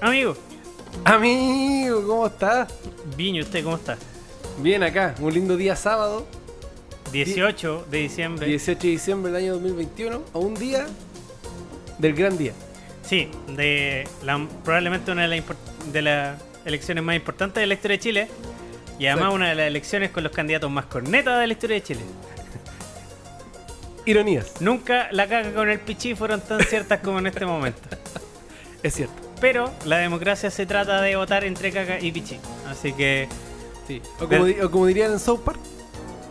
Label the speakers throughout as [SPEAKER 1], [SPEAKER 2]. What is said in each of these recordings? [SPEAKER 1] Amigo,
[SPEAKER 2] Amigo, ¿cómo estás?
[SPEAKER 1] Viño, ¿usted cómo está?
[SPEAKER 2] Bien acá, un lindo día sábado,
[SPEAKER 1] 18 de diciembre.
[SPEAKER 2] 18 de diciembre del año 2021, a un día del gran día.
[SPEAKER 1] Sí, de la- probablemente una de las impor- de las elecciones más importantes de la historia de Chile. Y además
[SPEAKER 2] Exacto.
[SPEAKER 1] una de las elecciones con los candidatos más cornetas de la historia de Chile.
[SPEAKER 2] Ironías,
[SPEAKER 1] Nunca la caga con el pichí fueron tan ciertas como en este momento.
[SPEAKER 2] es cierto.
[SPEAKER 1] Pero la democracia se trata de votar entre caca y pichí. Así que
[SPEAKER 2] Sí. O, como,
[SPEAKER 1] Del-
[SPEAKER 2] di- o como dirían en South Park,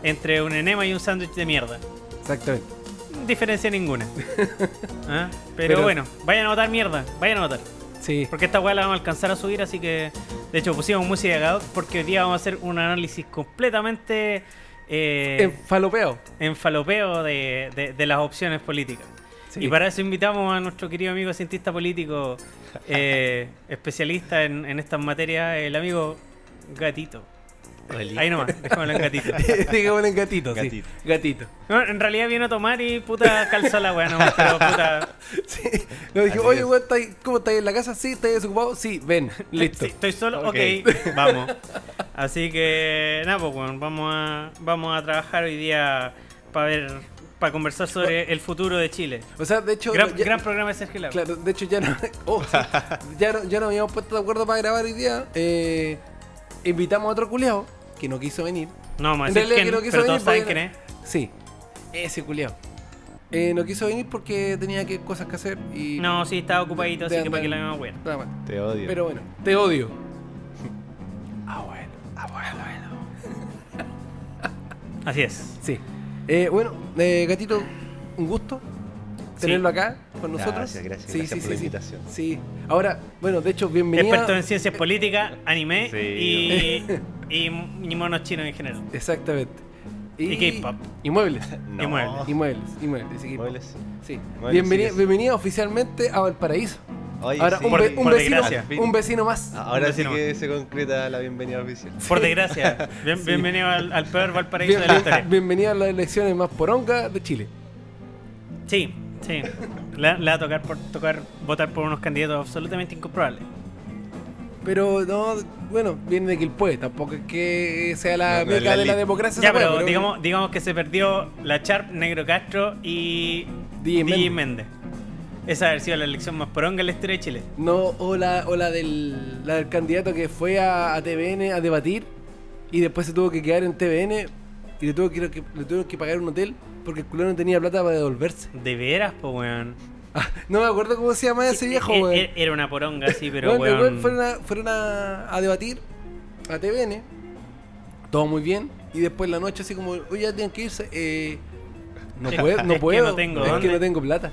[SPEAKER 1] entre un enema y un sándwich de mierda.
[SPEAKER 2] exactamente.
[SPEAKER 1] Diferencia ninguna. ¿Ah? Pero,
[SPEAKER 2] Pero-
[SPEAKER 1] bueno, vayan a votar mierda. Vayan a votar.
[SPEAKER 2] Sí,
[SPEAKER 1] Porque esta weá la vamos a alcanzar a subir, así que. De hecho, pusimos música de Gadoc porque hoy día vamos a hacer un análisis completamente eh,
[SPEAKER 2] enfalopeado.
[SPEAKER 1] en falopeo de, de- de las opciones políticas.
[SPEAKER 2] Sí.
[SPEAKER 1] Y para eso invitamos a nuestro querido amigo cientista político, eh, especialista en, en estas materias, el amigo Gatito. Ahí nomás, dejémoslo en Gatito.
[SPEAKER 2] Digámosle en gatito,
[SPEAKER 3] Gatito.
[SPEAKER 2] sí. Gatito.
[SPEAKER 1] No, en realidad vino a tomar y puta calzó la weá nomás, pero puta.
[SPEAKER 2] Sí. Nos dije,
[SPEAKER 3] Así
[SPEAKER 2] oye,
[SPEAKER 3] es.
[SPEAKER 2] weón, ¿estáis- ¿cómo estáis en la casa? Sí, ¿estáis desocupado? Sí, ven, listo.
[SPEAKER 1] Sí, estoy solo, ok,
[SPEAKER 3] Ok.
[SPEAKER 1] vamos. Así que nada, pues weón, vamos a vamos a trabajar hoy día para ver para conversar sobre el futuro de Chile.
[SPEAKER 2] O sea, de hecho...
[SPEAKER 1] Gran,
[SPEAKER 2] ya-
[SPEAKER 1] gran programa de Sergio Lago.
[SPEAKER 2] Claro, de hecho ya no, oh, sí. ya, no, ya nos habíamos puesto de acuerdo para grabar hoy día. Eh, invitamos a otro culiao que no quiso venir.
[SPEAKER 1] No, más
[SPEAKER 2] En
[SPEAKER 1] decir
[SPEAKER 2] realidad
[SPEAKER 1] quién,
[SPEAKER 2] creo que
[SPEAKER 1] pero
[SPEAKER 2] ese
[SPEAKER 1] todos saben
[SPEAKER 2] venir
[SPEAKER 1] quién es.
[SPEAKER 2] Sí, ese culiao. Eh, no quiso venir porque tenía que, cosas que hacer y...
[SPEAKER 1] No, sí, estaba ocupadito, así
[SPEAKER 2] De
[SPEAKER 1] que para que la
[SPEAKER 2] andar.
[SPEAKER 1] misma weón.
[SPEAKER 2] Nada más.
[SPEAKER 3] Te odio.
[SPEAKER 2] Pero bueno, te odio. Ah, bueno, ah, bueno, bueno.
[SPEAKER 1] Así es.
[SPEAKER 2] Sí. Eh, bueno, eh, gatito, un gusto
[SPEAKER 1] Sí.
[SPEAKER 2] tenerlo acá con
[SPEAKER 3] Gracias,
[SPEAKER 2] nosotros.
[SPEAKER 3] gracias, gracias por la invitación.
[SPEAKER 2] Sí. Ahora, bueno, de hecho, bienvenido.
[SPEAKER 1] Experto en ciencias políticas, anime
[SPEAKER 3] Sí,
[SPEAKER 1] y, y, y monos chinos en general.
[SPEAKER 2] Exactamente.
[SPEAKER 1] Y K-pop.
[SPEAKER 2] Y muebles.
[SPEAKER 3] No.
[SPEAKER 1] Y muebles.
[SPEAKER 2] Y muebles. Y muebles. Y K-pop.
[SPEAKER 3] Muebles.
[SPEAKER 2] Sí.
[SPEAKER 3] Muebles,
[SPEAKER 2] Bienvenida,
[SPEAKER 3] sí, sí.
[SPEAKER 2] bienvenida oficialmente a Valparaíso.
[SPEAKER 3] Oye,
[SPEAKER 2] Ahora,
[SPEAKER 3] sí. Ah.
[SPEAKER 2] un,
[SPEAKER 1] Por-
[SPEAKER 2] ve- un
[SPEAKER 1] por
[SPEAKER 2] vecino,
[SPEAKER 3] desgracia.
[SPEAKER 2] un vecino más.
[SPEAKER 3] Ahora sí
[SPEAKER 1] Continúa.
[SPEAKER 3] que se concreta la bienvenida oficial.
[SPEAKER 1] Por desgracia. Bien- Bienvenido al, al peor Valparaíso de la
[SPEAKER 2] Bien-
[SPEAKER 1] historia.
[SPEAKER 2] bienvenida a las elecciones más porongas de Chile.
[SPEAKER 1] Sí, sí. Le, le va a tocar por tocar votar por unos candidatos absolutamente incomprobables.
[SPEAKER 2] Pero no, bueno, viene de Quilpue, tampoco es que sea la
[SPEAKER 3] No, no es
[SPEAKER 2] meca
[SPEAKER 3] la
[SPEAKER 2] de la
[SPEAKER 3] elite.
[SPEAKER 2] democracia.
[SPEAKER 1] Ya,
[SPEAKER 2] esa wea,
[SPEAKER 1] pero, digamos, digamos que se perdió la Charp, Negro Castro y DJ
[SPEAKER 2] DJ Méndez.
[SPEAKER 1] Méndez. Esa ha sido la elección más poronga en la historia de Chile.
[SPEAKER 2] No, o la, o la del, la del candidato que fue a, a TVN a debatir y después se tuvo que quedar en TVN y le tuvo que, que- le tuvo que pagar un hotel porque el culo no tenía plata para devolverse.
[SPEAKER 1] De veras, po, weón.
[SPEAKER 2] Ah, no me acuerdo cómo se llamaba ese viejo,
[SPEAKER 1] E- e-
[SPEAKER 2] weón.
[SPEAKER 1] Era una poronga, sí, pero
[SPEAKER 2] Bueno,
[SPEAKER 1] weón.
[SPEAKER 2] igual fueron, a, fueron a, a debatir a TVN, todo muy bien, y después en la noche así como, oye, ya tienen que irse, eh, no
[SPEAKER 1] Es-
[SPEAKER 2] puedo,
[SPEAKER 1] es
[SPEAKER 2] no
[SPEAKER 1] que
[SPEAKER 2] puedo,
[SPEAKER 1] no tengo
[SPEAKER 2] es
[SPEAKER 1] dónde".
[SPEAKER 2] que no tengo plata.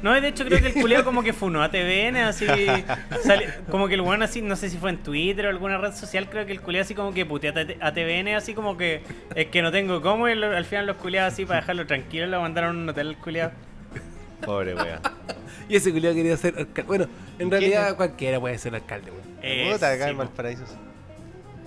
[SPEAKER 1] No, de hecho creo que el culeo como que funó a TVN, así... sale- como que el weón así, no sé si fue en Twitter o alguna red social, creo que el culeo así como que putea a TVN, así como que es que no tengo cómo, y lo- al final los culeados así para dejarlo tranquilo, lo mandaron a un hotel al culeado.
[SPEAKER 3] Pobre wea.
[SPEAKER 2] Y ese culiao quería ser alcalde. Bueno, en
[SPEAKER 3] ¿Quién
[SPEAKER 2] realidad
[SPEAKER 3] es?
[SPEAKER 2] cualquiera puede ser alcalde, weón.
[SPEAKER 1] Eh,
[SPEAKER 3] Puta, acá
[SPEAKER 1] sí,
[SPEAKER 3] en
[SPEAKER 1] po.
[SPEAKER 3] Valparaíso.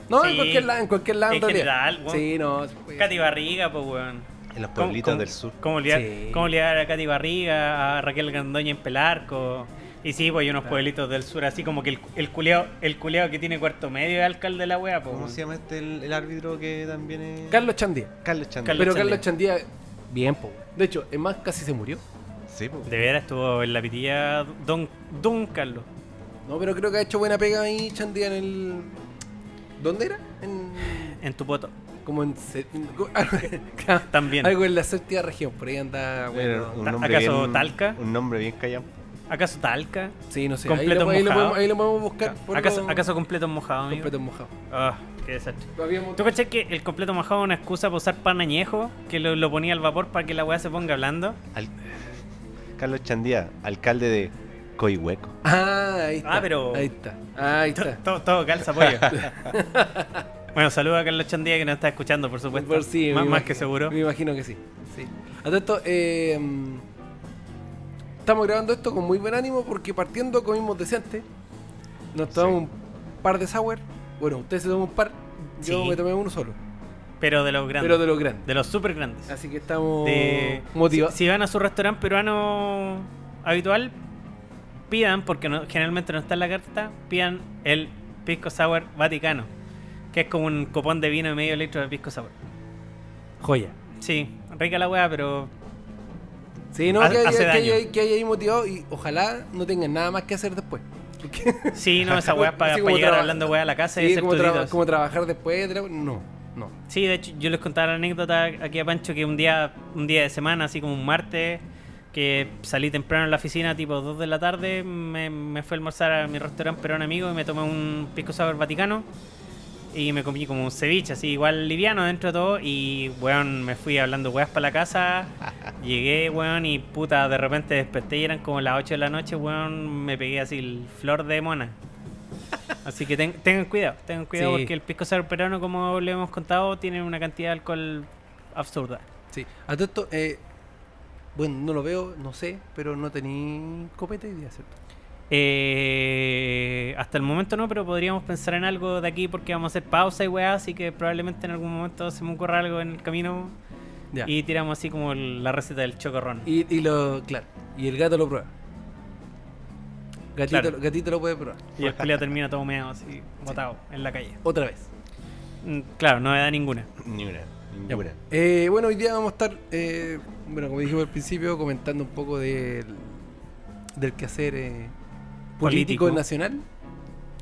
[SPEAKER 2] No, en
[SPEAKER 1] Sí.
[SPEAKER 2] cualquier lado, en cualquier lado
[SPEAKER 1] En
[SPEAKER 2] realidad.
[SPEAKER 1] general, weón.
[SPEAKER 2] Sí, no. se puede.
[SPEAKER 1] Katy Barriga, pues weón.
[SPEAKER 3] En los
[SPEAKER 1] ¿Cómo-
[SPEAKER 3] pueblitos
[SPEAKER 1] cómo-
[SPEAKER 3] del sur.
[SPEAKER 1] ¿Cómo olvidar,
[SPEAKER 2] Sí.
[SPEAKER 1] cómo olvidar a Katy Barriga, a Raquel Gandoña en Pelarco? Y sí, pues hay unos pueblitos del sur, así como que el, el culeado el culeado que tiene cuarto medio es alcalde de la wea, pues.
[SPEAKER 3] ¿Cómo se llama este el, el árbitro que también es.
[SPEAKER 2] pues, Carlos Chandía.
[SPEAKER 3] Carlos Chandler.
[SPEAKER 1] Carlos
[SPEAKER 2] Pero Carlos Chandía, bien, po. weón. De hecho, es más, casi se murió.
[SPEAKER 3] Sí, po.
[SPEAKER 1] De veras estuvo en la pitilla Don, don Carlos.
[SPEAKER 2] No, pero creo que ha hecho buena pega ahí Chandía en el... ¿Dónde era? En...
[SPEAKER 1] En tu poto.
[SPEAKER 2] Como en. se- como- Claro,
[SPEAKER 1] También.
[SPEAKER 2] Algo en la séptima región, por ahí anda.
[SPEAKER 3] Era
[SPEAKER 2] Bueno,
[SPEAKER 3] un
[SPEAKER 1] Ta-
[SPEAKER 3] nombre
[SPEAKER 1] ¿acaso
[SPEAKER 3] bien,
[SPEAKER 1] Talca?
[SPEAKER 3] Un nombre bien callado.
[SPEAKER 1] ¿Acaso Talca?
[SPEAKER 2] sí, no sé. Ahí
[SPEAKER 1] completo
[SPEAKER 2] lo, ahí lo
[SPEAKER 1] mojado.
[SPEAKER 2] podemos, ahí lo podemos buscar. por
[SPEAKER 1] ¿Acaso,
[SPEAKER 2] lo-
[SPEAKER 1] ¿Acaso completo mojado, amigo?
[SPEAKER 2] completo mojado.
[SPEAKER 1] Ah, qué desastre.
[SPEAKER 2] Lo habíamos-
[SPEAKER 1] ¿Tú cachás que el completo mojado es una excusa para usar pan añejo? Que lo, lo ponía al vapor para que la weá se ponga blando.
[SPEAKER 3] Al- Carlos Chandía, alcalde de Coihueco.
[SPEAKER 2] Ah, ahí está.
[SPEAKER 1] Ah, pero-
[SPEAKER 2] Ahí está. Ahí
[SPEAKER 1] To-
[SPEAKER 2] está.
[SPEAKER 1] Todo, todo calza pollo. bueno, saludo a Carlos Chandía que nos está escuchando, por supuesto.
[SPEAKER 2] Por sí, me
[SPEAKER 1] más, más
[SPEAKER 2] imagino-
[SPEAKER 1] que seguro.
[SPEAKER 2] Me imagino que sí. sí. A todo esto, eh, estamos grabando esto con muy buen ánimo porque partiendo comimos decente. Nos tomamos un par de sour. Bueno, ustedes se toman un par. Yo
[SPEAKER 1] Sí.
[SPEAKER 2] me tomé uno solo.
[SPEAKER 1] Pero de los grandes.
[SPEAKER 2] Pero de los grandes.
[SPEAKER 1] de los super grandes.
[SPEAKER 2] Así que estamos
[SPEAKER 1] De-
[SPEAKER 2] motivados.
[SPEAKER 1] Si van a su restaurante peruano habitual, pidan, porque no- generalmente no está en la carta, pidan el Pisco Sour Vaticano, que es como un copón de vino y medio litro de Pisco Sour.
[SPEAKER 4] Joya.
[SPEAKER 1] Sí, rica la weá, pero
[SPEAKER 2] Sí, no,
[SPEAKER 1] Ha-
[SPEAKER 2] que, hay-
[SPEAKER 1] hace
[SPEAKER 2] que hay-
[SPEAKER 1] daño.
[SPEAKER 2] que hay ahí motivado y ojalá no tengan nada más que hacer después. Porque-
[SPEAKER 1] sí, no, esa weá es para
[SPEAKER 2] Así como
[SPEAKER 1] llegar
[SPEAKER 2] traba-
[SPEAKER 1] hablando weá a la casa y
[SPEAKER 2] Sí,
[SPEAKER 1] hacer
[SPEAKER 2] como, traba-
[SPEAKER 1] tuditos.
[SPEAKER 2] como trabajar después de tra- No, no.
[SPEAKER 1] Sí, de hecho, yo les contaba la anécdota aquí a Pancho que un día, un día de semana, así como un martes, que salí temprano en la oficina, tipo 2 de la tarde, me, me fui a almorzar a mi restaurante Perón Amigo y me tomé un pisco sour vaticano y me comí como un ceviche, así igual liviano dentro de todo y, weón, me fui hablando weas para la casa, llegué, weón, y puta, de repente desperté y eran como las 8 de la noche, weón, me pegué así el flor de mona. Así que ten- tengan cuidado, tengan cuidado
[SPEAKER 2] Sí.
[SPEAKER 1] porque el pisco sour peruano, como le hemos contado, tiene una cantidad de alcohol absurda.
[SPEAKER 2] Sí. A todo esto, eh, bueno, no lo veo, no sé, pero no tení copete hoy día, ¿cierto?
[SPEAKER 1] Eh, hasta el momento no, pero podríamos pensar en algo de aquí porque vamos a hacer pausa y weá, así que probablemente en algún momento se me ocurra algo en el camino
[SPEAKER 2] Ya.
[SPEAKER 1] y tiramos así como el- la receta del chocorrón.
[SPEAKER 2] Y, y lo, claro, y el gato lo prueba. Gatito,
[SPEAKER 1] Claro.
[SPEAKER 2] gatito lo puede probar.
[SPEAKER 1] Y el culiao termina todo meado así, botado en la calle.
[SPEAKER 2] Otra vez.
[SPEAKER 1] Mm, Claro, no me da ninguna.
[SPEAKER 3] Ni una,
[SPEAKER 2] Ya,
[SPEAKER 3] ninguna.
[SPEAKER 2] Eh, bueno, hoy día vamos a estar, eh, bueno, como dijimos al principio, comentando un poco del, del quehacer eh, político,
[SPEAKER 1] Político.
[SPEAKER 2] nacional,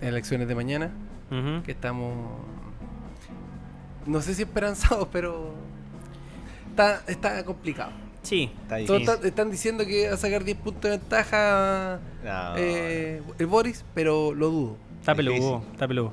[SPEAKER 2] elecciones de mañana,
[SPEAKER 1] Ujú.
[SPEAKER 2] que estamos, no sé si esperanzados, pero está, está complicado.
[SPEAKER 1] Sí.
[SPEAKER 3] Está
[SPEAKER 2] Todos
[SPEAKER 3] difícil.
[SPEAKER 2] están, están diciendo que va a sacar 10 puntos de ventaja
[SPEAKER 1] Ah.
[SPEAKER 3] No.
[SPEAKER 2] eh, el Boris, pero lo dudo.
[SPEAKER 1] Está peludo,
[SPEAKER 3] Difícil.
[SPEAKER 1] está peludo.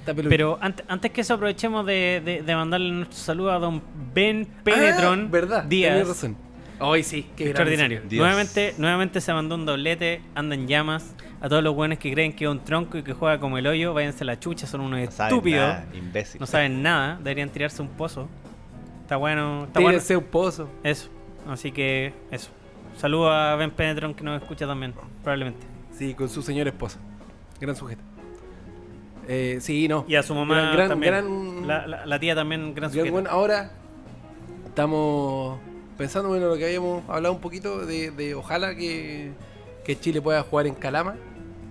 [SPEAKER 2] Está peludo.
[SPEAKER 1] Pero ant- antes que eso aprovechemos de, de- de mandarle nuestro saludo a don Ben
[SPEAKER 2] Pedetron
[SPEAKER 1] Penetron
[SPEAKER 2] Ah, ¿verdad?
[SPEAKER 1] Díaz.
[SPEAKER 2] Tenés razón. Hoy sí, qué
[SPEAKER 1] Extraordinario.
[SPEAKER 3] Dios.
[SPEAKER 1] Nuevamente, nuevamente se mandó un doblete, anda en llamas. A todos los buenos que creen que es un tronco y que juega como el hoyo, váyanse a la chucha, son unos
[SPEAKER 3] No saben
[SPEAKER 1] estúpidos.
[SPEAKER 3] nada, imbécil.
[SPEAKER 1] No saben nada, deberían tirarse un pozo. Está bueno, está bueno.
[SPEAKER 2] Tírese un pozo.
[SPEAKER 1] Eso. Así que eso. Saludo a Ben Penetron que nos escucha también, probablemente.
[SPEAKER 2] Sí, con su señora esposa. Gran sujeto. Eh, sí, no.
[SPEAKER 1] Y a su mamá
[SPEAKER 2] Gran- gran-
[SPEAKER 1] también.
[SPEAKER 2] gran-
[SPEAKER 1] la, la- la tía también, gran
[SPEAKER 2] Gran
[SPEAKER 1] sujeta.
[SPEAKER 2] bueno, ahora estamos pensando bueno, lo que habíamos hablado un poquito de, de ojalá que, que Chile pueda jugar en Calama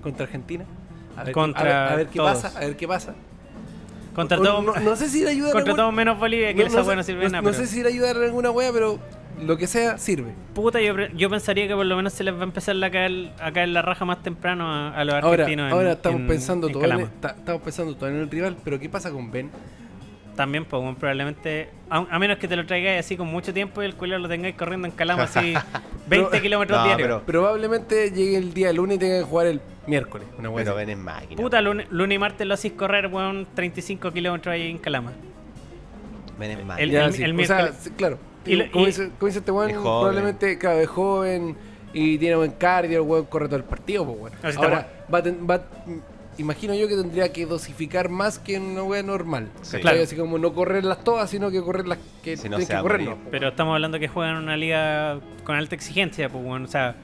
[SPEAKER 2] contra Argentina. A ver,
[SPEAKER 1] Contra
[SPEAKER 2] a ver- a ver qué
[SPEAKER 1] todos.
[SPEAKER 2] pasa, a ver qué pasa.
[SPEAKER 1] Contra
[SPEAKER 2] O-
[SPEAKER 1] todo-
[SPEAKER 2] no, no sé si le ayuda
[SPEAKER 1] contra todo menos Bolivia, que
[SPEAKER 2] no,
[SPEAKER 1] esa
[SPEAKER 2] no
[SPEAKER 1] hueá
[SPEAKER 2] sé-
[SPEAKER 1] no sirve
[SPEAKER 2] no-
[SPEAKER 1] de nada.
[SPEAKER 2] no
[SPEAKER 1] pero-
[SPEAKER 2] sé si le ayuda en alguna wea, pero lo que sea sirve.
[SPEAKER 1] Puta, yo, pre- yo pensaría que por lo menos se les va a empezar la caer, a caer la raja más temprano a, a los
[SPEAKER 2] Ahora,
[SPEAKER 1] argentinos. en-
[SPEAKER 2] ahora estamos
[SPEAKER 1] en-
[SPEAKER 2] pensando
[SPEAKER 1] en
[SPEAKER 2] todo en,
[SPEAKER 1] Calama.
[SPEAKER 2] esta- estamos pensando todo en el rival, pero ¿qué pasa con Ben?
[SPEAKER 1] También, pues, bueno, probablemente. A, a menos que te lo traigáis así con mucho tiempo y el culo lo tengáis corriendo en Calama así 20
[SPEAKER 2] Pero-
[SPEAKER 1] kilómetros
[SPEAKER 3] No,
[SPEAKER 1] diarios.
[SPEAKER 3] pero,
[SPEAKER 2] Probablemente llegue el día lunes y tenga que jugar el miércoles. Una wea
[SPEAKER 3] pero
[SPEAKER 2] así.
[SPEAKER 3] ven en máquina.
[SPEAKER 1] Puta, lune- lunes, y martes lo hacís correr, weón, 35 kilómetros ahí en Calama.
[SPEAKER 3] Ven en
[SPEAKER 1] el-
[SPEAKER 3] máquina.
[SPEAKER 2] Ya,
[SPEAKER 1] el-
[SPEAKER 2] sí.
[SPEAKER 1] el
[SPEAKER 2] o sea,
[SPEAKER 1] miércoles.
[SPEAKER 2] sí, claro.
[SPEAKER 1] Y lo-
[SPEAKER 2] como,
[SPEAKER 1] y-
[SPEAKER 2] dice, como dice este weón,
[SPEAKER 3] Es joven.
[SPEAKER 2] probablemente claro, es joven y tiene buen cardio, el weón corre todo el partido, pues weón.
[SPEAKER 1] Así está,
[SPEAKER 2] Ahora, va a ten- va a- imagino yo que tendría que dosificar más que en una wea normal.
[SPEAKER 3] Sí.
[SPEAKER 2] ¿cachai?
[SPEAKER 1] Claro.
[SPEAKER 2] Así como no correrlas todas, sino que correr las que
[SPEAKER 3] Si no
[SPEAKER 2] tienes
[SPEAKER 3] se va
[SPEAKER 2] que
[SPEAKER 3] a
[SPEAKER 2] correr.
[SPEAKER 3] morir.
[SPEAKER 2] ¿no? pues,
[SPEAKER 1] Pero estamos hablando que juegan una liga con alta exigencia, pues, bueno, o sea,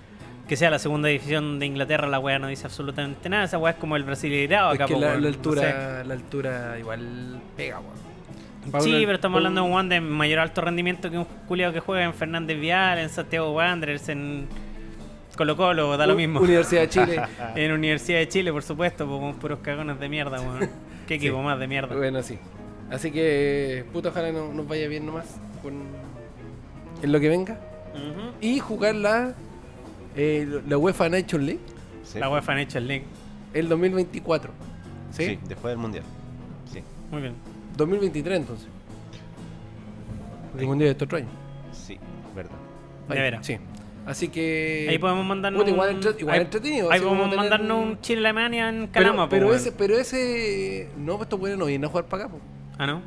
[SPEAKER 1] que sea la segunda división de Inglaterra, la weá no dice absolutamente nada. Esa weá es como el brasileirado
[SPEAKER 2] Es
[SPEAKER 1] acá,
[SPEAKER 2] que
[SPEAKER 1] pues,
[SPEAKER 2] la,
[SPEAKER 1] weón,
[SPEAKER 2] la
[SPEAKER 1] no sé.
[SPEAKER 2] altura, la altura igual pega, weón.
[SPEAKER 1] sí, pero
[SPEAKER 2] oh.
[SPEAKER 1] estamos hablando de un Juan de mayor alto rendimiento que un culiao que juega en Fernández Vial, en Santiago Wanderers, en Colo Colo, da lo mismo.
[SPEAKER 2] Universidad de Chile.
[SPEAKER 1] En Universidad de Chile, por supuesto, po, con puros cagones de mierda, weón. Qué equipo más de mierda.
[SPEAKER 2] Bueno, sí. Así que, puta, ojalá no- nos vaya bien nomás con... en lo que venga.
[SPEAKER 1] Ujú.
[SPEAKER 2] Y jugar la, eh, la UEFA Nation League
[SPEAKER 3] Sí.
[SPEAKER 1] La UEFA Nations League.
[SPEAKER 2] el 2024. ¿Sí?
[SPEAKER 3] Sí, después del mundial. Sí.
[SPEAKER 1] Muy bien.
[SPEAKER 2] 2023 entonces. Porque
[SPEAKER 3] Ahí.
[SPEAKER 2] El mundial de estos otro año.
[SPEAKER 3] Sí, verdad.
[SPEAKER 1] De veras.
[SPEAKER 2] Sí. Así que...
[SPEAKER 1] Ahí podemos mandarnos.
[SPEAKER 2] puta, igual
[SPEAKER 1] un-
[SPEAKER 2] entre- igual
[SPEAKER 1] ahí-
[SPEAKER 2] entretenido,
[SPEAKER 1] Ahí
[SPEAKER 2] así como
[SPEAKER 1] podemos
[SPEAKER 2] tener
[SPEAKER 1] mandarnos
[SPEAKER 2] un-
[SPEAKER 1] un Chile-Alemania en
[SPEAKER 2] Pero,
[SPEAKER 1] Calama, po,
[SPEAKER 2] pero
[SPEAKER 1] pues, weón.
[SPEAKER 2] ese, pero ese... No, pues estos buenos no vienen a jugar para acá. pues. po.
[SPEAKER 1] Ah, ¿no?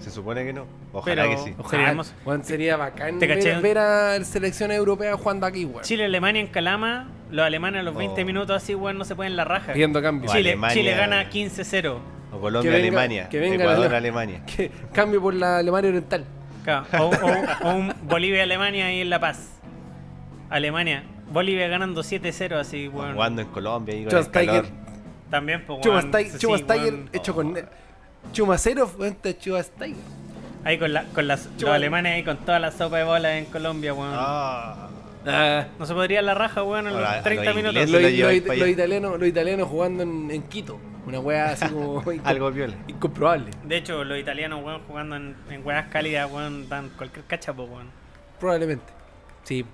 [SPEAKER 3] Se supone que no. Ojalá
[SPEAKER 1] Pero-
[SPEAKER 3] que sí.
[SPEAKER 1] Ojalá. Sería hermoso.
[SPEAKER 2] Juan, sería bacán
[SPEAKER 1] ¿Te caché?
[SPEAKER 2] ver, ver a la selección europea jugando aquí, weón.
[SPEAKER 1] Chile-Alemania en Calama. Los alemanes a los 20
[SPEAKER 3] Oh.
[SPEAKER 1] minutos así, weón, no se pueden la raja.
[SPEAKER 2] Pidiendo cambio.
[SPEAKER 3] Sí.
[SPEAKER 1] Chile,
[SPEAKER 3] Alemania-
[SPEAKER 1] Chile gana 15-0.
[SPEAKER 3] O Colombia,
[SPEAKER 2] venga-
[SPEAKER 3] Alemania.
[SPEAKER 2] que venga
[SPEAKER 3] Ecuador,
[SPEAKER 2] la-
[SPEAKER 3] Alemania.
[SPEAKER 2] Que- cambio por la Alemania Oriental.
[SPEAKER 1] Claro, O, o- o un Bolivia-Alemania ahí en La Paz. Alemania. Bolivia ganando 7-0, así, weón.
[SPEAKER 3] Jugando en Colombia y con el calor.
[SPEAKER 2] Chumastiger,
[SPEAKER 1] También, pues, weón.
[SPEAKER 2] Chumastiger,
[SPEAKER 1] sí,
[SPEAKER 2] Chumastiger
[SPEAKER 1] weón. Oh.
[SPEAKER 2] hecho con... Chumacero frente a Chumastiger.
[SPEAKER 1] Ahí con, la, con las, los
[SPEAKER 2] Chubac-
[SPEAKER 1] alemanes ahí con toda la sopa de bola en Colombia, weón.
[SPEAKER 3] Ah,
[SPEAKER 2] Ah,
[SPEAKER 1] No se podría la raja, weón, en
[SPEAKER 3] Ahora, a
[SPEAKER 1] los
[SPEAKER 3] los
[SPEAKER 1] 30
[SPEAKER 3] ingleses.
[SPEAKER 1] minutos.
[SPEAKER 2] los
[SPEAKER 3] la lleváis
[SPEAKER 2] los-
[SPEAKER 3] pa' allá.
[SPEAKER 2] los italianos los italianos jugando en, en Quito. Una weá así como inco-
[SPEAKER 3] Algo viola.
[SPEAKER 2] incomprobable.
[SPEAKER 1] De hecho, los italianos, weón, jugando en, en weas cálidas, weón, dan cualquier cachapo, weón.
[SPEAKER 2] Probablemente. Sí.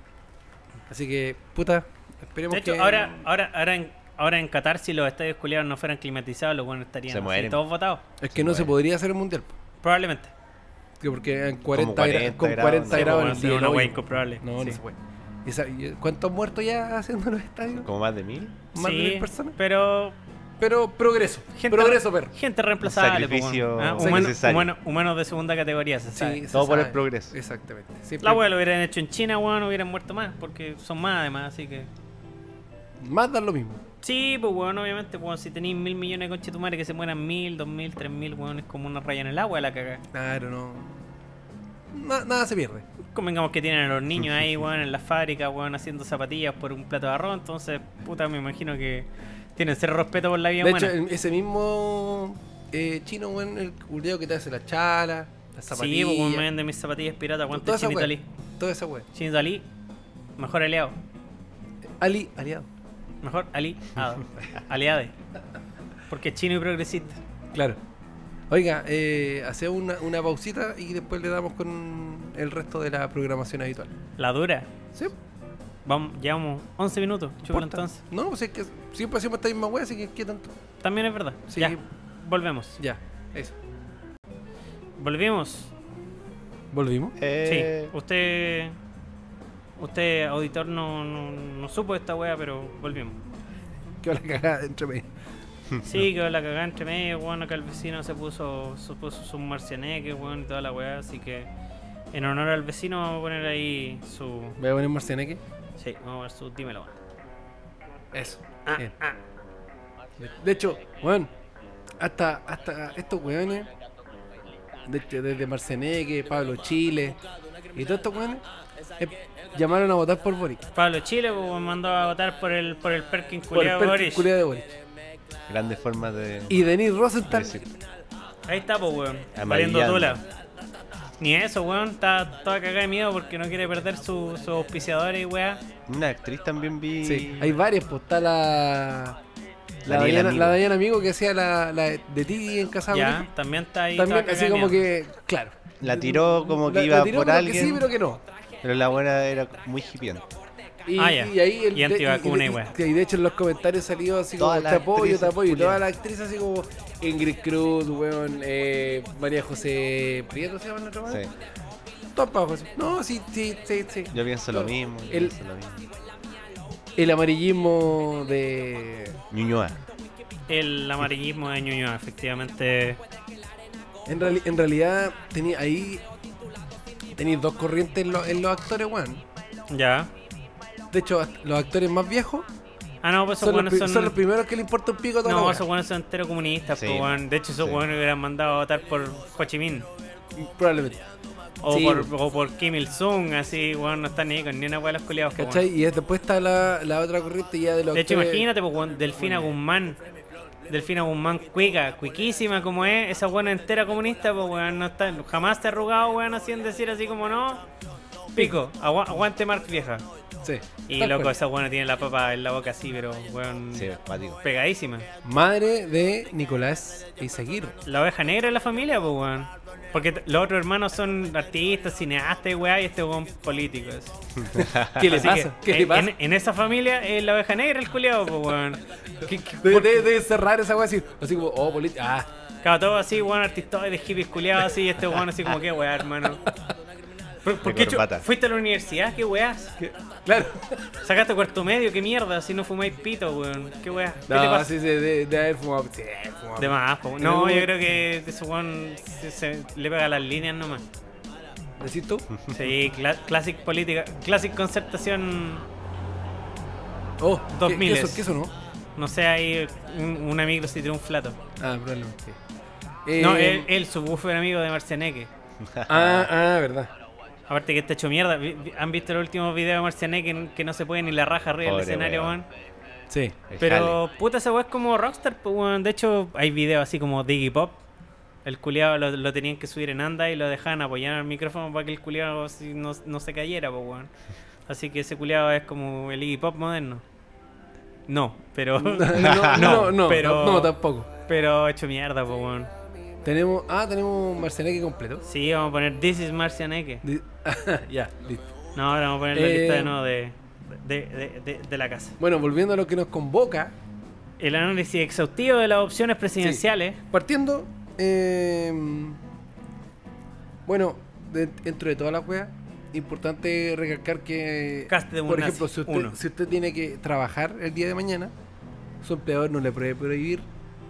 [SPEAKER 2] Así que, puta, esperemos
[SPEAKER 1] De hecho,
[SPEAKER 2] que...
[SPEAKER 1] ahora, ahora, ahora, en, ahora en Qatar, si los estadios culiados no fueran climatizados, los buenos estarían
[SPEAKER 3] Se
[SPEAKER 1] así,
[SPEAKER 3] mueren.
[SPEAKER 1] todos votados.
[SPEAKER 2] Es que no se
[SPEAKER 3] puede.
[SPEAKER 2] podría hacer el mundial. po.
[SPEAKER 1] Probablemente.
[SPEAKER 2] Que Porque en 40,
[SPEAKER 3] 40
[SPEAKER 2] gra- con
[SPEAKER 3] grados,
[SPEAKER 2] 40
[SPEAKER 3] no.
[SPEAKER 2] grados
[SPEAKER 1] Sí,
[SPEAKER 2] en
[SPEAKER 1] bueno,
[SPEAKER 2] el
[SPEAKER 1] sí,
[SPEAKER 2] día,
[SPEAKER 1] una
[SPEAKER 2] no,
[SPEAKER 1] wea
[SPEAKER 2] hijo.
[SPEAKER 1] incomprobable.
[SPEAKER 2] No, no
[SPEAKER 1] Sí.
[SPEAKER 2] se puede. Esa- y- ¿Cuántos han muerto ya haciendo los estadios?
[SPEAKER 3] ¿Como más de mil?
[SPEAKER 2] Más de
[SPEAKER 1] Sí,
[SPEAKER 2] mil personas.
[SPEAKER 1] pero
[SPEAKER 2] Pero progreso. progreso, perro.
[SPEAKER 1] gente reemplazable. po,
[SPEAKER 3] Sacrificio
[SPEAKER 1] weón. Ah,
[SPEAKER 3] necesario.
[SPEAKER 1] humano- humano- humanos de segunda categoría, se sabe.
[SPEAKER 2] Sí, se
[SPEAKER 3] Todo por el
[SPEAKER 2] sabe.
[SPEAKER 3] progreso.
[SPEAKER 2] Exactamente. Siempre-
[SPEAKER 1] La wea lo hubieran hecho en China, weón, hubieran muerto más, porque son más además, así que...
[SPEAKER 2] Más da lo mismo.
[SPEAKER 1] Sí, pues weón, obviamente, weón, si tenéis mil millones de conchetumares que se mueran mil, dos mil, tres mil, weón, es como una raya en el agua la cagada.
[SPEAKER 2] Claro, no. Na- nada se pierde.
[SPEAKER 1] Convengamos que tienen a los niños ahí, weón, en la fábrica, weón, haciendo zapatillas por un plato de arroz, entonces, puta, me imagino que tienen cero respeto por la vida
[SPEAKER 2] de
[SPEAKER 1] humana.
[SPEAKER 2] hecho, el- ese mismo eh, chino, weón, el culiao que te hace la chala, las
[SPEAKER 1] Sí,
[SPEAKER 2] zapatillas.
[SPEAKER 1] pues weón, me venden mis zapatillas pirata, ¿cuánto
[SPEAKER 2] toda
[SPEAKER 1] es
[SPEAKER 2] esa
[SPEAKER 1] Chinito
[SPEAKER 2] wea.
[SPEAKER 1] Ali?
[SPEAKER 2] Toda esa wea.
[SPEAKER 1] Chinito Ali, mejor aliado.
[SPEAKER 2] Ali, aliado.
[SPEAKER 1] Mejor aliado. Aliade. Porque es chino y progresista.
[SPEAKER 2] Claro. Oiga, eh, hacemos una, una pausita y después le damos con el resto de la programación habitual.
[SPEAKER 1] La dura.
[SPEAKER 2] ¿Sí?
[SPEAKER 1] Vamos, llevamos 11 minutos, chúpalo
[SPEAKER 2] Porta.
[SPEAKER 1] entonces.
[SPEAKER 2] No, pues es que siempre hacemos esta misma wea, así que qué tanto.
[SPEAKER 1] También es verdad.
[SPEAKER 2] Sí.
[SPEAKER 1] Ya, volvemos.
[SPEAKER 2] Ya, eso.
[SPEAKER 1] Volvimos.
[SPEAKER 2] ¿Volvimos?
[SPEAKER 1] Sí,
[SPEAKER 3] Eh,
[SPEAKER 1] usted. Usted, auditor, no, no, no supo esta wea, pero volvimos.
[SPEAKER 2] Qué la cagada entre medio.
[SPEAKER 1] Sí, que la cagada entre medio, weón. Acá el vecino se puso, se puso su marcianeque, weón, y toda la wea. Así que, en honor al vecino, vamos a poner ahí su.
[SPEAKER 2] Voy a poner Marcianeque.
[SPEAKER 1] Sí, vamos a ver su. Dímelo, weón.
[SPEAKER 2] Eso.
[SPEAKER 1] Ah,
[SPEAKER 2] Bien.
[SPEAKER 1] ah.
[SPEAKER 2] De hecho, weón, hasta, hasta estos weones, desde, desde Marceneque, Pablo Chile, y todos estos weones, eh, llamaron a votar por Boric.
[SPEAKER 1] Pablo Chile, pues, me mandó a votar por el, por el Perkin
[SPEAKER 2] Por el
[SPEAKER 1] culiao
[SPEAKER 2] perfil
[SPEAKER 1] Boris.
[SPEAKER 2] culiao de Boric.
[SPEAKER 3] Grandes formas de...
[SPEAKER 2] Y Denis Rosenthal,
[SPEAKER 3] decir.
[SPEAKER 1] Ahí está, pues, weón.
[SPEAKER 3] Amarillando.
[SPEAKER 1] Valiendo tula. Ni eso, weón. Está toda cagada de miedo porque no quiere perder su- sus auspiciadores y weá.
[SPEAKER 3] Una actriz también vi...
[SPEAKER 2] sí, hay varias, pues está la. La
[SPEAKER 3] Daniel
[SPEAKER 2] Dayana,
[SPEAKER 3] Amigo.
[SPEAKER 2] la Dayana Amigo que hacía la, la de Titi en Casa
[SPEAKER 1] Ya,
[SPEAKER 2] Boric.
[SPEAKER 1] también está ahí.
[SPEAKER 2] Ah, También,
[SPEAKER 1] toda cagada
[SPEAKER 2] así
[SPEAKER 1] de
[SPEAKER 2] como
[SPEAKER 1] miedo.
[SPEAKER 2] que, claro.
[SPEAKER 3] La tiró como que
[SPEAKER 2] La- la
[SPEAKER 3] iba
[SPEAKER 2] tiró
[SPEAKER 3] por
[SPEAKER 2] como que
[SPEAKER 3] alguien.
[SPEAKER 2] sí, pero que no.
[SPEAKER 3] Pero la buena era muy hippie.
[SPEAKER 2] Y,
[SPEAKER 1] Ah, ya.
[SPEAKER 2] y ahí el
[SPEAKER 1] Y antivacuna y
[SPEAKER 2] de,
[SPEAKER 1] wea.
[SPEAKER 2] y, y de hecho en los comentarios salió así
[SPEAKER 3] Todas
[SPEAKER 2] como te
[SPEAKER 3] las
[SPEAKER 2] apoyo, te
[SPEAKER 3] actrices
[SPEAKER 2] apoyo. Y toda
[SPEAKER 3] culiadas.
[SPEAKER 2] la actriz así como Ingrid Cruz, weón, eh, María José Prieto se llama nuestra madre.
[SPEAKER 3] Sí.
[SPEAKER 2] Todas pa' abajo, así. No, sí, sí, sí, sí.
[SPEAKER 3] Yo pienso lo mismo. yo
[SPEAKER 2] El-
[SPEAKER 3] pienso lo mismo.
[SPEAKER 2] El amarillismo de.
[SPEAKER 3] Ñuñoa.
[SPEAKER 1] El amarillismo de Ñuñoa, efectivamente.
[SPEAKER 2] En, reali- en realidad tenía ahí. Tenéis dos corrientes en, los- en los actores, weón.
[SPEAKER 1] Ya.
[SPEAKER 2] De hecho, hasta los actores más viejos
[SPEAKER 1] Ah, no, pues esos
[SPEAKER 2] son, los,
[SPEAKER 1] weones
[SPEAKER 2] pri-
[SPEAKER 1] son.
[SPEAKER 2] son los primeros que le importa un pico a toda la
[SPEAKER 1] no,
[SPEAKER 2] wea.
[SPEAKER 1] esos weones son entero comunistas,
[SPEAKER 3] Sí,
[SPEAKER 1] pues, weón. De hecho, esos
[SPEAKER 3] sí.
[SPEAKER 1] weones hubieran mandado a votar por Ho Chi Minh.
[SPEAKER 2] Probablemente.
[SPEAKER 1] O,
[SPEAKER 2] Sí.
[SPEAKER 1] por, o por Kim Il-sung, así, weón. No están ni ahí con ni una wea de los culiados, pues,
[SPEAKER 2] ¿Cachai? Y después está la, la otra corriente ya de los
[SPEAKER 1] De hecho,
[SPEAKER 2] actores-
[SPEAKER 1] imagínate, pues, weón, Delfina Guzmán. Delfina Guzmán cuica, cuiquísima como es, esa buena entera comunista, pues weón, no está, jamás te ha arrugado, weón, así en decir así como no. Pico, agua- aguante Mark vieja.
[SPEAKER 2] Sí.
[SPEAKER 1] Y
[SPEAKER 2] tal
[SPEAKER 1] loco,
[SPEAKER 2] cual.
[SPEAKER 1] esa buena tiene la papa en la boca así, pero weón,
[SPEAKER 3] Sí,
[SPEAKER 2] Mm.
[SPEAKER 3] pático.
[SPEAKER 1] pegadísima.
[SPEAKER 2] Madre de Nicolás Izaguirre.
[SPEAKER 1] La oveja negra de la familia, pues weón. Porque t- los otros hermanos son artistas, cineastas, weón, y este weón político. así.
[SPEAKER 2] ¿Qué le
[SPEAKER 1] Así
[SPEAKER 2] pasa?
[SPEAKER 1] que
[SPEAKER 2] ¿Qué le
[SPEAKER 1] en,
[SPEAKER 2] pasa?
[SPEAKER 1] en- en esa familia es la oveja negra el culiao, pues weón. ¿Qué- qué-
[SPEAKER 2] Debe,
[SPEAKER 1] por-
[SPEAKER 2] debe- debe cerrar esa wea así, así como, oh, política. Ah,
[SPEAKER 1] Claro, todo así, weón, artistoides, hippies culiados así, y este weón así como, qué weá, hermano. ¿Por, por
[SPEAKER 3] De
[SPEAKER 1] qué chu-
[SPEAKER 3] corbata.
[SPEAKER 1] fuiste a la universidad? ¿Qué weá?
[SPEAKER 2] que- claro.
[SPEAKER 1] Sacaste cuarto medio, qué mierda, si no fumáis pito, weón. ¿Qué weá? ¿Qué le
[SPEAKER 2] No,
[SPEAKER 1] pasa?
[SPEAKER 2] sí, sí, de, de haber fumado. Sí, de haber fumado.
[SPEAKER 1] De más, po. No, yo creo que ese weón se, se- le pega las líneas nomás.
[SPEAKER 2] ¿Decís tú?
[SPEAKER 1] Sí, cla classic política, classic concertación.
[SPEAKER 2] Oh,
[SPEAKER 1] Dos
[SPEAKER 2] ¿qué,
[SPEAKER 1] miles.
[SPEAKER 2] ¿qué, eso, ¿Qué eso no?
[SPEAKER 1] No sé, ahí un, una micro si tiene un flato.
[SPEAKER 2] Ah, probablemente. sí.
[SPEAKER 1] No,
[SPEAKER 2] Eh,
[SPEAKER 1] él, él, su buffer amigo de Marcianeque.
[SPEAKER 2] Ah, ah, verdad.
[SPEAKER 1] Aparte que está hecho mierda. Vi- vi- ¿Han visto los últimos videos de Marcianeque en que no se puede ni la raja arriba del
[SPEAKER 3] Pobre
[SPEAKER 1] escenario,
[SPEAKER 3] weón.
[SPEAKER 1] weón?
[SPEAKER 2] Sí.
[SPEAKER 3] El
[SPEAKER 1] Pero puta, esa weá es como Rockstar, pues, weón. De hecho, hay videos así como Diggy Pop. El culiado lo, lo tenían que subir en anda y lo dejaban apoyar al micrófono para que el culiado no, no se cayera, pues, weón. Así que ese culiado es como el Iggy Pop moderno. No, pero.
[SPEAKER 2] No, no, no, no,
[SPEAKER 1] pero,
[SPEAKER 2] no, tampoco.
[SPEAKER 1] Pero hecho mierda, po, weón.
[SPEAKER 2] Tenemos, ah, tenemos un Marcianeque completo.
[SPEAKER 1] Sí, vamos a poner This is Marcianeque.
[SPEAKER 2] Di- ya, listo.
[SPEAKER 1] No, ahora vamos a poner la
[SPEAKER 2] Eh,
[SPEAKER 1] lista de nuevo de, de, de- de- de la casa.
[SPEAKER 2] Bueno, volviendo a lo que nos convoca,
[SPEAKER 1] El análisis exhaustivo de las opciones presidenciales.
[SPEAKER 2] partiendo, eh, bueno, de- dentro de todas las weas, importante recalcar que,
[SPEAKER 1] Cast de
[SPEAKER 2] por
[SPEAKER 1] Burnasi,
[SPEAKER 2] ejemplo, si usted,
[SPEAKER 1] uno.
[SPEAKER 2] si usted tiene que trabajar el día de mañana, su empleador no le puede prohibir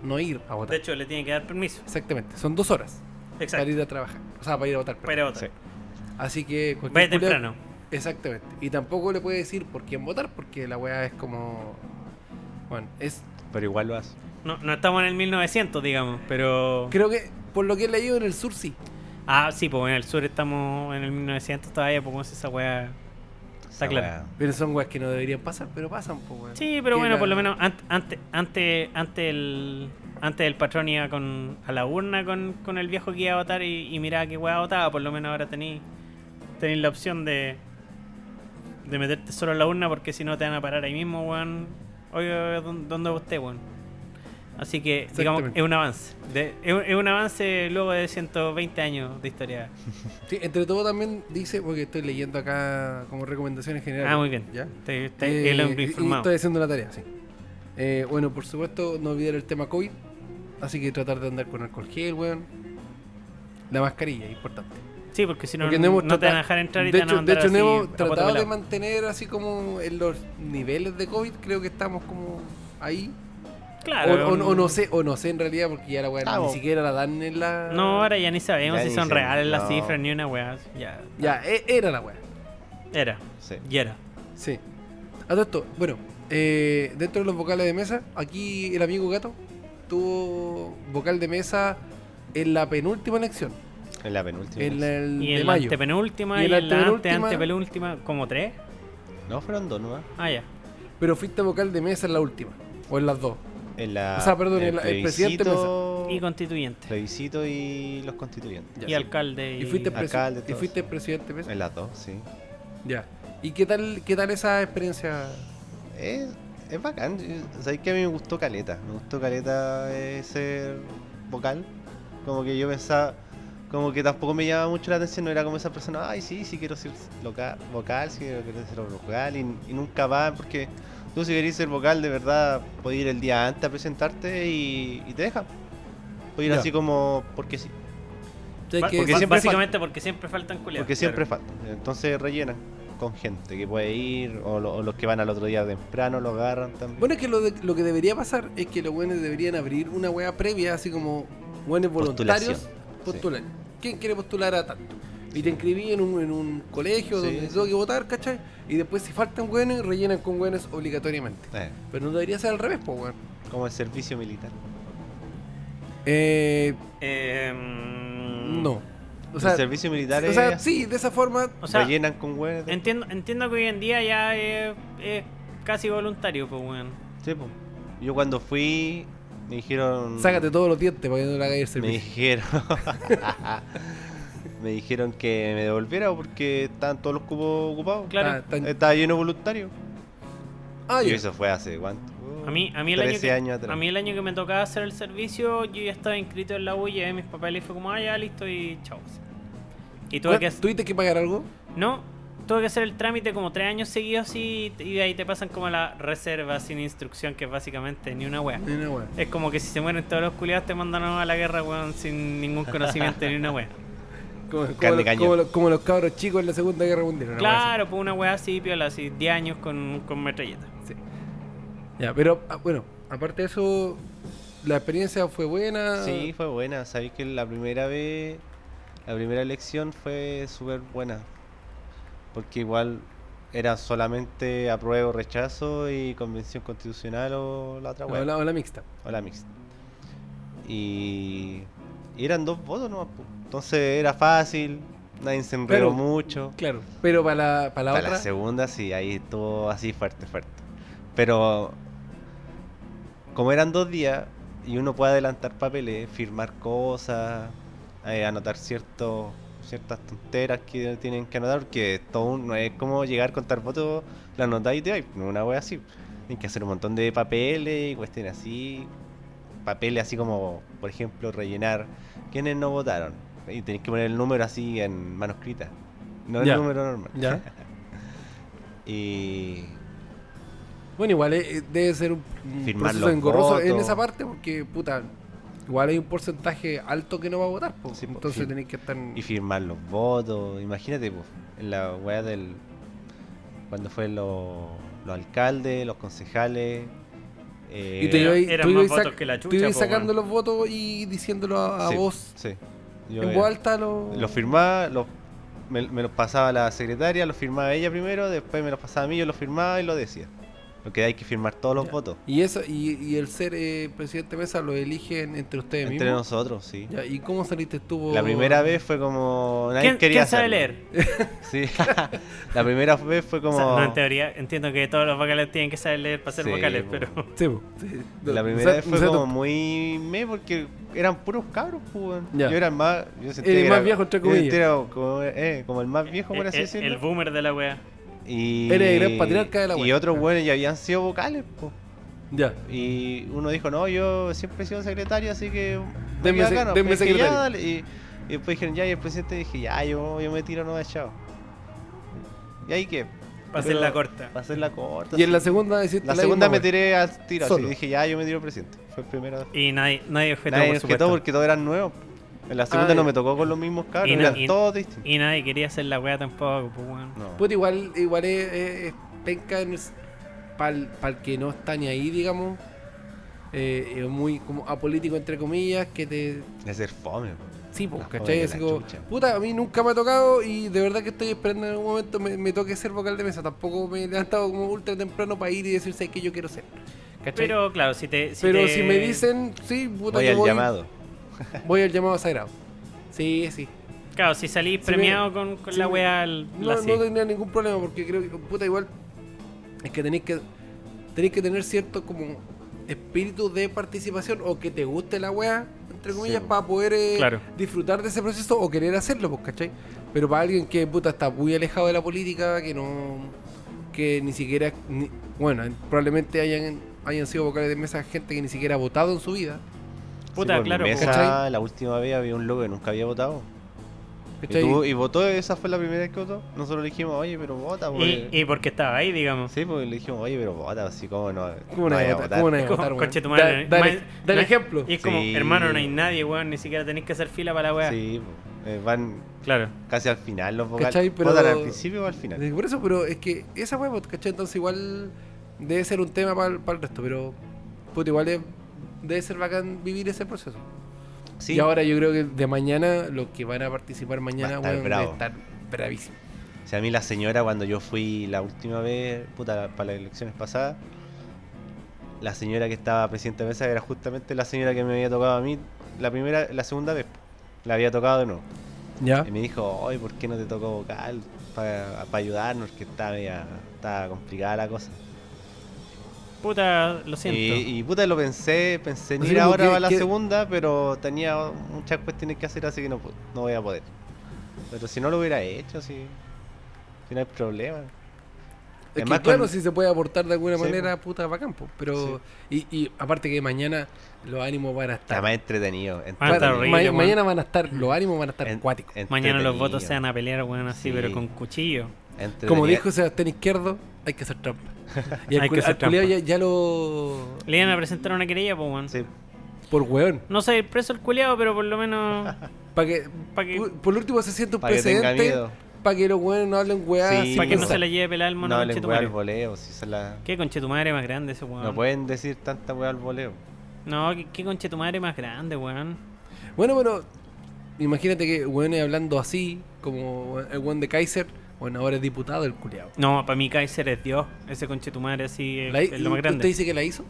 [SPEAKER 2] no ir a votar.
[SPEAKER 1] De hecho, le tiene que dar permiso.
[SPEAKER 2] Exactamente, son dos horas para
[SPEAKER 1] Exacto.
[SPEAKER 2] ir a trabajar, o sea, para ir a votar. perdón.
[SPEAKER 1] Para votar.
[SPEAKER 3] Sí.
[SPEAKER 2] Así que cualquier
[SPEAKER 1] Vaya
[SPEAKER 2] culiao-
[SPEAKER 1] temprano.
[SPEAKER 2] Exactamente. Y tampoco le puede decir por quién votar, porque la weá es como. Bueno, es.
[SPEAKER 3] Pero igual lo hace.
[SPEAKER 1] No, no estamos en el 1900, digamos, pero.
[SPEAKER 2] Creo que, por lo que he leído en el sur, sí.
[SPEAKER 1] Ah, sí, pues en el sur estamos en el 1900 todavía, pues ¿cómo es esa weá. Está
[SPEAKER 3] Esa
[SPEAKER 1] claro.
[SPEAKER 3] weá.
[SPEAKER 2] Pero son weas que no deberían pasar, pero pasan, pues weón.
[SPEAKER 1] Sí, pero
[SPEAKER 2] Que
[SPEAKER 1] bueno,
[SPEAKER 2] la-
[SPEAKER 1] por lo menos antes ante, ante, ante el antes el patrón iba con, a la urna con, con el viejo que iba a votar y, y miraba qué weá votaba, por lo menos ahora tenéis tenéis la opción de de meterte solo en la urna porque si no te van a parar ahí mismo, weón. Oye, oye, ¿dó- ¿dónde voté, weón? Así que, digamos,
[SPEAKER 2] Exactamente.
[SPEAKER 1] es un avance. De- es, un- es un avance luego de 120 años de historia.
[SPEAKER 2] Sí, entre todo también dice, porque estoy leyendo acá como recomendaciones generales.
[SPEAKER 1] Ah, muy bien.
[SPEAKER 2] ¿Ya?
[SPEAKER 1] Te- te-
[SPEAKER 2] Eh,
[SPEAKER 1] el hombre
[SPEAKER 2] y- y
[SPEAKER 1] informado.
[SPEAKER 2] Estoy haciendo la tarea, sí. Eh, bueno, por supuesto, no olvidar el tema COVID. Así que tratar de andar con alcohol gel, weón. La mascarilla, importante.
[SPEAKER 1] Sí, porque si no,
[SPEAKER 2] Porque
[SPEAKER 1] no,
[SPEAKER 2] hemos
[SPEAKER 1] te van a
[SPEAKER 2] trata-
[SPEAKER 1] dejar entrar y
[SPEAKER 2] de
[SPEAKER 1] te van a
[SPEAKER 2] hecho, de
[SPEAKER 1] mandar
[SPEAKER 2] hecho, no
[SPEAKER 1] así,
[SPEAKER 2] hemos tratado de
[SPEAKER 1] apotolado.
[SPEAKER 2] mantener así como en los niveles de COVID, creo que estamos como ahí.
[SPEAKER 1] Claro,
[SPEAKER 2] o, o-
[SPEAKER 1] un-
[SPEAKER 2] o no sé, o no sé en realidad, porque ya la weá ni
[SPEAKER 3] Estamos.
[SPEAKER 2] siquiera la dan en la.
[SPEAKER 1] No, ahora ya ni sabemos
[SPEAKER 3] Ya
[SPEAKER 1] si
[SPEAKER 3] ni
[SPEAKER 1] son
[SPEAKER 3] se-
[SPEAKER 1] reales las
[SPEAKER 3] no.
[SPEAKER 1] cifras ni una weá. Ya.
[SPEAKER 2] Ya, e- era la weá.
[SPEAKER 1] Era.
[SPEAKER 3] Sí.
[SPEAKER 1] Y era.
[SPEAKER 2] Sí. A todo esto, bueno, eh, dentro de los vocales de mesa, aquí el amigo gato tuvo vocal de mesa en la penúltima elección,
[SPEAKER 3] En la penúltima.
[SPEAKER 2] en el eh,
[SPEAKER 1] Y
[SPEAKER 2] Mm, de
[SPEAKER 1] en la
[SPEAKER 2] mayo.
[SPEAKER 1] antepenúltima
[SPEAKER 2] Y
[SPEAKER 1] y, en
[SPEAKER 2] en la
[SPEAKER 1] la ante,
[SPEAKER 2] antepenúltima-
[SPEAKER 1] antepenúltima, como tres.
[SPEAKER 3] No, fueron dos nomás.
[SPEAKER 1] Ah, ya.
[SPEAKER 2] Pero fuiste vocal de mesa en la última, o en las dos.
[SPEAKER 3] En la,
[SPEAKER 2] O sea, perdón, el- el presidente
[SPEAKER 3] plebiscito-
[SPEAKER 1] Y constituyente.
[SPEAKER 3] Plebiscito y los constituyentes.
[SPEAKER 2] Ya,
[SPEAKER 1] y
[SPEAKER 2] sí.
[SPEAKER 1] alcalde. Y,
[SPEAKER 2] Y fuiste, presi-
[SPEAKER 3] Alcalde,
[SPEAKER 2] y
[SPEAKER 3] todo
[SPEAKER 2] fuiste
[SPEAKER 3] eso.
[SPEAKER 2] presidente de mesa.
[SPEAKER 3] En las dos, sí.
[SPEAKER 2] Ya. ¿Y qué tal, qué tal esa experiencia?
[SPEAKER 3] Es, es bacán. Sabéis que a mí me gustó Caleta. Me gustó Caleta eh, ser vocal. Como que yo pensaba. Como que tampoco me llamaba mucho la atención. No era como esa persona. Ay, sí, sí quiero ser loca- vocal. Sí quiero, quiero ser vocal. Y, y nunca va. Porque tú, si querés ser vocal, de verdad, puedes ir el día antes a presentarte y, y te dejan. Puedes ir
[SPEAKER 2] Ya.
[SPEAKER 3] así como. Porque sí.
[SPEAKER 2] ¿Sabes
[SPEAKER 1] Ba-
[SPEAKER 2] qué?
[SPEAKER 1] porque
[SPEAKER 3] siempre
[SPEAKER 1] básicamente porque siempre faltan culiados.
[SPEAKER 3] Porque siempre falta. Entonces rellenan con gente que puede ir. O, lo- o los que van al otro día temprano lo agarran también.
[SPEAKER 2] Bueno, es que lo, de- lo que debería pasar es que los buenos deberían abrir una wea previa, así como buenos voluntarios
[SPEAKER 3] Postulación.
[SPEAKER 2] postulan. ¿Quién quiere postular a tanto? Y te inscribí en un, en un colegio
[SPEAKER 3] Sí,
[SPEAKER 2] donde
[SPEAKER 3] sí.
[SPEAKER 2] tengo que votar, ¿cachai? Y después si faltan buenos, rellenan con buenos obligatoriamente.
[SPEAKER 3] Eh,
[SPEAKER 2] Pero no debería ser al revés, pues, weón.
[SPEAKER 3] como el servicio militar.
[SPEAKER 2] Eh,
[SPEAKER 1] Eh, mm,
[SPEAKER 2] no. O sea,
[SPEAKER 3] el servicio militar
[SPEAKER 2] o
[SPEAKER 3] es-
[SPEAKER 2] sea, sí, de esa forma...
[SPEAKER 1] O sea,
[SPEAKER 3] rellenan con huevos.
[SPEAKER 1] entiendo, entiendo que hoy en día ya es, es casi voluntario, pues, weón.
[SPEAKER 3] Sí, po. Yo cuando fui me dijeron
[SPEAKER 2] Sácate todos los dientes para que no le hagáis el
[SPEAKER 3] me
[SPEAKER 2] servicio.
[SPEAKER 3] dijeron me dijeron que me devolviera porque estaban todos los cupos ocupados.
[SPEAKER 1] Claro.
[SPEAKER 2] Ah, tan-
[SPEAKER 3] Estaba lleno de voluntarios.
[SPEAKER 2] ah,
[SPEAKER 3] y
[SPEAKER 2] ya.
[SPEAKER 3] Eh, eso fue hace cuánto?
[SPEAKER 1] A mí, a, mí el año
[SPEAKER 3] 13
[SPEAKER 1] que,
[SPEAKER 3] años atrás.
[SPEAKER 1] a mí el año que me tocaba hacer el servicio, yo ya estaba inscrito en la U, llevé mis papeles y fue como, ah, ya, listo y chao. Y tuve que,
[SPEAKER 2] ¿Cuál- ¿Tuviste que pagar algo?
[SPEAKER 1] no, tuve que hacer el trámite como tres años seguidos y, y de ahí te pasan como a la reserva sin instrucción, que es básicamente ni una wea.
[SPEAKER 2] Ni una wea.
[SPEAKER 1] Es como que si se mueren todos los culiados te mandan a la guerra, weón, sin ningún conocimiento ni una wea.
[SPEAKER 2] Como,
[SPEAKER 3] Carne
[SPEAKER 2] como,
[SPEAKER 3] cañón.
[SPEAKER 2] como los- como los cabros chicos en la Segunda Guerra Mundial. una wea
[SPEAKER 1] Claro, pues una wea así, piola, así, 10 años con, con metralleta.
[SPEAKER 2] así. Sí. Ya, pero ah, bueno, aparte de eso, la experiencia fue buena.
[SPEAKER 3] Sí, fue buena. Sabéis que la primera vez, la primera elección fue súper buena. Porque igual era solamente apruebo, rechazo y convención constitucional o la otra
[SPEAKER 2] O
[SPEAKER 3] hueá.
[SPEAKER 2] la, o la mixta.
[SPEAKER 3] o la mixta. Y, y eran dos votos nomás. po. Entonces era fácil, nadie se enredó
[SPEAKER 2] Claro.
[SPEAKER 3] mucho.
[SPEAKER 2] Claro. Pero para la, para la
[SPEAKER 3] Para
[SPEAKER 2] otra.
[SPEAKER 3] la segunda sí, ahí estuvo así fuerte, fuerte. Pero como eran dos días y uno puede adelantar papeles, firmar cosas, eh, anotar ciertos ciertas tonteras que tienen que anotar, porque todo un- no es como llegar, contar votos, la anotáis y te vais, no es una wea así. Tienen que hacer un montón de papeles y cuestiones así. Papeles así como, por ejemplo, rellenar quiénes no votaron. Y tenéis que poner el número así en manuscrita. No el
[SPEAKER 2] Ya.
[SPEAKER 3] número normal.
[SPEAKER 2] Ya.
[SPEAKER 3] Y.
[SPEAKER 2] Bueno, igual eh, eh, debe ser un un
[SPEAKER 3] Firmar
[SPEAKER 2] proceso
[SPEAKER 3] los
[SPEAKER 2] engorroso en
[SPEAKER 3] votos.
[SPEAKER 2] esa parte porque, puta, igual hay un porcentaje alto que no va a votar. po.
[SPEAKER 3] Sí, po,
[SPEAKER 2] Entonces
[SPEAKER 3] sí.
[SPEAKER 2] tenéis que estar...
[SPEAKER 3] Y firmar los votos. Imagínate, pues, en la weá del. Cuando fue lo- los alcaldes, los concejales. eh,
[SPEAKER 2] Y tú
[SPEAKER 1] Era-
[SPEAKER 2] ibas-
[SPEAKER 1] eran
[SPEAKER 2] tú
[SPEAKER 1] más
[SPEAKER 2] ibas sac-
[SPEAKER 1] votos que la
[SPEAKER 2] tú
[SPEAKER 1] chucha,
[SPEAKER 2] ibas
[SPEAKER 1] po,
[SPEAKER 2] sacando
[SPEAKER 1] weón.
[SPEAKER 2] los votos y diciéndolo a, a
[SPEAKER 3] sí,
[SPEAKER 2] voz.
[SPEAKER 3] Sí. Yo
[SPEAKER 2] En
[SPEAKER 3] era-
[SPEAKER 2] voz alta lo...
[SPEAKER 3] Los firmaba, los, me, me los pasaba la secretaria, los firmaba ella primero, después me los pasaba a mí, yo los firmaba y lo decía. Porque hay que firmar todos los
[SPEAKER 2] Ya.
[SPEAKER 3] votos.
[SPEAKER 2] Y eso y, y el ser eh, presidente Mesa lo eligen entre ustedes
[SPEAKER 3] Entre
[SPEAKER 2] mismos.
[SPEAKER 3] nosotros, sí.
[SPEAKER 2] Ya, pues. ¿Y cómo saliste tú?
[SPEAKER 3] La primera vez fue como. Nadie
[SPEAKER 1] ¿Quién,
[SPEAKER 3] quería
[SPEAKER 1] quién sabe
[SPEAKER 3] hacerlo.
[SPEAKER 1] leer?
[SPEAKER 3] Sí. la primera vez fue
[SPEAKER 1] O
[SPEAKER 3] como.
[SPEAKER 1] sea, no, en teoría, entiendo que todos los vocales tienen que saber leer para ser
[SPEAKER 3] Sí,
[SPEAKER 1] vocales,
[SPEAKER 3] po.
[SPEAKER 1] pero.
[SPEAKER 2] Sí, po. Sí. No,
[SPEAKER 3] La primera
[SPEAKER 2] no sea-
[SPEAKER 3] vez
[SPEAKER 2] no
[SPEAKER 3] fue
[SPEAKER 2] sea
[SPEAKER 3] como
[SPEAKER 2] tonto.
[SPEAKER 3] muy me porque eran puros cabros, pues. weón.
[SPEAKER 2] Ya.
[SPEAKER 3] Yo era el más. Yo sentía
[SPEAKER 2] El
[SPEAKER 3] que
[SPEAKER 2] más
[SPEAKER 3] era-
[SPEAKER 2] viejo, entre
[SPEAKER 3] yo sentía
[SPEAKER 2] comillas.
[SPEAKER 3] era como, eh, como el más viejo, por
[SPEAKER 1] el,
[SPEAKER 3] así
[SPEAKER 1] el-
[SPEAKER 3] decirlo.
[SPEAKER 1] el boomer de la wea.
[SPEAKER 3] Y,
[SPEAKER 2] Eres el gran patriarca de la
[SPEAKER 3] Y
[SPEAKER 2] wea.
[SPEAKER 3] otros buenos ya habían sido vocales, pues.
[SPEAKER 2] Ya.
[SPEAKER 3] Y uno dijo, no, yo siempre he sido secretario, así que.
[SPEAKER 2] Denme
[SPEAKER 3] acá
[SPEAKER 2] se-
[SPEAKER 3] no".
[SPEAKER 2] denme
[SPEAKER 3] Pues dije, "Ya,
[SPEAKER 2] secretario".
[SPEAKER 3] dale". y, y después dijeron, ya, y el presidente dije, ya, yo, yo me tiro, no, chao. Y ahí que,
[SPEAKER 1] Para hacer
[SPEAKER 3] Pero-
[SPEAKER 1] la corta.
[SPEAKER 3] para hacer la corta.
[SPEAKER 2] Y en
[SPEAKER 3] así.
[SPEAKER 2] la segunda hiciste
[SPEAKER 3] La
[SPEAKER 2] la
[SPEAKER 3] segunda
[SPEAKER 2] misma,
[SPEAKER 3] me tiré al tiro, así
[SPEAKER 2] Solo.
[SPEAKER 3] dije, ya, yo me tiro presidente. Fue el primero.
[SPEAKER 1] Y nadie, nadie objetó,
[SPEAKER 3] Nadie
[SPEAKER 1] por
[SPEAKER 3] objetó
[SPEAKER 1] supuesto.
[SPEAKER 3] porque todos eran nuevos. En la segunda
[SPEAKER 2] Ah,
[SPEAKER 3] no
[SPEAKER 2] ya.
[SPEAKER 3] me tocó con los mismos cabros,
[SPEAKER 1] Y no-
[SPEAKER 3] eran
[SPEAKER 1] y-
[SPEAKER 3] todos distintos.
[SPEAKER 1] Y nadie quería hacer la wea tampoco, pues weón.
[SPEAKER 3] No.
[SPEAKER 2] Puta, igual, igual es, es- es penca para el que no está ni ahí, digamos. Eh, es muy como apolítico, entre comillas, que te...
[SPEAKER 3] De ser fome. po.
[SPEAKER 2] Sí, pues,
[SPEAKER 3] Las
[SPEAKER 2] ¿cachai?
[SPEAKER 3] jóvenes
[SPEAKER 2] Así
[SPEAKER 3] de la
[SPEAKER 2] como,
[SPEAKER 3] chucha.
[SPEAKER 2] puta, a mí nunca me ha tocado y de verdad que estoy esperando en algún momento me, me toque ser vocal de mesa. Tampoco me he levantado como ultra temprano para ir y decirse que yo quiero ser. ¿Cachai? Pero,
[SPEAKER 1] Pero claro, si te. Si te-
[SPEAKER 2] si me dicen, sí, puta,
[SPEAKER 3] Voy
[SPEAKER 2] yo
[SPEAKER 3] al
[SPEAKER 2] voy,
[SPEAKER 3] llamado.
[SPEAKER 2] voy al llamado sagrado. Sí, sí.
[SPEAKER 1] Claro, si salís
[SPEAKER 2] Si me-
[SPEAKER 1] premiado con, con
[SPEAKER 2] si
[SPEAKER 1] la
[SPEAKER 2] me-
[SPEAKER 1] wea.
[SPEAKER 2] No, no tendría ningún problema porque creo que, puta, igual es que tenéis que tenéis que tener cierto como espíritu de participación o que te guste la weá, entre
[SPEAKER 3] Sí,
[SPEAKER 2] comillas,
[SPEAKER 3] po.
[SPEAKER 2] para poder eh,
[SPEAKER 1] Claro.
[SPEAKER 2] disfrutar de ese proceso o querer hacerlo, pues, ¿cachai? Pero para alguien que, puta, está muy alejado de la política, que no. que ni siquiera. ni- bueno, probablemente hayan, hayan sido vocales de mesa gente que ni siquiera ha votado en su vida,
[SPEAKER 1] Puta,
[SPEAKER 3] por mi
[SPEAKER 1] claro,
[SPEAKER 3] mesa,
[SPEAKER 2] ¿cachai?
[SPEAKER 3] la última vez había un loco que nunca había votado. Y,
[SPEAKER 2] ¿cachai?
[SPEAKER 3] tuvo- y votó, esa fue la primera vez que votó. Nosotros le dijimos, oye, pero vota,
[SPEAKER 1] Y,
[SPEAKER 3] porque...
[SPEAKER 1] y porque estaba ahí, digamos.
[SPEAKER 3] Sí, porque le dijimos, oye, pero vota, así como no.
[SPEAKER 2] ¿Cómo
[SPEAKER 3] no
[SPEAKER 2] no
[SPEAKER 3] vaya
[SPEAKER 2] hay
[SPEAKER 3] a
[SPEAKER 2] votar?
[SPEAKER 3] votar.
[SPEAKER 2] ¿Cómo no hay
[SPEAKER 1] Es como,
[SPEAKER 2] votar, weón?
[SPEAKER 1] conche tu madre, ¿eh?
[SPEAKER 2] Da-
[SPEAKER 1] no hay- no
[SPEAKER 2] dale-
[SPEAKER 1] hay- no
[SPEAKER 2] dale
[SPEAKER 1] hay-
[SPEAKER 2] ejemplo.
[SPEAKER 1] Y es como,
[SPEAKER 3] Sí.
[SPEAKER 1] hermano, no hay nadie, weón, ni siquiera tenés que hacer fila para la wea.
[SPEAKER 3] Sí, po. Eh, van
[SPEAKER 1] Claro.
[SPEAKER 3] casi al final los vocales.
[SPEAKER 2] ¿Cachai? Pero-
[SPEAKER 3] ¿Votan al principio o al final?
[SPEAKER 2] Eh, Por eso, pero es que esa huevo, ¿cachai? Entonces igual debe ser un tema para el resto, pero puta, igual es- debe ser bacán vivir ese proceso.
[SPEAKER 3] Sí,
[SPEAKER 2] Y ahora yo creo que de mañana, los que van a participar mañana,
[SPEAKER 3] Va a estar
[SPEAKER 2] weón,
[SPEAKER 3] bravo.
[SPEAKER 2] debe estar bravísimo.
[SPEAKER 3] O sea, a mí la señora cuando yo fui la última vez, puta, para las elecciones pasadas, la señora que estaba presidenta de mesa era justamente la señora que me había tocado a mí la primera, la segunda vez. La había tocado de nuevo.
[SPEAKER 2] ¿Ya?
[SPEAKER 3] Y me dijo, oye, ¿por qué no te tocó vocal? Para ayudarnos, que está, media, está complicada la cosa.
[SPEAKER 1] Puta, lo siento.
[SPEAKER 3] Y, y, puta, lo pensé, pensé en
[SPEAKER 2] Así
[SPEAKER 3] ir
[SPEAKER 2] como
[SPEAKER 3] ahora
[SPEAKER 2] que-
[SPEAKER 3] a la
[SPEAKER 2] que-
[SPEAKER 3] segunda, pero tenía muchas cuestiones que hacer, así que no, pu- no voy a poder. Pero si no lo hubiera hecho, si, si no hay problema.
[SPEAKER 2] Es
[SPEAKER 3] Además,
[SPEAKER 2] que claro,
[SPEAKER 3] con-
[SPEAKER 2] si se puede aportar de alguna
[SPEAKER 3] Sí,
[SPEAKER 2] manera, puta, bacán, po, pero... Y, y aparte que mañana los ánimos van a
[SPEAKER 3] Está
[SPEAKER 2] estar...
[SPEAKER 3] más entretenido.
[SPEAKER 1] Ah, está
[SPEAKER 2] Ma-
[SPEAKER 1] horrible,
[SPEAKER 2] ma-
[SPEAKER 1] weón.
[SPEAKER 2] mañana van a estar, los ánimos van a estar
[SPEAKER 3] En-
[SPEAKER 2] cuáticos.
[SPEAKER 1] Mañana los votos se van
[SPEAKER 3] entretenido,
[SPEAKER 1] a pelear, weón, así,
[SPEAKER 3] Sí.
[SPEAKER 1] pero con cuchillo.
[SPEAKER 3] entretenido.
[SPEAKER 2] Como dijo Sebastián Izquierdo, hay que hacer trampa. Y al
[SPEAKER 1] Hay que
[SPEAKER 2] cul-
[SPEAKER 1] hacer
[SPEAKER 2] al culiao
[SPEAKER 1] trampa.
[SPEAKER 2] ya, ya lo...
[SPEAKER 1] Le iban a presentar una querella, pues, weón.
[SPEAKER 3] Sí,
[SPEAKER 2] Por weón.
[SPEAKER 1] No sé, preso el culeado, pero por lo menos.
[SPEAKER 2] Para que,
[SPEAKER 1] Pa' que-
[SPEAKER 2] por- por último se siente un
[SPEAKER 3] para que tenga
[SPEAKER 2] precedente
[SPEAKER 3] miedo.
[SPEAKER 2] para que los weones no hablen weá.
[SPEAKER 3] Sí,
[SPEAKER 2] sin
[SPEAKER 1] para que no
[SPEAKER 2] pensar.
[SPEAKER 1] se le lleve pelada el mono
[SPEAKER 3] No
[SPEAKER 1] conche
[SPEAKER 3] hablen
[SPEAKER 1] tu
[SPEAKER 3] wea al
[SPEAKER 1] madre.
[SPEAKER 3] voleo. Si se la...
[SPEAKER 1] ¿Qué conche tu madre más grande ese weón?
[SPEAKER 3] No pueden decir tanta wea al voleo.
[SPEAKER 1] No, ¿qué, qué conche tu madre más grande, weón?
[SPEAKER 2] Bueno, pero imagínate que weones hablando así, como el weón de Kaiser, bueno, ahora es diputado el culiao.
[SPEAKER 1] No, para mí Kaiser es Dios. Ese conche tu madre así es,
[SPEAKER 2] La hi-
[SPEAKER 1] es lo más grande.
[SPEAKER 2] ¿Usted dice que la hizo?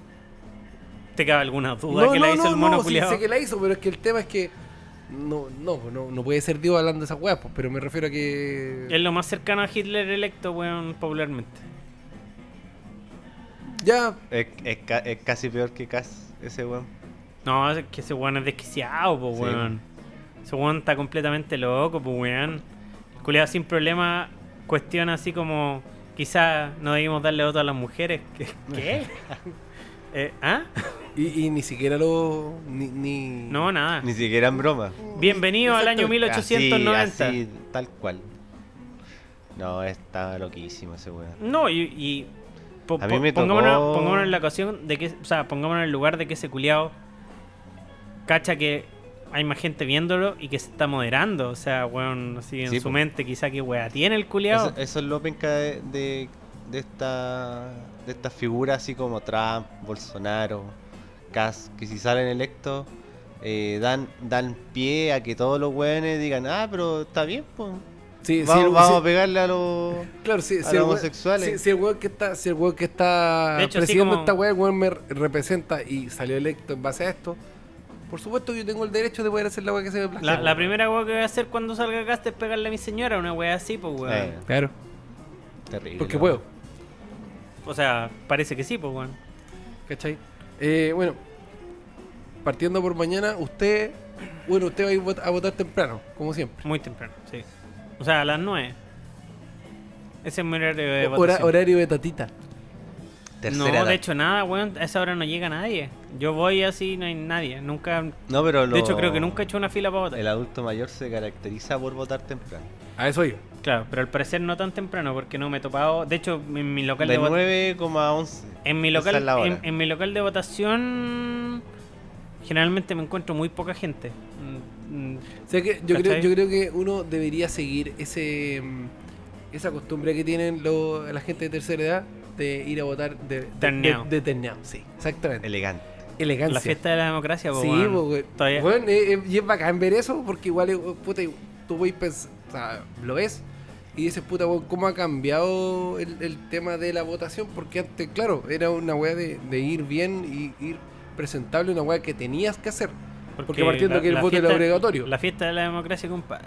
[SPEAKER 1] ¿Te cabe alguna duda que la hizo el mono
[SPEAKER 2] no, sí,
[SPEAKER 1] culiao?
[SPEAKER 2] sé que la hizo, pero es que el tema es que no, no, no, no puede ser Dios hablando de esas weas, pues, pero me refiero a que.
[SPEAKER 1] Es lo más cercano a Hitler electo, weón, popularmente.
[SPEAKER 2] Ya,
[SPEAKER 3] Es, es ca- es casi peor que Cas, ese weón.
[SPEAKER 1] No, es que ese weón es desquiciado, po,
[SPEAKER 3] Sí,
[SPEAKER 1] weón. Ese weón está completamente loco, pues weón. El culiao sin problema cuestiona así como. Quizá no debimos darle voto a las mujeres. ¿Qué? ¿Qué? Eh, ¿Ah?
[SPEAKER 2] Y, y ni siquiera lo. Ni, ni-
[SPEAKER 1] No, nada.
[SPEAKER 3] Ni siquiera en broma.
[SPEAKER 1] Bienvenido al
[SPEAKER 2] Exacto.
[SPEAKER 1] año 1890.
[SPEAKER 3] Así, así, tal cual. No, está loquísimo ese weón.
[SPEAKER 1] No, y. y po-
[SPEAKER 3] A mí
[SPEAKER 1] po-
[SPEAKER 3] me tocó-
[SPEAKER 1] pongámonos, pongámonos en la ocasión de que. O sea, pongámonos en el lugar de que ese culiao cacha que hay más gente viéndolo y que se está moderando. O sea, weón, así en
[SPEAKER 3] Sí,
[SPEAKER 1] su
[SPEAKER 3] po.
[SPEAKER 1] mente, quizá que weá tiene el culiao.
[SPEAKER 3] Eso, eso es lo penca de, de, de esta de estas figuras así como Trump, Bolsonaro, Kass, que si salen electos eh, dan dan pie a que todos los weones digan, ah, pero está bien, pues.
[SPEAKER 2] Sí, sí,
[SPEAKER 3] vamos,
[SPEAKER 2] el-
[SPEAKER 3] vamos
[SPEAKER 2] sí,
[SPEAKER 3] a pegarle a los...
[SPEAKER 2] Claro, sí, si el
[SPEAKER 3] a los
[SPEAKER 2] weón-
[SPEAKER 3] homosexuales.
[SPEAKER 2] Si, si el weón que está, si el weón que está
[SPEAKER 1] De hecho, así
[SPEAKER 2] presidiendo
[SPEAKER 1] como-
[SPEAKER 2] esta weá, el weón me re- representa y salió electo en base a esto, por supuesto que yo tengo el derecho de poder hacer la weá que se me plazca.
[SPEAKER 1] La, la
[SPEAKER 2] weón.
[SPEAKER 1] primera weá que voy a hacer cuando salga acá es pegarle a mi señora una weá así, pues weón.
[SPEAKER 3] Eh,
[SPEAKER 2] Claro.
[SPEAKER 3] terrible.
[SPEAKER 2] Porque
[SPEAKER 3] ¿no?
[SPEAKER 2] puedo,
[SPEAKER 1] O sea, parece que sí, pues weón.
[SPEAKER 2] ¿cachai? Eh, bueno, partiendo por mañana, usted. Bueno, usted va a ir vot- a votar temprano, como siempre.
[SPEAKER 1] Muy temprano, sí. O sea, a las 9. Ese es mi horario de
[SPEAKER 2] Hora-
[SPEAKER 1] Eh, votación.
[SPEAKER 2] horario de tatita.
[SPEAKER 3] Tercera
[SPEAKER 1] No,
[SPEAKER 3] edad.
[SPEAKER 1] de hecho nada, weón. A esa hora no llega nadie. Yo voy así, no hay nadie. Nunca.
[SPEAKER 3] No, pero lo-
[SPEAKER 1] De hecho, creo que nunca he hecho una fila para votar.
[SPEAKER 3] El adulto mayor se caracteriza por votar temprano.
[SPEAKER 2] A eso yo.
[SPEAKER 1] Claro, pero al parecer no tan temprano porque no me he topado. De hecho, en mi local de,
[SPEAKER 3] De
[SPEAKER 1] vot-
[SPEAKER 3] 9,11.
[SPEAKER 1] en mi
[SPEAKER 3] esa
[SPEAKER 1] local
[SPEAKER 3] es la hora.
[SPEAKER 1] en, en mi local de votación generalmente me encuentro muy poca gente. Mm, mm,
[SPEAKER 2] O sea que yo, creo,
[SPEAKER 1] ¿Cachai?
[SPEAKER 2] yo creo que uno debería seguir ese mm, esa costumbre que tienen lo- la gente de tercera edad de ir a votar de, de-
[SPEAKER 1] Terneado.
[SPEAKER 2] de- de terneado, sí, exactamente.
[SPEAKER 3] Elegante.
[SPEAKER 2] Elegancia.
[SPEAKER 1] La fiesta de la democracia, po,
[SPEAKER 2] Sí, pues,
[SPEAKER 1] weón.
[SPEAKER 2] po, güey.
[SPEAKER 1] Todavía-
[SPEAKER 2] Bueno, eh, eh, y es bacán ver eso porque igual, eh, puta, tú voy pens- o sea, lo ves y dices, puta, weón, cómo ha cambiado el, el tema de la votación porque antes, claro, era una weá de, de ir bien y ir presentable, una weá que tenías que hacer. Porque partiendo que el voto era
[SPEAKER 1] fiesta-
[SPEAKER 2] obligatorio.
[SPEAKER 1] La fiesta de la democracia, compadre.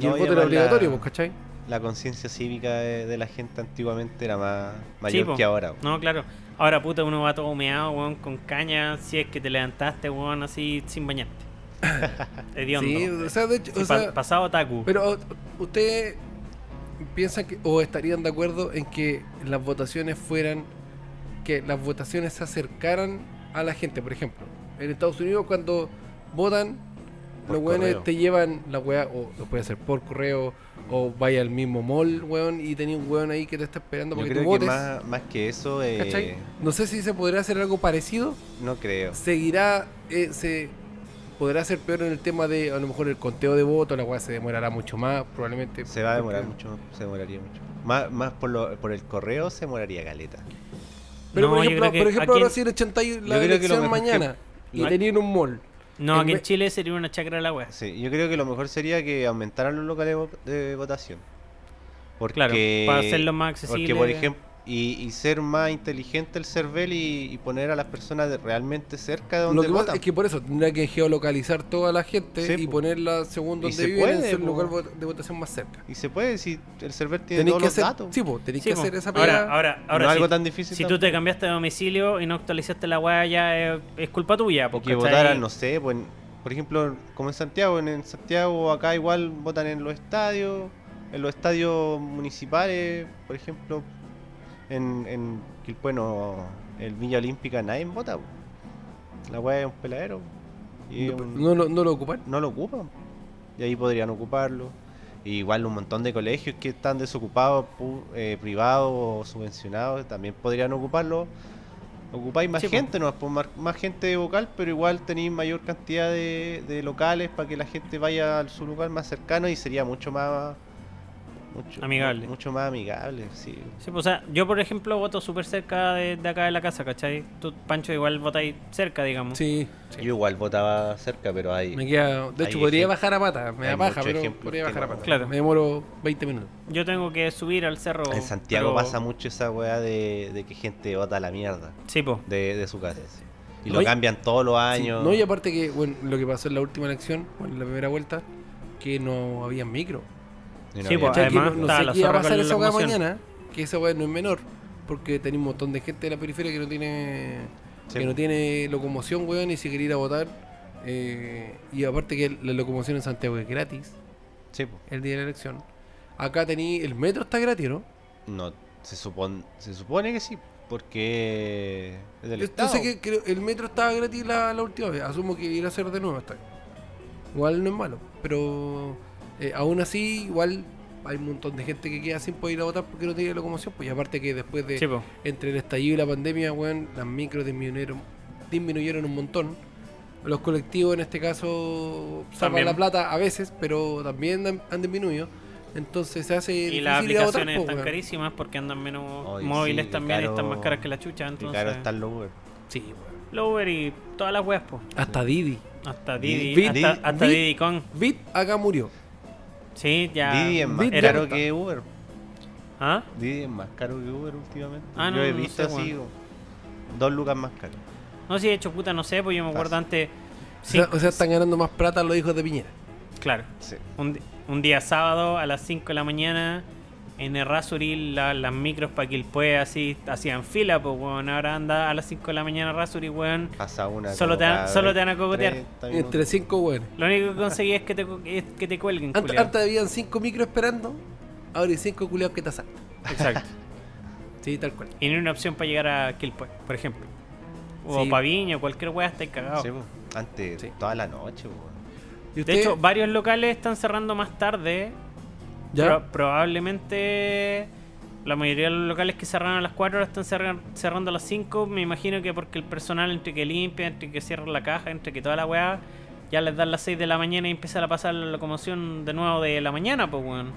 [SPEAKER 2] Y
[SPEAKER 3] No,
[SPEAKER 2] el
[SPEAKER 3] y
[SPEAKER 2] voto era
[SPEAKER 3] además la-
[SPEAKER 2] obligatorio, pues, ¿cachai?
[SPEAKER 3] La conciencia cívica de, de la gente antiguamente era más
[SPEAKER 1] Sí,
[SPEAKER 3] mayor
[SPEAKER 1] po.
[SPEAKER 3] que ahora. po.
[SPEAKER 1] No, claro. Ahora, puta, uno va todo humeado, weón, con caña. Si es que te levantaste, weón, así sin bañarte. Hediondo.
[SPEAKER 2] Sí, o sea, de hecho,
[SPEAKER 1] Sí,
[SPEAKER 2] o
[SPEAKER 1] pa-
[SPEAKER 2] sea,
[SPEAKER 1] pasado Taku.
[SPEAKER 2] pero ustedes piensan que o estarían de acuerdo en que las votaciones fueran que las votaciones se acercaran a la gente, por ejemplo, en Estados Unidos cuando votan
[SPEAKER 3] Por
[SPEAKER 2] los weones
[SPEAKER 3] correo.
[SPEAKER 2] te llevan la weá, o lo puede hacer por correo, o vaya al mismo mall, weón, y tenía un weón ahí que te está esperando
[SPEAKER 3] Yo
[SPEAKER 2] porque tú
[SPEAKER 3] creo
[SPEAKER 2] votes.
[SPEAKER 3] que más, más que eso, eh,
[SPEAKER 2] ¿cachai? No sé si se podría hacer algo parecido,
[SPEAKER 3] no creo.
[SPEAKER 2] seguirá eh, se podrá ser peor en el tema de a lo mejor el conteo de votos la weá se demorará mucho más probablemente
[SPEAKER 3] Se va a demorar
[SPEAKER 2] porque-
[SPEAKER 3] mucho, se demoraría mucho. Más, más por, lo, por el correo se demoraría caleta.
[SPEAKER 2] pero
[SPEAKER 1] No,
[SPEAKER 2] por
[SPEAKER 1] yo
[SPEAKER 2] ejemplo,
[SPEAKER 1] creo que
[SPEAKER 2] por ejemplo
[SPEAKER 1] aquí en-
[SPEAKER 2] ahora sí el 80 y la
[SPEAKER 3] creo que lo
[SPEAKER 2] elección
[SPEAKER 3] mejor que-
[SPEAKER 2] mañana y
[SPEAKER 1] lo-
[SPEAKER 2] tenían un mall
[SPEAKER 1] No,
[SPEAKER 2] en
[SPEAKER 1] aquí en
[SPEAKER 2] vez-
[SPEAKER 1] Chile sería una chacra la weá.
[SPEAKER 3] Sí, yo creo que lo mejor sería que aumentaran los locales de vo- de votación. Porque,
[SPEAKER 1] Claro, para hacerlo más accesible.
[SPEAKER 3] Porque, por ejemplo, y, y ser más inteligente el CERVEL y, y poner a las personas de- realmente cerca de
[SPEAKER 2] lo
[SPEAKER 3] donde
[SPEAKER 2] que pasa
[SPEAKER 3] votan.
[SPEAKER 2] es que por eso tendría que geolocalizar toda la gente
[SPEAKER 3] Sí,
[SPEAKER 2] y
[SPEAKER 3] po.
[SPEAKER 2] ponerla según
[SPEAKER 3] Y
[SPEAKER 2] donde
[SPEAKER 3] se
[SPEAKER 2] viven en
[SPEAKER 3] puede,
[SPEAKER 2] su
[SPEAKER 3] po.
[SPEAKER 2] lugar vo- de votación más cerca
[SPEAKER 3] Y se puede, si el CERVEL tiene
[SPEAKER 2] tenéis
[SPEAKER 3] todos
[SPEAKER 2] que
[SPEAKER 3] los
[SPEAKER 2] hacer
[SPEAKER 3] datos.
[SPEAKER 2] sí po, tenéis
[SPEAKER 1] Sí,
[SPEAKER 2] que
[SPEAKER 1] po.
[SPEAKER 2] hacer esa
[SPEAKER 1] ahora,
[SPEAKER 2] pega
[SPEAKER 1] ahora, ahora
[SPEAKER 3] no es
[SPEAKER 1] si,
[SPEAKER 3] algo tan difícil.
[SPEAKER 1] si tú
[SPEAKER 3] tampoco.
[SPEAKER 1] te cambiaste de domicilio y no actualizaste la weá, ya eh, es, culpa tuya.
[SPEAKER 3] Porque
[SPEAKER 1] Porque
[SPEAKER 3] que votaran, no sé, pues, en- por ejemplo, como en Santiago, en, en Santiago acá igual votan en los estadios, en los estadios municipales, por ejemplo, en, en Quilpué no, en Villa Olímpica nadie vota. po. La weá es un peladero. Y es
[SPEAKER 2] no,
[SPEAKER 3] un-
[SPEAKER 2] no lo- no lo ocupan
[SPEAKER 3] no lo ocupan. Y ahí podrían ocuparlo. Y igual un montón de colegios que están desocupados, pu- eh, privados o subvencionados, también podrían ocuparlo. Ocupáis más
[SPEAKER 1] Sí, po.
[SPEAKER 3] gente, no más, más gente vocal, pero igual tenéis mayor cantidad de, de locales para que la gente vaya a su lugar más cercano y sería mucho más mucho,
[SPEAKER 1] Amigable.
[SPEAKER 3] Mucho más amigable, sí.
[SPEAKER 1] Sí, pues, o sea, yo por ejemplo voto súper cerca de, de acá de la casa, ¿cachai? Tú, Pancho, igual votáis cerca, digamos.
[SPEAKER 2] sí
[SPEAKER 3] Yo igual votaba cerca, pero ahí.
[SPEAKER 2] me queda de
[SPEAKER 3] Hay
[SPEAKER 2] hecho podría
[SPEAKER 3] ejem-
[SPEAKER 2] bajar a pata me da
[SPEAKER 3] hay
[SPEAKER 2] paja
[SPEAKER 3] muchos
[SPEAKER 2] pero
[SPEAKER 3] ejemplos
[SPEAKER 2] podría
[SPEAKER 3] que
[SPEAKER 2] bajar a
[SPEAKER 3] no.
[SPEAKER 2] pata
[SPEAKER 1] Claro.
[SPEAKER 2] me demoro 20 minutos
[SPEAKER 1] Yo tengo que subir al cerro.
[SPEAKER 3] En Santiago
[SPEAKER 1] pero-
[SPEAKER 3] pasa mucho esa weá de, de que gente vota a la mierda.
[SPEAKER 1] Sí, pues.
[SPEAKER 3] de, de su casa. sí. Y lo
[SPEAKER 2] Oye-
[SPEAKER 3] cambian todos los
[SPEAKER 2] Sí,
[SPEAKER 3] años.
[SPEAKER 2] No, y aparte que, bueno, lo que pasó en la última elección, bueno, en la primera vuelta, que no había micro.
[SPEAKER 3] Y no
[SPEAKER 1] Sí,
[SPEAKER 3] había-
[SPEAKER 1] pues,
[SPEAKER 2] ¿Cachai? Que
[SPEAKER 1] además,
[SPEAKER 2] no- no,
[SPEAKER 1] estaba
[SPEAKER 2] sé
[SPEAKER 1] la
[SPEAKER 2] qué va a
[SPEAKER 1] zorra con
[SPEAKER 2] pasar
[SPEAKER 1] la
[SPEAKER 2] esa weá
[SPEAKER 1] locomoción.
[SPEAKER 2] mañana, que esa weá no es menor, porque tenemos un montón de gente de la periferia que no tiene
[SPEAKER 3] Sí,
[SPEAKER 2] que no
[SPEAKER 3] pues.
[SPEAKER 2] tiene locomoción, weón, y si quería ir a votar, eh, y aparte que la locomoción en Santiago es gratis
[SPEAKER 3] Sí, po.
[SPEAKER 2] el día de la elección. Acá tení. El metro está gratis, ¿no?
[SPEAKER 3] No, se, supone se supone que sí, porque es del
[SPEAKER 2] Yo
[SPEAKER 3] Estado.
[SPEAKER 2] sé que creo- el metro estaba gratis la, la última vez. Asumo que irá a ser de nuevo hasta acá. Igual no es malo. Pero eh, aún así, igual hay un montón de gente que queda sin poder ir a votar porque no tiene locomoción. Pues y aparte que después de
[SPEAKER 1] Sí, po.
[SPEAKER 2] entre el estallido y la pandemia, weón, las micros disminuyeron, disminuyeron un montón. Los colectivos en este caso salvan
[SPEAKER 1] También.
[SPEAKER 2] la plata a veces, pero también han, han disminuido. Entonces se hace
[SPEAKER 1] Y las
[SPEAKER 2] difícil ir a votar,
[SPEAKER 1] aplicaciones
[SPEAKER 2] po,
[SPEAKER 1] están
[SPEAKER 2] weón.
[SPEAKER 1] carísimas porque andan menos
[SPEAKER 3] Oye,
[SPEAKER 1] móviles
[SPEAKER 3] sí, qué
[SPEAKER 1] también, y
[SPEAKER 3] caro-
[SPEAKER 1] están más caras que la chucha.
[SPEAKER 3] Qué
[SPEAKER 1] Entonces,
[SPEAKER 3] caro están los Uber.
[SPEAKER 2] Sí, weón.
[SPEAKER 1] Lower y todas las weas, po.
[SPEAKER 2] Hasta Didi.
[SPEAKER 1] Hasta Didi,
[SPEAKER 3] Didi- Didi-
[SPEAKER 1] hasta, hasta
[SPEAKER 2] Didi-
[SPEAKER 1] Didi Kong.
[SPEAKER 2] Bit acá murió.
[SPEAKER 1] Sí, ya.
[SPEAKER 3] Didi es más
[SPEAKER 2] Didi
[SPEAKER 3] caro
[SPEAKER 2] ya-
[SPEAKER 3] que Uber.
[SPEAKER 1] ¿Ah?
[SPEAKER 3] Didi es más caro que Uber últimamente.
[SPEAKER 1] Ah,
[SPEAKER 3] Yo
[SPEAKER 1] no,
[SPEAKER 3] he
[SPEAKER 1] no
[SPEAKER 3] visto
[SPEAKER 1] sé,
[SPEAKER 3] así, o- dos lucas más caro.
[SPEAKER 1] No, sí, de hecho, puta, no sé, pues yo me acuerdo
[SPEAKER 3] Fácil.
[SPEAKER 1] antes.
[SPEAKER 2] O
[SPEAKER 1] Sí,
[SPEAKER 2] sea- O sea, están ganando más plata los hijos de Piñera.
[SPEAKER 1] claro.
[SPEAKER 3] Sí.
[SPEAKER 1] Un, di- un día sábado a las 5 de la mañana en Errázuriz la- las micros para Quilpue E así hacían fila, pues weón. Ahora anda a las 5 de la mañana Errázuriz, weón.
[SPEAKER 3] Pasa una.
[SPEAKER 1] Solo
[SPEAKER 3] como
[SPEAKER 1] te van-
[SPEAKER 3] cada
[SPEAKER 1] solo te van a cogotear.
[SPEAKER 3] 30 minutos.
[SPEAKER 2] Entre cinco hueones.
[SPEAKER 1] Lo único que conseguí es que te, cu- es que te cuelguen,
[SPEAKER 2] Antes,
[SPEAKER 1] culiao.
[SPEAKER 2] antes habían cinco micros esperando, ahora hay cinco culiados que te asaltan.
[SPEAKER 1] Exacto.
[SPEAKER 2] Sí, tal cual.
[SPEAKER 1] Y no hay una opción para llegar a Quilpue, por ejemplo. O
[SPEAKER 2] Sí.
[SPEAKER 1] Paviño, cualquier weá, estáis cagados.
[SPEAKER 3] Sí, po. Antes,
[SPEAKER 2] Sí.
[SPEAKER 3] toda la noche, po.
[SPEAKER 2] ¿Y usted?
[SPEAKER 1] De hecho, varios locales están cerrando más tarde.
[SPEAKER 2] ¿Ya?
[SPEAKER 1] Pro- probablemente la mayoría de los locales que cerraron a las 4 ahora están cerra- cerrando a las 5. Me imagino que porque el personal, entre que limpia, entre que cierra la caja, entre que toda la weá, ya les dan las 6 de la mañana y empieza a pasar la locomoción de nuevo de la mañana, pues weón.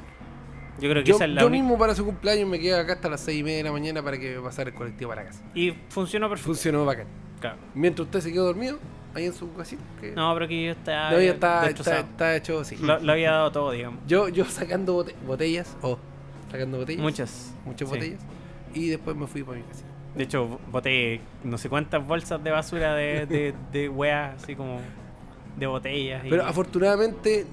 [SPEAKER 1] Yo creo que
[SPEAKER 2] yo
[SPEAKER 1] esa es la
[SPEAKER 2] yo
[SPEAKER 1] única-
[SPEAKER 2] mismo para su cumpleaños me quedé acá hasta las seis y media de la mañana para que me pasara el colectivo para casa.
[SPEAKER 1] Y funcionó perfecto.
[SPEAKER 2] Funcionó bacán.
[SPEAKER 1] Claro.
[SPEAKER 2] Mientras usted se quedó dormido, ahí en su casita. Que
[SPEAKER 1] No, pero que yo estaba.
[SPEAKER 2] todavía está, está,
[SPEAKER 1] destrozado.
[SPEAKER 2] está hecho así.
[SPEAKER 1] Lo, lo había dado todo, digamos.
[SPEAKER 2] Yo, yo sacando bote- botellas, oh, sacando botellas.
[SPEAKER 1] Muchas.
[SPEAKER 2] Muchas
[SPEAKER 1] sí.
[SPEAKER 2] botellas. Y después me fui para mi casita.
[SPEAKER 1] De hecho, bo- boté no sé cuántas bolsas de basura de, de, de weas, así como de botellas. y-
[SPEAKER 2] Pero afortunadamente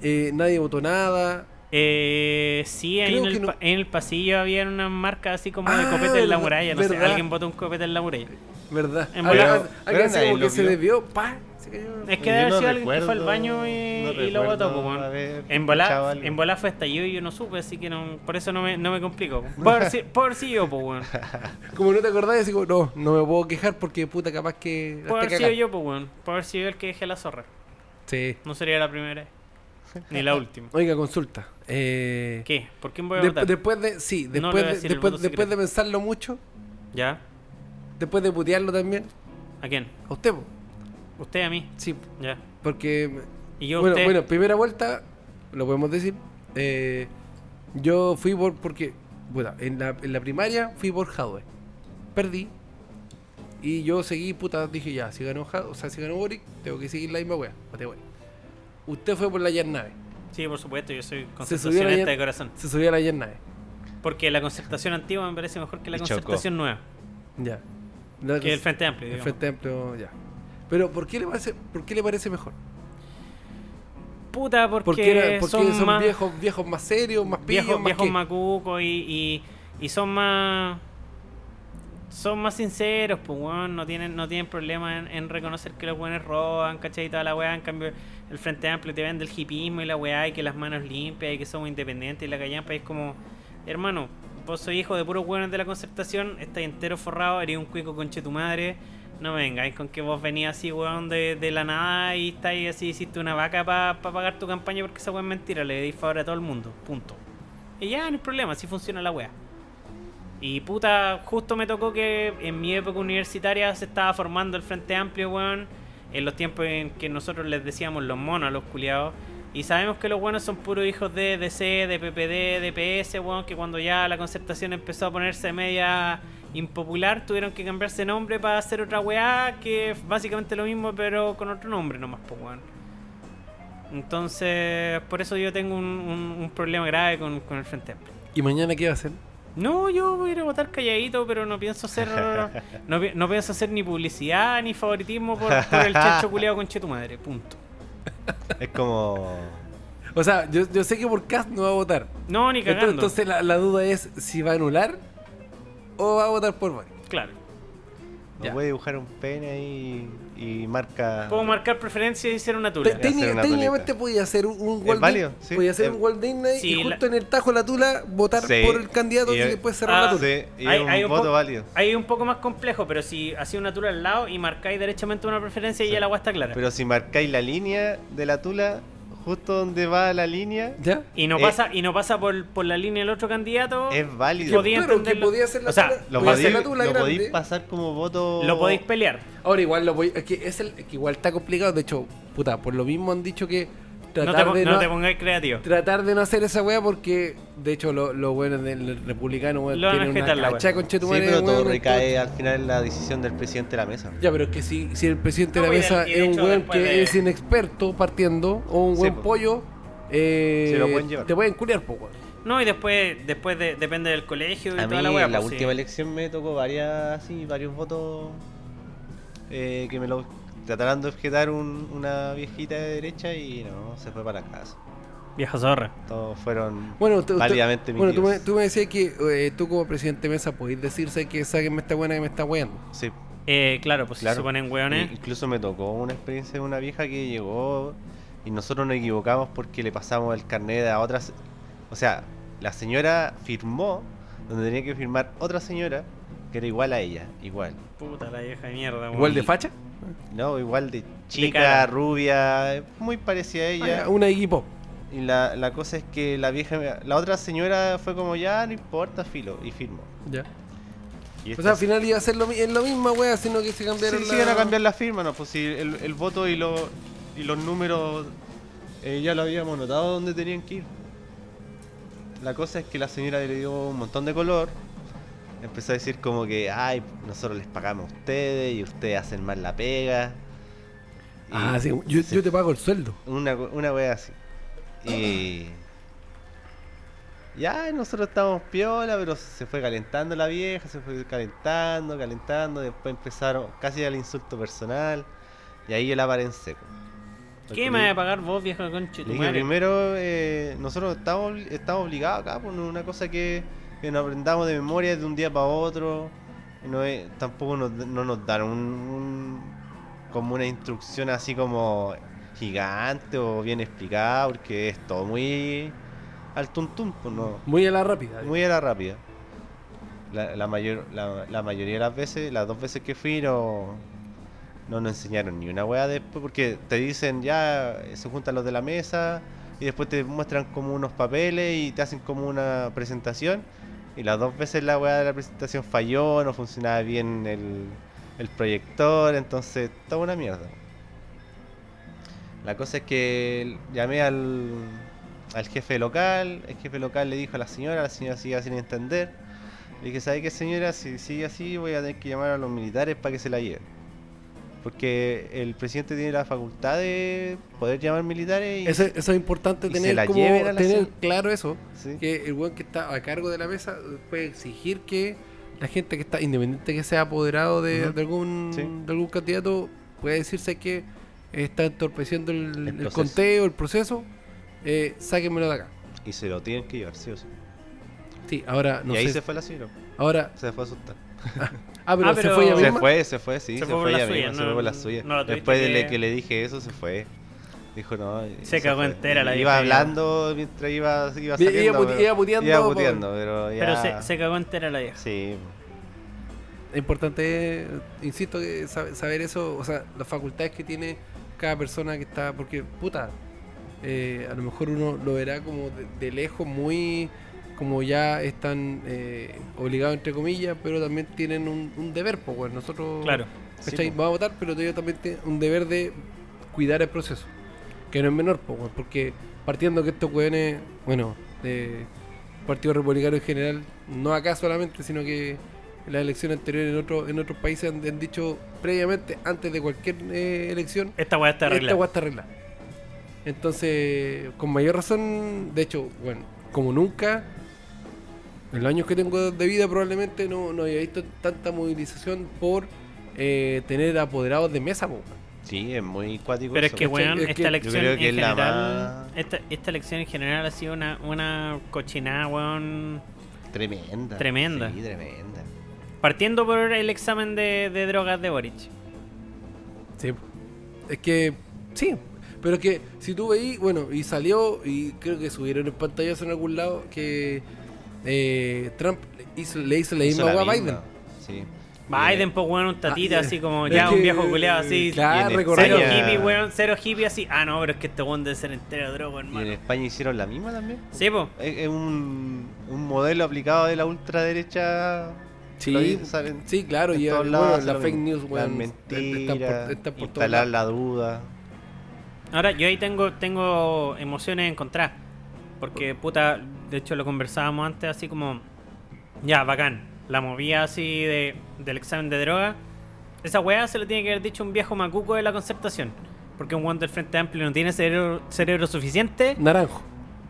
[SPEAKER 2] eh, nadie votó nada.
[SPEAKER 1] Eh, sí, ahí
[SPEAKER 2] Creo
[SPEAKER 1] en
[SPEAKER 2] que
[SPEAKER 1] el,
[SPEAKER 2] no.
[SPEAKER 1] pa- en el pasillo había una marca así como de
[SPEAKER 2] Ah,
[SPEAKER 1] copete en la
[SPEAKER 2] verdad,
[SPEAKER 1] muralla. No sé,
[SPEAKER 2] verdad.
[SPEAKER 1] alguien botó un copete en la muralla.
[SPEAKER 2] ¿Verdad?
[SPEAKER 1] En
[SPEAKER 2] Alguien-
[SPEAKER 1] verdad.
[SPEAKER 2] alguien
[SPEAKER 3] Pero
[SPEAKER 2] así
[SPEAKER 3] nadie
[SPEAKER 2] como
[SPEAKER 3] lo
[SPEAKER 2] que se
[SPEAKER 3] vio.
[SPEAKER 2] desvió, pa, se cayó.
[SPEAKER 1] Es que
[SPEAKER 3] Yo
[SPEAKER 1] debe haber
[SPEAKER 3] no
[SPEAKER 1] sido alguien que fue al
[SPEAKER 3] recuerdo-
[SPEAKER 1] baño y,
[SPEAKER 3] no
[SPEAKER 1] y lo botó.
[SPEAKER 3] recuerdo
[SPEAKER 1] pues, bueno.
[SPEAKER 3] haber
[SPEAKER 1] En
[SPEAKER 3] escuchado
[SPEAKER 1] bola,
[SPEAKER 3] algo.
[SPEAKER 1] en bola fue estallido y yo no supe, así que no, por eso no me, no me complico. Pobre, pobrecillo, pues, bueno.
[SPEAKER 2] Como no te acordás, así como, no, no me puedo quejar porque puta, capaz que. la
[SPEAKER 1] Puedo haber
[SPEAKER 2] esté
[SPEAKER 1] sido
[SPEAKER 2] cagando.
[SPEAKER 1] yo, pues, bueno. Puedo haber sido el que dejé la zorra.
[SPEAKER 2] Sí.
[SPEAKER 1] No sería la primera, ni la última.
[SPEAKER 2] Oiga, consulta. Eh,
[SPEAKER 1] ¿Qué? ¿Por quién voy a
[SPEAKER 2] de-
[SPEAKER 1] votar?
[SPEAKER 2] después de. Sí,
[SPEAKER 1] No le
[SPEAKER 2] después,
[SPEAKER 1] voy a
[SPEAKER 2] de,
[SPEAKER 1] decir el
[SPEAKER 2] después,
[SPEAKER 1] voto
[SPEAKER 2] después de
[SPEAKER 1] secreto.
[SPEAKER 2] pensarlo mucho,
[SPEAKER 1] ¿Ya?
[SPEAKER 2] después de putearlo también,
[SPEAKER 1] ¿A quién?
[SPEAKER 2] a usted, po.
[SPEAKER 1] Usted a mí.
[SPEAKER 2] Sí,
[SPEAKER 1] Ya.
[SPEAKER 2] porque.
[SPEAKER 1] Y yo a
[SPEAKER 2] bueno,
[SPEAKER 1] usted.
[SPEAKER 2] bueno, primera vuelta, lo podemos decir. eh, yo fui por. Porque. Bueno, en la, en la primaria fui por Jadwe. Perdí. Y yo seguí, puta, dije ya, si ganó Jadwe, o sea, si ganó Boric, tengo que seguir la misma wea. Voté Boric. Usted fue por la Yarnave.
[SPEAKER 1] Sí, por supuesto, yo soy
[SPEAKER 2] Se subió a la
[SPEAKER 1] concertacionista
[SPEAKER 2] llan-
[SPEAKER 1] de corazón.
[SPEAKER 2] Se subió a la Yarnave.
[SPEAKER 1] Porque la concertación antigua me parece mejor que la
[SPEAKER 3] Y chocó.
[SPEAKER 1] concertación nueva.
[SPEAKER 2] Ya. La
[SPEAKER 1] Que el
[SPEAKER 2] cons-
[SPEAKER 1] Frente Amplio,
[SPEAKER 2] el
[SPEAKER 1] digamos.
[SPEAKER 2] Frente Amplio, ya. Pero ¿por qué le parece, por qué le parece mejor?
[SPEAKER 1] Puta, porque,
[SPEAKER 2] Porque, era- porque
[SPEAKER 1] son,
[SPEAKER 2] son,
[SPEAKER 1] más viejos,
[SPEAKER 2] viejos, viejos más serios, más pillos,
[SPEAKER 1] viejos,
[SPEAKER 2] más qué?
[SPEAKER 1] macucos y, y, y son más... Son más sinceros, pues, weón. No tienen, no tienen problema en, en reconocer que los weones roban, ¿cachai? Y toda la weá. En cambio, el Frente Amplio te vende el hipismo y la weá, y que las manos limpias, y que somos independientes, y la callampa. Y es como, hermano, vos soy hijo de puros weones de la concertación, estás entero forrado, eres un cuico conche tu madre. No me vengáis con que vos venías así, weón, de, de la nada y estáis así, hiciste una vaca para pagar tu campaña porque esa weá es mentira, le di favor a todo el mundo, punto. Y ya, no hay problema, así funciona la weá. Y puta, justo me tocó que en mi época universitaria se estaba formando el Frente Amplio, weón. En los tiempos en que nosotros les decíamos los monos a los culiados. Y sabemos que los buenos son puros hijos de DC, de PPD, de PS, weón. Que cuando ya la concertación empezó a ponerse media impopular, tuvieron que cambiarse nombre para hacer otra weá. Que es básicamente lo mismo, pero con otro nombre nomás, pues, weón. Entonces, por eso yo tengo un, un- un problema grave con, con el Frente Amplio.
[SPEAKER 2] ¿Y mañana qué va a hacer?
[SPEAKER 1] No, yo voy a ir a votar calladito, pero no pienso hacer no, pi- no pienso hacer ni publicidad ni favoritismo por, por el chacho culeado con tu madre, punto.
[SPEAKER 3] Es como.
[SPEAKER 2] O sea, yo, yo sé que por cast no va a votar.
[SPEAKER 1] No, ni
[SPEAKER 2] Entonces,
[SPEAKER 1] cagando.
[SPEAKER 2] entonces la, la duda es si va a anular o va a votar por Boric.
[SPEAKER 1] claro.
[SPEAKER 3] O
[SPEAKER 4] Ya.
[SPEAKER 3] puede dibujar un pene ahí y, y marca.
[SPEAKER 1] Puedo marcar preferencias y hacer una
[SPEAKER 2] Te-
[SPEAKER 1] tula.
[SPEAKER 3] hacer
[SPEAKER 2] técnica-
[SPEAKER 3] una
[SPEAKER 2] Técnicamente
[SPEAKER 3] bolita.
[SPEAKER 2] podía hacer un- un
[SPEAKER 3] Es
[SPEAKER 2] Walt
[SPEAKER 3] válido,
[SPEAKER 2] Disney-
[SPEAKER 3] sí.
[SPEAKER 2] podía hacer
[SPEAKER 3] Es-
[SPEAKER 2] un Walt Disney
[SPEAKER 1] Sí,
[SPEAKER 2] y
[SPEAKER 1] la-
[SPEAKER 2] justo en el tajo de la tula votar
[SPEAKER 3] Sí.
[SPEAKER 2] por el candidato
[SPEAKER 3] Y
[SPEAKER 2] y,
[SPEAKER 3] el-
[SPEAKER 2] después cerrar
[SPEAKER 1] Ah,
[SPEAKER 2] la tula.
[SPEAKER 3] Sí, y
[SPEAKER 1] Hay-
[SPEAKER 3] un
[SPEAKER 1] hay un
[SPEAKER 3] voto
[SPEAKER 1] po-
[SPEAKER 3] válido.
[SPEAKER 1] Ahí es un poco más complejo, pero si hacía una tula al lado y marcáis derechamente una preferencia y
[SPEAKER 3] Sí.
[SPEAKER 1] ya la agua está clara.
[SPEAKER 3] Pero si marcáis la línea de la tula, justo donde va la línea,
[SPEAKER 2] ¿Ya?
[SPEAKER 1] y no
[SPEAKER 3] eh,
[SPEAKER 1] pasa, y no pasa por, por la línea del otro candidato.
[SPEAKER 3] es válido.
[SPEAKER 1] Podía
[SPEAKER 2] Claro, que
[SPEAKER 1] entenderlo.
[SPEAKER 2] podía hacer la
[SPEAKER 1] O sea,
[SPEAKER 2] tula-
[SPEAKER 3] Lo
[SPEAKER 2] podía
[SPEAKER 1] pasa-
[SPEAKER 3] podéis,
[SPEAKER 2] hacer la tula
[SPEAKER 3] lo podéis
[SPEAKER 2] grande.
[SPEAKER 3] pasar como voto.
[SPEAKER 1] Lo podéis pelear.
[SPEAKER 2] Ahora igual lo voy, es que es el es que igual está complicado, de hecho, puta, por lo mismo han dicho que
[SPEAKER 1] No te,
[SPEAKER 2] tratar
[SPEAKER 1] pon-
[SPEAKER 2] de
[SPEAKER 1] no
[SPEAKER 2] no,
[SPEAKER 1] te pongáis creativo.
[SPEAKER 2] tratar de no hacer esa weá porque de hecho los lo buenos del republicano weón,
[SPEAKER 1] Lo van a
[SPEAKER 2] tienen
[SPEAKER 1] agitar la
[SPEAKER 2] una
[SPEAKER 1] weá.
[SPEAKER 2] cacha con
[SPEAKER 3] Sí, pero todo
[SPEAKER 2] pues,
[SPEAKER 3] recae al final en la decisión del presidente de la mesa.
[SPEAKER 2] Ya, pero es que si, si el presidente de
[SPEAKER 1] No,
[SPEAKER 2] la
[SPEAKER 1] y de-
[SPEAKER 2] mesa
[SPEAKER 1] y de
[SPEAKER 2] es un
[SPEAKER 1] hecho,
[SPEAKER 2] weón que
[SPEAKER 1] después de-
[SPEAKER 2] es inexperto partiendo o un
[SPEAKER 3] Sí,
[SPEAKER 2] buen
[SPEAKER 3] po.
[SPEAKER 2] pollo, eh,
[SPEAKER 3] Se lo pueden llevar.
[SPEAKER 2] te pueden culiar, po, weón.
[SPEAKER 1] No, y después, después de- depende del colegio y
[SPEAKER 3] A mí
[SPEAKER 1] toda
[SPEAKER 3] en
[SPEAKER 1] la
[SPEAKER 3] la,
[SPEAKER 1] wea. pues, sí.
[SPEAKER 3] última elección me tocó varias, sí, varios votos eh, que me lo trataron de objetar un- una viejita de derecha y no, se fue para casa.
[SPEAKER 1] Vieja zorra.
[SPEAKER 3] Todos fueron
[SPEAKER 2] Bueno, usted- usted-
[SPEAKER 3] válidamente
[SPEAKER 2] bueno tú, me,
[SPEAKER 3] emitidos.
[SPEAKER 2] tú me decías que eh, tú como presidente de mesa podéis decirse que sáquenme esta buena que me está weando.
[SPEAKER 3] Sí,
[SPEAKER 1] Eh, claro, pues si
[SPEAKER 3] Claro.
[SPEAKER 1] se ponen
[SPEAKER 3] Y-
[SPEAKER 1] hueones.
[SPEAKER 3] Incluso me tocó una experiencia de una vieja que llegó y nosotros nos equivocamos porque le pasamos el carnet a otras. O sea, la señora firmó donde tenía que firmar otra señora que era igual a ella, igual.
[SPEAKER 1] Puta la vieja de mierda, weón.
[SPEAKER 2] Igual de facha,
[SPEAKER 3] No, igual de
[SPEAKER 1] cara.
[SPEAKER 3] chica, rubia, muy parecida a ella.
[SPEAKER 2] Ah, una equipo.
[SPEAKER 3] Y la, la cosa es que la vieja, la otra señora fue como ya, no importa, filo, y firmó.
[SPEAKER 2] Ya. O sea,
[SPEAKER 3] Y esta
[SPEAKER 2] al final iba a ser lo, mi- es lo mismo, wea, sino que se cambiaron
[SPEAKER 3] Sí,
[SPEAKER 2] la...
[SPEAKER 3] sí, van a cambiar la firma, no, pues si el, el voto y, lo- y los números eh, ya lo habíamos notado dónde tenían que ir. La cosa es que la señora le dio un montón de color. Empezó a decir como que, ay, nosotros les pagamos a ustedes y ustedes hacen mal la pega. Y
[SPEAKER 2] Ah, sí, yo, yo te pago el sueldo.
[SPEAKER 3] Una, una wea así. Y... Ya, nosotros estábamos piola, pero se fue calentando la vieja, se fue calentando, calentando, después empezaron casi al insulto personal, y ahí yo la paré en seco. Porque
[SPEAKER 2] pues,
[SPEAKER 1] ¿Qué
[SPEAKER 3] le-
[SPEAKER 1] me vas a pagar vos, vieja concha? de
[SPEAKER 3] le
[SPEAKER 1] tu
[SPEAKER 3] dije,
[SPEAKER 1] madre?
[SPEAKER 3] primero, eh, nosotros estamos, obli- estamos obligados acá, por una cosa que, que nos aprendamos de memoria de un día para otro, y no es- tampoco nos, no nos daron un- un- como una instrucción así como gigante o bien explicada, porque es todo muy al tuntum, pues no.
[SPEAKER 2] Muy a la rápida.
[SPEAKER 3] Muy a la rápida. La, la mayor, la, la mayoría de las veces, las dos veces que fui, no, no nos enseñaron ni una weá después, porque te dicen ya, eh, se juntan los de la mesa, y después te muestran como unos papeles y te hacen como una presentación. Y las dos veces la weá de la presentación falló, no funcionaba bien el, el proyector, entonces toda una mierda. La cosa es que llamé al, al jefe local, el jefe local le dijo a la señora, la señora sigue sin entender. Le dije, ¿sabe qué señora? Si sigue así voy a tener que llamar a los militares para que se la lleven. Porque el presidente tiene la facultad de poder llamar militares y...
[SPEAKER 2] Eso, eso es importante
[SPEAKER 3] Y se
[SPEAKER 2] tener
[SPEAKER 3] la
[SPEAKER 2] como
[SPEAKER 3] lleven a la
[SPEAKER 2] tener
[SPEAKER 3] señora.
[SPEAKER 2] claro eso,
[SPEAKER 3] Sí.
[SPEAKER 2] que el weón que está a cargo de la mesa puede exigir que la gente que está independiente que sea apoderado de,
[SPEAKER 3] Ujú.
[SPEAKER 2] de algún
[SPEAKER 3] Sí.
[SPEAKER 2] de algún candidato puede decirse que está entorpeciendo el, el
[SPEAKER 3] proceso.
[SPEAKER 2] conteo, el proceso, eh, sáquenmelo de acá.
[SPEAKER 3] Y se lo tienen que llevar, sí o sí.
[SPEAKER 2] Sí, ahora no
[SPEAKER 3] y ahí
[SPEAKER 2] sé.
[SPEAKER 3] se fue la señora.
[SPEAKER 2] ahora
[SPEAKER 3] Se fue a asustar.
[SPEAKER 2] ah, pero,
[SPEAKER 1] Ah,
[SPEAKER 2] se
[SPEAKER 1] pero-
[SPEAKER 2] fue ella
[SPEAKER 1] ¿La
[SPEAKER 3] Se
[SPEAKER 2] misma.
[SPEAKER 3] fue, se fue, sí,
[SPEAKER 1] Se
[SPEAKER 3] se,
[SPEAKER 1] fue por
[SPEAKER 3] fue
[SPEAKER 1] la
[SPEAKER 3] ella
[SPEAKER 1] suya,
[SPEAKER 3] misma, se
[SPEAKER 1] no-
[SPEAKER 3] fue por la suya.
[SPEAKER 1] no la tuviste
[SPEAKER 3] Después de le-
[SPEAKER 1] que-
[SPEAKER 3] que... le dije eso, se fue. Dijo, no. y
[SPEAKER 1] Se cagó
[SPEAKER 3] fue.
[SPEAKER 1] entera la
[SPEAKER 3] Iba
[SPEAKER 1] vieja, ya.
[SPEAKER 3] hablando mientras iba, iba
[SPEAKER 2] Iba-
[SPEAKER 3] saliendo.
[SPEAKER 2] iba
[SPEAKER 3] pero-
[SPEAKER 2] puti- iba puteando,
[SPEAKER 3] Iba
[SPEAKER 2] por-
[SPEAKER 3] puteando, pero ya.
[SPEAKER 1] Pero se, se cagó entera la vieja.
[SPEAKER 3] Sí.
[SPEAKER 2] Es importante, insisto, que sab- saber eso, o sea, las facultades que tiene cada persona que está, porque, puta, eh, a lo mejor uno lo verá como de, de lejos, muy, como ya están eh, obligados, entre comillas, pero también tienen un, un deber, pues, bueno, nosotros,
[SPEAKER 1] Claro.
[SPEAKER 2] ¿cachai?
[SPEAKER 3] Sí, po.
[SPEAKER 2] Vamos a votar, pero ellos también tienen un deber de cuidar el proceso, que no es menor, pues, bueno, porque partiendo que estos jóvenes, bueno, de Partido Republicano en general, no acá solamente, sino que en las elecciones anteriores en, otro, en otros países han, han dicho previamente, antes de cualquier eh, elección,
[SPEAKER 1] Esta weá está
[SPEAKER 2] esta
[SPEAKER 1] arreglada.
[SPEAKER 2] weá está arreglada. Entonces, con mayor razón, de hecho, bueno, como nunca, en los años que tengo de vida probablemente no, no había visto tanta movilización por eh, tener apoderados de mesa, po, weón.
[SPEAKER 3] Sí, es muy cuático.
[SPEAKER 1] Pero es
[SPEAKER 3] eso.
[SPEAKER 1] que,
[SPEAKER 2] ¿cachai?
[SPEAKER 1] weón,
[SPEAKER 2] Es que
[SPEAKER 1] esta
[SPEAKER 2] yo
[SPEAKER 1] elección
[SPEAKER 3] creo que
[SPEAKER 1] en
[SPEAKER 3] es la
[SPEAKER 1] general.
[SPEAKER 3] más-
[SPEAKER 1] Esta, esta elección en general ha sido una, una cochinada, weón.
[SPEAKER 3] Tremenda.
[SPEAKER 1] Tremenda.
[SPEAKER 3] Sí, tremenda.
[SPEAKER 1] Partiendo por el examen de, de drogas de Boric.
[SPEAKER 2] Sí. Es que, sí. Pero es que si tú veí, bueno, y salió, y creo que subieron el pantallazo en algún lado, que eh, Trump le hizo, le hizo la
[SPEAKER 3] Hizo
[SPEAKER 2] misma
[SPEAKER 3] la
[SPEAKER 2] hueá a Biden.
[SPEAKER 3] misma, Sí. E-
[SPEAKER 1] Biden, pues, weón, un tatita,
[SPEAKER 2] Ah,
[SPEAKER 1] así como
[SPEAKER 2] es
[SPEAKER 1] ya
[SPEAKER 2] que- eh,
[SPEAKER 1] un viejo culeado así.
[SPEAKER 2] Claro,
[SPEAKER 3] Tiene-
[SPEAKER 1] Cero
[SPEAKER 2] recorrieron.
[SPEAKER 3] Señor.
[SPEAKER 1] hippie, weón, cero hippie así. Ah, no, pero es que este weón debe ser entero drogo,
[SPEAKER 3] ¿Y en
[SPEAKER 1] hermano.
[SPEAKER 3] España hicieron la misma también?
[SPEAKER 1] Sí, pues.
[SPEAKER 3] Es, es un, un modelo aplicado de la ultraderecha.
[SPEAKER 2] Sí,
[SPEAKER 3] Lo vi- salen
[SPEAKER 2] sí, claro,
[SPEAKER 3] en
[SPEAKER 2] y
[SPEAKER 3] todos
[SPEAKER 2] bueno,
[SPEAKER 3] lados,
[SPEAKER 2] la
[SPEAKER 3] lo
[SPEAKER 2] fake
[SPEAKER 3] mismo.
[SPEAKER 2] news,
[SPEAKER 3] Las
[SPEAKER 2] weón, están
[SPEAKER 3] mentiras,
[SPEAKER 2] por, están por todos
[SPEAKER 3] instalar
[SPEAKER 2] lados.
[SPEAKER 3] la duda.
[SPEAKER 1] Ahora, yo ahí tengo, tengo emociones encontradas. Porque, puta, de hecho lo conversábamos antes, así como. Ya, bacán. La movía así de, del examen de droga. Esa weá se lo tiene que haber dicho un viejo macuco de la concertación. Porque un weón del Frente Amplio no tiene cerebro, cerebro suficiente,
[SPEAKER 2] Naranjo.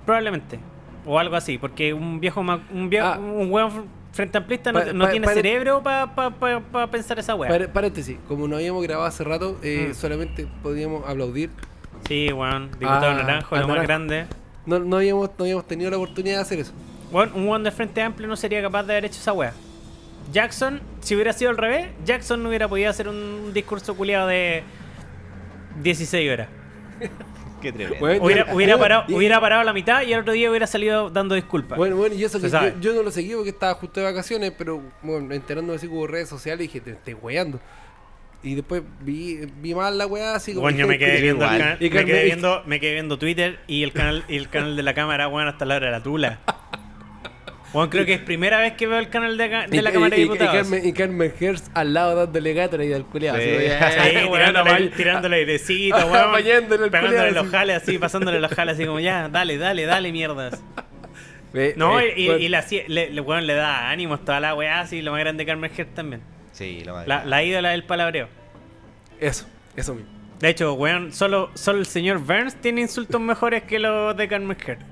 [SPEAKER 1] probablemente. O algo así. Porque un viejo ma- un, viejo,
[SPEAKER 2] Ah.
[SPEAKER 1] un weón frente amplista no,
[SPEAKER 2] Pa-
[SPEAKER 1] no
[SPEAKER 2] pa-
[SPEAKER 1] tiene
[SPEAKER 2] pare-
[SPEAKER 1] cerebro para pensar esa weá.
[SPEAKER 2] Par- paréntesis, como no habíamos grabado hace rato, eh,
[SPEAKER 1] Mm.
[SPEAKER 2] solamente podíamos aplaudir.
[SPEAKER 1] Sí, weón. Diputado
[SPEAKER 2] Ah,
[SPEAKER 1] Naranjo,
[SPEAKER 2] al
[SPEAKER 1] lo más
[SPEAKER 2] Naranjo.
[SPEAKER 1] grande.
[SPEAKER 2] No, no, habíamos, no habíamos tenido la oportunidad de hacer eso.
[SPEAKER 1] Weón, un weón del Frente Amplio no sería capaz de haber hecho esa weá. Jackson, si hubiera sido al revés, Jackson no hubiera podido hacer un discurso culiado de 16 horas.
[SPEAKER 3] Qué tremendo.
[SPEAKER 2] Bueno,
[SPEAKER 1] Hubiera,
[SPEAKER 2] yo-
[SPEAKER 1] hubiera,
[SPEAKER 2] yo-
[SPEAKER 1] parado,
[SPEAKER 2] y-
[SPEAKER 1] hubiera parado a la mitad y al otro día hubiera salido dando disculpas.
[SPEAKER 2] Bueno, bueno, y eso
[SPEAKER 1] Se
[SPEAKER 2] que
[SPEAKER 1] sabe.
[SPEAKER 2] yo, yo no lo seguí porque estaba justo de vacaciones, pero bueno, enterándome así como redes sociales dije, te estoy weando. Y después vi, vi mal la weá así como.
[SPEAKER 1] Weón, yo me quedé viendo, el
[SPEAKER 3] Igual.
[SPEAKER 1] canal-
[SPEAKER 2] Y
[SPEAKER 1] me
[SPEAKER 2] Carmen-
[SPEAKER 1] quedé viendo, me quedé viendo Twitter y el canal, y el canal de la cámara, weón, hasta la hora de la tula. Weón, creo que es primera vez que veo el canal de, ca- de la
[SPEAKER 2] Y-
[SPEAKER 1] Cámara de
[SPEAKER 2] y, y- y
[SPEAKER 1] Diputados.
[SPEAKER 2] Carmen, y Carmen Hertz al lado dándole gato y al culeado.
[SPEAKER 3] Sí.
[SPEAKER 2] así,
[SPEAKER 1] Sí,
[SPEAKER 2] weá.
[SPEAKER 1] tirándole,
[SPEAKER 2] Tirándole-
[SPEAKER 1] tirándole airecito,
[SPEAKER 2] Ah,
[SPEAKER 1] weón.
[SPEAKER 2] bañándole el
[SPEAKER 1] pegándole
[SPEAKER 2] culiao,
[SPEAKER 1] los
[SPEAKER 2] sí.
[SPEAKER 1] jales así, pasándole los jales así como ya, dale, dale, dale, mierdas.
[SPEAKER 2] Ve- eh,
[SPEAKER 1] No,
[SPEAKER 2] ve,
[SPEAKER 1] y,
[SPEAKER 2] weón.
[SPEAKER 1] y la, cie- le, le- weón, le da ánimos toda la weá así, lo más grande Carmen Hertz también.
[SPEAKER 3] Sí, la madre.
[SPEAKER 1] La, la ídola del palabreo.
[SPEAKER 2] Eso, eso mismo.
[SPEAKER 1] De hecho, weón, solo, solo el señor Burns tiene insultos mejores que los de Carmen Hertz.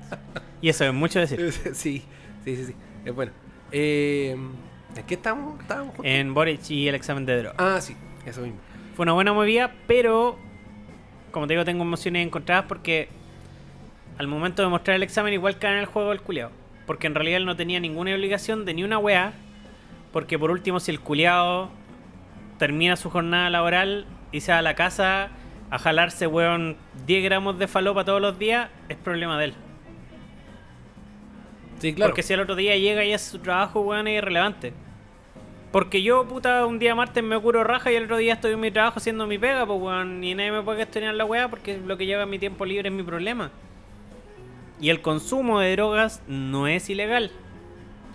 [SPEAKER 1] Y eso es mucho decir.
[SPEAKER 2] sí, sí, sí, sí. Es bueno. Eh, ¿En qué estamos? Estábamos juntos.
[SPEAKER 1] En Boric y el examen de droga.
[SPEAKER 2] Ah, sí, eso mismo.
[SPEAKER 1] Fue una buena movida, pero como te digo, tengo emociones encontradas porque al momento de mostrar el examen igual cae en el juego el culiao. Porque en realidad él no tenía ninguna obligación de ni una weá. Porque por último, si el culiao termina su jornada laboral y se va a la casa a jalarse, weón, 10 gramos de falopa todos los días, es problema de él.
[SPEAKER 2] Sí, claro.
[SPEAKER 1] Porque si al otro día llega y hace su trabajo, weón, es irrelevante. Porque yo, puta, un día martes me curo raja y el otro día estoy en mi trabajo haciendo mi pega, pues, weón. Y nadie me puede cuestionar la weá porque lo que lleva a mi tiempo libre es mi problema. Y el consumo de drogas no es ilegal.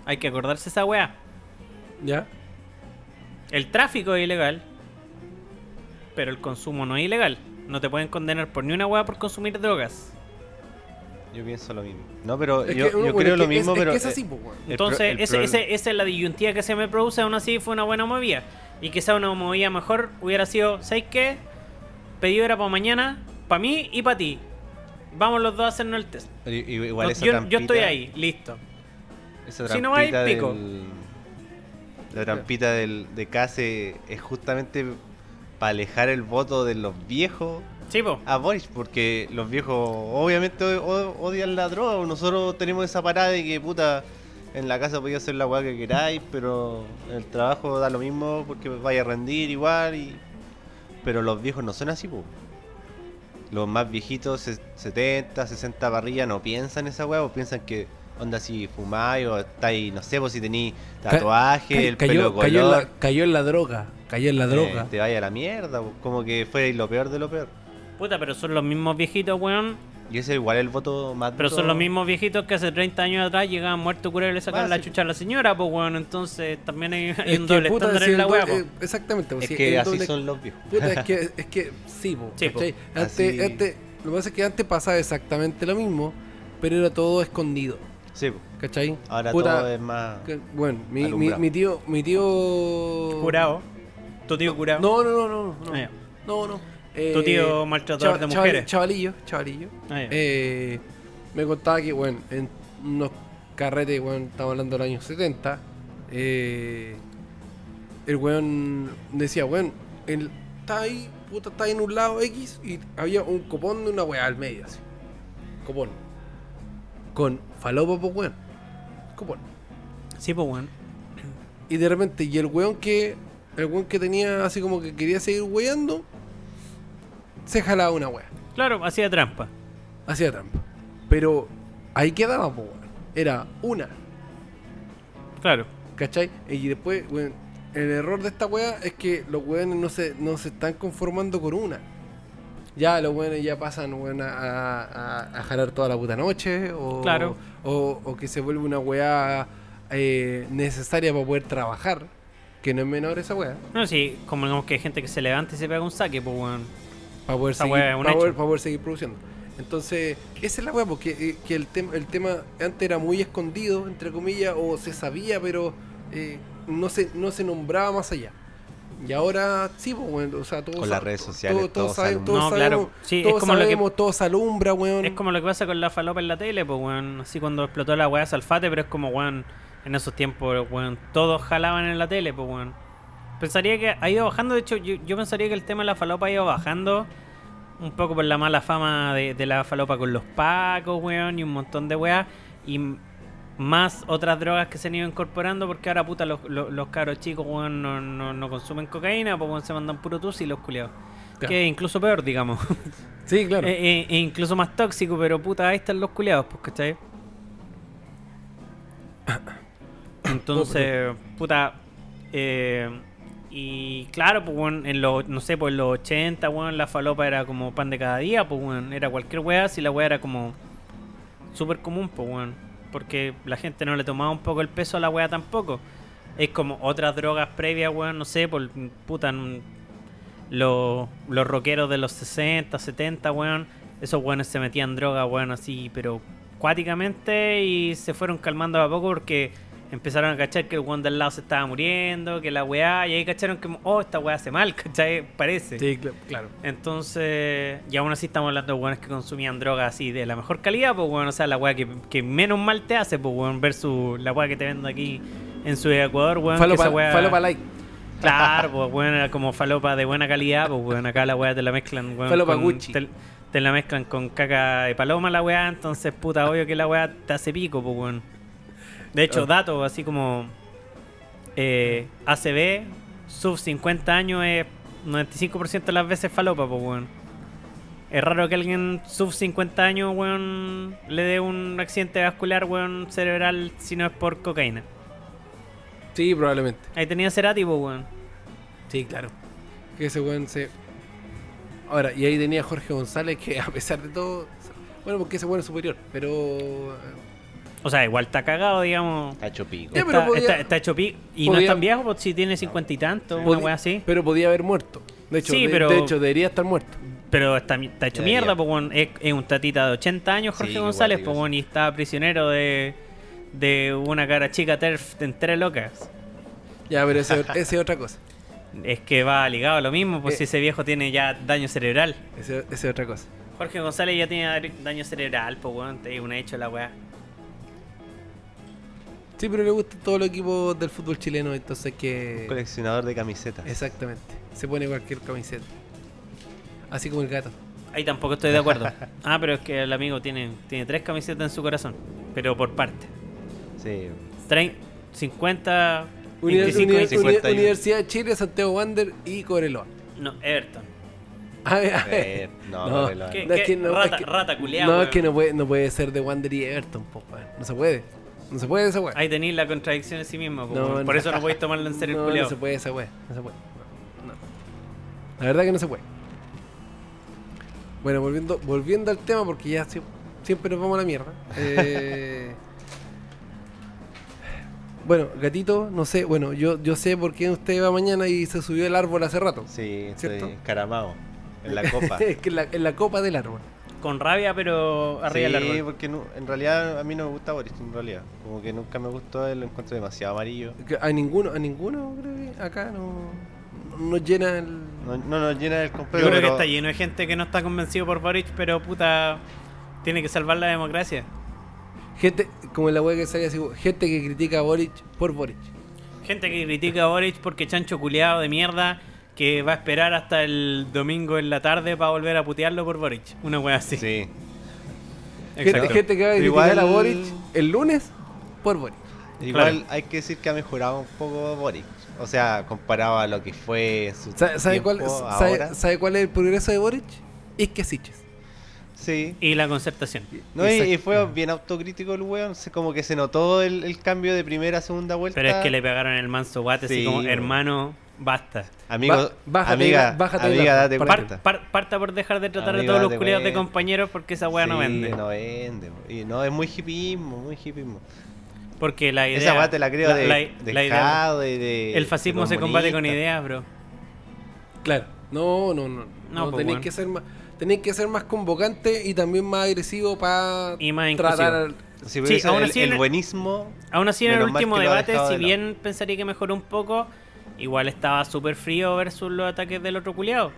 [SPEAKER 1] Hay que acordarse esa weá.
[SPEAKER 2] ¿Ya?
[SPEAKER 1] El tráfico es ilegal, pero el consumo no es ilegal. No te pueden condenar por ni una weá por consumir drogas.
[SPEAKER 3] Yo pienso lo mismo. No, pero
[SPEAKER 2] Es que
[SPEAKER 3] yo,
[SPEAKER 2] uno-
[SPEAKER 3] yo
[SPEAKER 2] bueno,
[SPEAKER 3] creo
[SPEAKER 2] es
[SPEAKER 3] lo
[SPEAKER 2] que-
[SPEAKER 3] mismo,
[SPEAKER 2] es-
[SPEAKER 3] pero.
[SPEAKER 2] Es que es
[SPEAKER 3] eh,
[SPEAKER 2] así, pues, weón.
[SPEAKER 3] el pro-
[SPEAKER 1] Entonces,
[SPEAKER 3] el
[SPEAKER 1] ese-
[SPEAKER 3] problema-
[SPEAKER 1] ese- esa es la disyuntía que se me produce. Aún así, fue una buena movida. Y quizá una movida mejor hubiera sido: ¿sabes qué? Pedido era para mañana, para mí y para ti. Vamos los dos a hacernos el test.
[SPEAKER 3] i- i- Igual
[SPEAKER 1] No,
[SPEAKER 3] esa
[SPEAKER 1] yo, yo
[SPEAKER 3] trampita-
[SPEAKER 1] estoy ahí, listo.
[SPEAKER 3] Esa
[SPEAKER 1] Si no va, hay
[SPEAKER 3] trampita
[SPEAKER 1] pico.
[SPEAKER 3] del- La trampita del, de Case es justamente para alejar el voto de los viejos
[SPEAKER 1] Sí, po.
[SPEAKER 3] a Boris, porque los viejos obviamente o- odian la droga. Nosotros tenemos esa parada de que puta, en la casa podía hacer la weá que queráis, pero en el trabajo da lo mismo porque vaya a rendir igual. Y... Pero los viejos no son así, po. Los más viejitos, se- 70, 60 parrillas, no piensan esa weá, o piensan que onda si fumáis o estáis, no sé, pues si tenéis tatuaje,
[SPEAKER 2] Ca-
[SPEAKER 3] el
[SPEAKER 2] cayó,
[SPEAKER 3] pelo de
[SPEAKER 2] cayó en
[SPEAKER 3] color,
[SPEAKER 2] la, cayó en la droga. Cayó en la
[SPEAKER 3] eh,
[SPEAKER 2] droga.
[SPEAKER 3] te vaya a la mierda, po. como que fue lo peor de lo peor.
[SPEAKER 1] Puta, pero son los mismos viejitos, weón.
[SPEAKER 3] Y ese igual el voto más
[SPEAKER 1] Pero
[SPEAKER 3] duro.
[SPEAKER 1] son los mismos viejitos que hace 30 años atrás llegaban muertos curados y le sacaban la
[SPEAKER 3] Básico.
[SPEAKER 1] chucha a la señora, pues, weón. Entonces, también hay, hay
[SPEAKER 2] Es
[SPEAKER 1] un
[SPEAKER 2] que,
[SPEAKER 1] doble
[SPEAKER 2] puta,
[SPEAKER 1] estándar
[SPEAKER 2] si
[SPEAKER 1] en
[SPEAKER 2] el
[SPEAKER 1] la
[SPEAKER 2] doble-
[SPEAKER 1] weá, po.
[SPEAKER 2] eh, Exactamente, pues,
[SPEAKER 3] Es
[SPEAKER 2] si
[SPEAKER 3] que
[SPEAKER 2] el
[SPEAKER 3] así
[SPEAKER 2] doble-
[SPEAKER 3] son los viejos.
[SPEAKER 2] Puta, es que, es que sí, po,
[SPEAKER 1] Sí, po.
[SPEAKER 2] ¿cachai?
[SPEAKER 3] Así-
[SPEAKER 2] Antes, antes- lo que pasa es que antes pasaba exactamente lo mismo, pero era todo escondido,
[SPEAKER 3] Sí, po.
[SPEAKER 2] ¿cachai?
[SPEAKER 3] ahora
[SPEAKER 2] Puta,
[SPEAKER 3] todo es más.
[SPEAKER 2] que- bueno, mi, mi,
[SPEAKER 3] alumbrado.
[SPEAKER 2] mi tío, mi tío...
[SPEAKER 1] Curado. Tu tío curado.
[SPEAKER 2] No, no, no, no, no,
[SPEAKER 1] Ah, ya.
[SPEAKER 2] no, no. eh,
[SPEAKER 1] Tu tío maltratador de
[SPEAKER 2] chaval-
[SPEAKER 1] mujeres.
[SPEAKER 2] Chavalillo, chavalillo.
[SPEAKER 1] Ah, ya.
[SPEAKER 2] Eh, me contaba que, bueno, en unos carretes, bueno, estamos hablando del año 70, eh, el weón decía, weón, el, está ahí, puta, está ahí en un lado X y había un copón de una weá al medio, así. Copón. Con falopa, pues, weón. Copón.
[SPEAKER 1] Sí, pues, weón.
[SPEAKER 2] Y de repente, y el weón que. El weón que tenía así como que quería seguir weando. Se jalaba una wea.
[SPEAKER 1] Claro, hacía trampa.
[SPEAKER 2] Hacía trampa. Pero ahí quedaba, po, weón. Era una.
[SPEAKER 1] Claro.
[SPEAKER 2] ¿Cachai? Y después, weón, el error de esta wea es que los weones no se, no se están conformando con una. Ya los weones ya pasan, weón, a, a- a jalar toda la puta noche. O,
[SPEAKER 1] Claro.
[SPEAKER 2] O, o que se vuelve una weá eh, necesaria para poder trabajar. Que no es menor esa weá.
[SPEAKER 1] No, sí, como digamos que hay gente que se levanta y se pega un saque, pues, weón.
[SPEAKER 2] Para poder,
[SPEAKER 1] Esa
[SPEAKER 2] seguir,
[SPEAKER 1] weá es un
[SPEAKER 2] pa'
[SPEAKER 1] hecho.
[SPEAKER 2] poder- pa' poder seguir produciendo. Entonces, esa es la weá, porque eh, que el, tema el tema antes era muy escondido, entre comillas, o se sabía, pero eh, no, se, no se nombraba más allá. Y ahora sí, pues, weón, o sea, todos
[SPEAKER 3] Con las
[SPEAKER 2] sab-
[SPEAKER 3] redes sociales,
[SPEAKER 2] todos- todos
[SPEAKER 3] todos
[SPEAKER 2] saben-
[SPEAKER 3] alumbran.
[SPEAKER 2] todos
[SPEAKER 1] No, claro.
[SPEAKER 2] sabemos,
[SPEAKER 1] Sí, es
[SPEAKER 2] todos
[SPEAKER 1] como lo que-
[SPEAKER 2] sabemos, todos alumbra, weón.
[SPEAKER 1] Es como lo que pasa con la falopa en la tele, pues, weón. Así cuando explotó la weá Salfate, pero es como, weón, en esos tiempos, weón, todos jalaban en la tele, pues, weón. Pensaría que ha ido bajando, de hecho, yo, yo pensaría que el tema de la falopa ha ido bajando un poco por la mala fama de, de la falopa con los pacos, weón, y un montón de weá. Y m- más otras drogas que se han ido incorporando, porque ahora, puta, los, los, los cabros chicos, weón, no, no, no consumen cocaína, pues, weón, se mandan puro tusi los culiados.
[SPEAKER 2] Claro.
[SPEAKER 1] Que incluso peor, digamos.
[SPEAKER 2] Sí, claro.
[SPEAKER 1] E, e- e incluso más tóxico, pero puta, ahí están los culiados, pues, ¿cachai? Entonces, puta. eh, y claro, pues, weón, en los, no sé, pues en los 80, weón, la falopa era como pan de cada día, pues, weón. Era cualquier weá, si la weá era como súper común, pues, weón. Porque la gente no le tomaba un poco el peso a la weá tampoco. Es como otras drogas previas, weón, no sé, por puta, n- los, los rockeros de los 60, 70, weón, esos weones se metían droga, weón, así, pero cuáticamente y se fueron calmando a poco porque empezaron a cachar que el weón del lado se estaba muriendo, que la weá, y ahí cacharon que, oh, esta weá hace mal, ¿cachai? Parece.
[SPEAKER 2] Sí, cla- claro.
[SPEAKER 1] Entonces, y aún así estamos hablando de weones que consumían drogas así de la mejor calidad, pues weón, o sea, la weá que, que menos mal te hace, pues weón, versus la weá que te vendo aquí en su Ecuador, weón. que
[SPEAKER 2] Falopa,
[SPEAKER 1] esa weá-
[SPEAKER 2] falopa like.
[SPEAKER 1] Claro, pues bueno, era como falopa de buena calidad, pues bueno, acá la weá te la mezclan, weón.
[SPEAKER 2] Falopa
[SPEAKER 1] con-
[SPEAKER 2] Gucci.
[SPEAKER 1] Te, te la mezclan con caca de paloma la weá, entonces puta, obvio que la weá te hace pico, pues weón. De hecho,
[SPEAKER 2] Ah.
[SPEAKER 1] datos así como eh, ACB, sub 50 años es 95% de las veces falopa, pues weón. Es raro que alguien sub 50 años, weón, le dé un accidente vascular, weón, cerebral, si no es por cocaína.
[SPEAKER 2] Sí, probablemente.
[SPEAKER 1] Ahí tenía Cerati, pues weón.
[SPEAKER 2] Sí, claro. Que ese weón se. Ahora, y ahí tenía a Jorge González que a pesar de todo. Bueno, porque ese weón es superior, pero. eh,
[SPEAKER 1] O sea, igual está cagado, digamos.
[SPEAKER 3] Cacho pico.
[SPEAKER 2] Ya, pero
[SPEAKER 1] está,
[SPEAKER 2] podía-
[SPEAKER 1] está- está hecho pi- Y no
[SPEAKER 2] podía-
[SPEAKER 1] es tan viejo, pues si tiene cincuenta y tanto, una
[SPEAKER 2] podi-
[SPEAKER 1] wea así.
[SPEAKER 2] Pero podía haber muerto. De hecho,
[SPEAKER 1] Sí,
[SPEAKER 2] de,
[SPEAKER 1] pero-
[SPEAKER 2] de hecho debería estar muerto.
[SPEAKER 1] Pero está, está hecho
[SPEAKER 3] Debería.
[SPEAKER 1] mierda, pues weón. es, es un tatita de 80 años,
[SPEAKER 3] Sí,
[SPEAKER 1] Jorge
[SPEAKER 3] igual
[SPEAKER 1] González,
[SPEAKER 3] digo
[SPEAKER 1] pues
[SPEAKER 3] eso.
[SPEAKER 1] weón, y está prisionero de, de una cara chica terf de entre locas.
[SPEAKER 2] Ya, pero ese, ese es otra cosa.
[SPEAKER 1] Es que va ligado a lo mismo, pues
[SPEAKER 2] Eh.
[SPEAKER 1] si ese viejo tiene ya daño cerebral.
[SPEAKER 2] Ese, ese es otra cosa.
[SPEAKER 1] Jorge González ya tiene dar- daño cerebral, pues weón, te digo, un hecho la weá.
[SPEAKER 2] Sí, pero le gustan todos los equipos del fútbol chileno, entonces que.
[SPEAKER 3] Coleccionador de camisetas.
[SPEAKER 2] Exactamente. Se pone cualquier camiseta. Así como el gato.
[SPEAKER 1] Ahí tampoco estoy de acuerdo. ah, pero es que el amigo tiene, tiene tres camisetas en su corazón, pero por parte.
[SPEAKER 3] Sí.
[SPEAKER 1] Trein- 50,
[SPEAKER 2] Uni-
[SPEAKER 1] 25,
[SPEAKER 2] uni-
[SPEAKER 1] 25.
[SPEAKER 2] uni-
[SPEAKER 3] 51.
[SPEAKER 2] Universidad de Chile, Santiago Wander y Cobreloa.
[SPEAKER 1] No, Everton.
[SPEAKER 2] A ver, a
[SPEAKER 3] Eh,
[SPEAKER 2] ver.
[SPEAKER 3] no,
[SPEAKER 2] No.
[SPEAKER 3] reloj,
[SPEAKER 1] ¿Qué?
[SPEAKER 3] no.
[SPEAKER 2] es que
[SPEAKER 1] Rata-
[SPEAKER 2] es que-
[SPEAKER 1] rata culiá,
[SPEAKER 2] No,
[SPEAKER 1] weón.
[SPEAKER 2] es que no puede, no puede ser de Wander y Everton, po, weón. No se puede. No se puede esa weá.
[SPEAKER 1] Ahí tenéis la contradicción en sí mismo. po,
[SPEAKER 2] No,
[SPEAKER 1] weón.
[SPEAKER 2] no.
[SPEAKER 1] Por eso no podéis tomarlo en serio
[SPEAKER 2] No,
[SPEAKER 1] el
[SPEAKER 2] no
[SPEAKER 1] culiao.
[SPEAKER 2] se puede esa weá. No se puede. No. La verdad que no se puede. Bueno, volviendo, volviendo al tema, porque ya sie- siempre nos vamos a la mierda. Eh, bueno, gatito, no sé. Bueno, yo, yo sé por qué usted va mañana y se subió el árbol hace rato.
[SPEAKER 3] Sí, estoy
[SPEAKER 2] ¿Cierto?
[SPEAKER 3] encaramado. En la copa.
[SPEAKER 2] Es que en la, en la copa del árbol.
[SPEAKER 1] Con rabia, pero arriba del
[SPEAKER 3] sí,
[SPEAKER 1] árbol.
[SPEAKER 3] porque nu- en realidad a mí no me gusta Boris, en realidad. Como que nunca me gustó, él lo encuentro demasiado amarillo.
[SPEAKER 2] Que A ninguno, a ninguno creo que acá no, no nos llena el.
[SPEAKER 3] No, no nos llena el completo.
[SPEAKER 1] Yo creo que
[SPEAKER 3] pero-
[SPEAKER 1] está lleno de gente que no está convencido por Boric, pero puta, tiene que salvar la democracia.
[SPEAKER 2] Gente, como la wea que salía así, gente que critica a Boric por Boric.
[SPEAKER 1] Gente que critica a Boric porque chancho culiado de mierda que va a esperar hasta el domingo en la tarde para volver a putearlo por Boric. Una wea así.
[SPEAKER 3] Sí.
[SPEAKER 2] Gente,
[SPEAKER 1] Exacto.
[SPEAKER 2] gente que va a
[SPEAKER 3] Pero
[SPEAKER 2] criticar a
[SPEAKER 3] igual-
[SPEAKER 2] Boric el lunes por Boric.
[SPEAKER 3] Igual hay que decir que ha mejorado un poco Boric. O sea, comparado a lo que fue en su
[SPEAKER 2] ¿Sabe, sabe
[SPEAKER 3] tiempo
[SPEAKER 2] cuál,
[SPEAKER 3] ahora.
[SPEAKER 2] sabe, sabe cuál es el progreso de Boric? Es que asiches.
[SPEAKER 3] Sí.
[SPEAKER 1] Y la concertación.
[SPEAKER 3] No, y, y
[SPEAKER 2] Exacto.
[SPEAKER 3] fue bien autocrítico el weón. se- Como que se notó el, el cambio de primera a segunda vuelta.
[SPEAKER 1] Pero es que le pegaron el manso guate, así
[SPEAKER 3] Sí,
[SPEAKER 1] como,
[SPEAKER 3] bueno.
[SPEAKER 1] hermano, basta.
[SPEAKER 3] Amigo,
[SPEAKER 2] Ba- bájate
[SPEAKER 3] amiga,
[SPEAKER 2] la- bájate
[SPEAKER 3] amiga,
[SPEAKER 2] la-
[SPEAKER 3] date
[SPEAKER 1] Par-
[SPEAKER 3] cuenta.
[SPEAKER 1] par- parta por dejar de tratar
[SPEAKER 3] Amigo,
[SPEAKER 1] a todos los
[SPEAKER 3] date
[SPEAKER 1] culiados de
[SPEAKER 3] cuenta.
[SPEAKER 1] compañeros porque esa weá no
[SPEAKER 3] Sí,
[SPEAKER 1] vende.
[SPEAKER 3] No vende. Y no, es muy hipismo, muy hipismo.
[SPEAKER 1] Porque la idea.
[SPEAKER 3] Esa weá te la creo de,
[SPEAKER 1] la-
[SPEAKER 3] de
[SPEAKER 1] la idea-
[SPEAKER 3] Jado y de-
[SPEAKER 1] El fascismo
[SPEAKER 3] de
[SPEAKER 1] se combate con
[SPEAKER 3] comunista.
[SPEAKER 1] ideas, bro.
[SPEAKER 2] Claro. No, no, no.
[SPEAKER 1] No,
[SPEAKER 2] No,
[SPEAKER 1] pues,
[SPEAKER 2] tenéis
[SPEAKER 1] bueno.
[SPEAKER 2] que ser más, tenéis que ser más convocante y también más agresivo para
[SPEAKER 1] Y más
[SPEAKER 2] tratar
[SPEAKER 3] Si
[SPEAKER 1] Sí,
[SPEAKER 3] hubiese
[SPEAKER 1] aún
[SPEAKER 3] el,
[SPEAKER 1] así en
[SPEAKER 3] el
[SPEAKER 1] el-
[SPEAKER 3] buenismo.
[SPEAKER 1] Aún así, en el
[SPEAKER 3] Menos mal
[SPEAKER 1] último
[SPEAKER 3] que lo ha
[SPEAKER 1] debate,
[SPEAKER 3] dejado
[SPEAKER 1] si
[SPEAKER 3] de lado.
[SPEAKER 1] bien pensaría que mejoró un poco, igual estaba súper frío versus los ataques del otro culiado.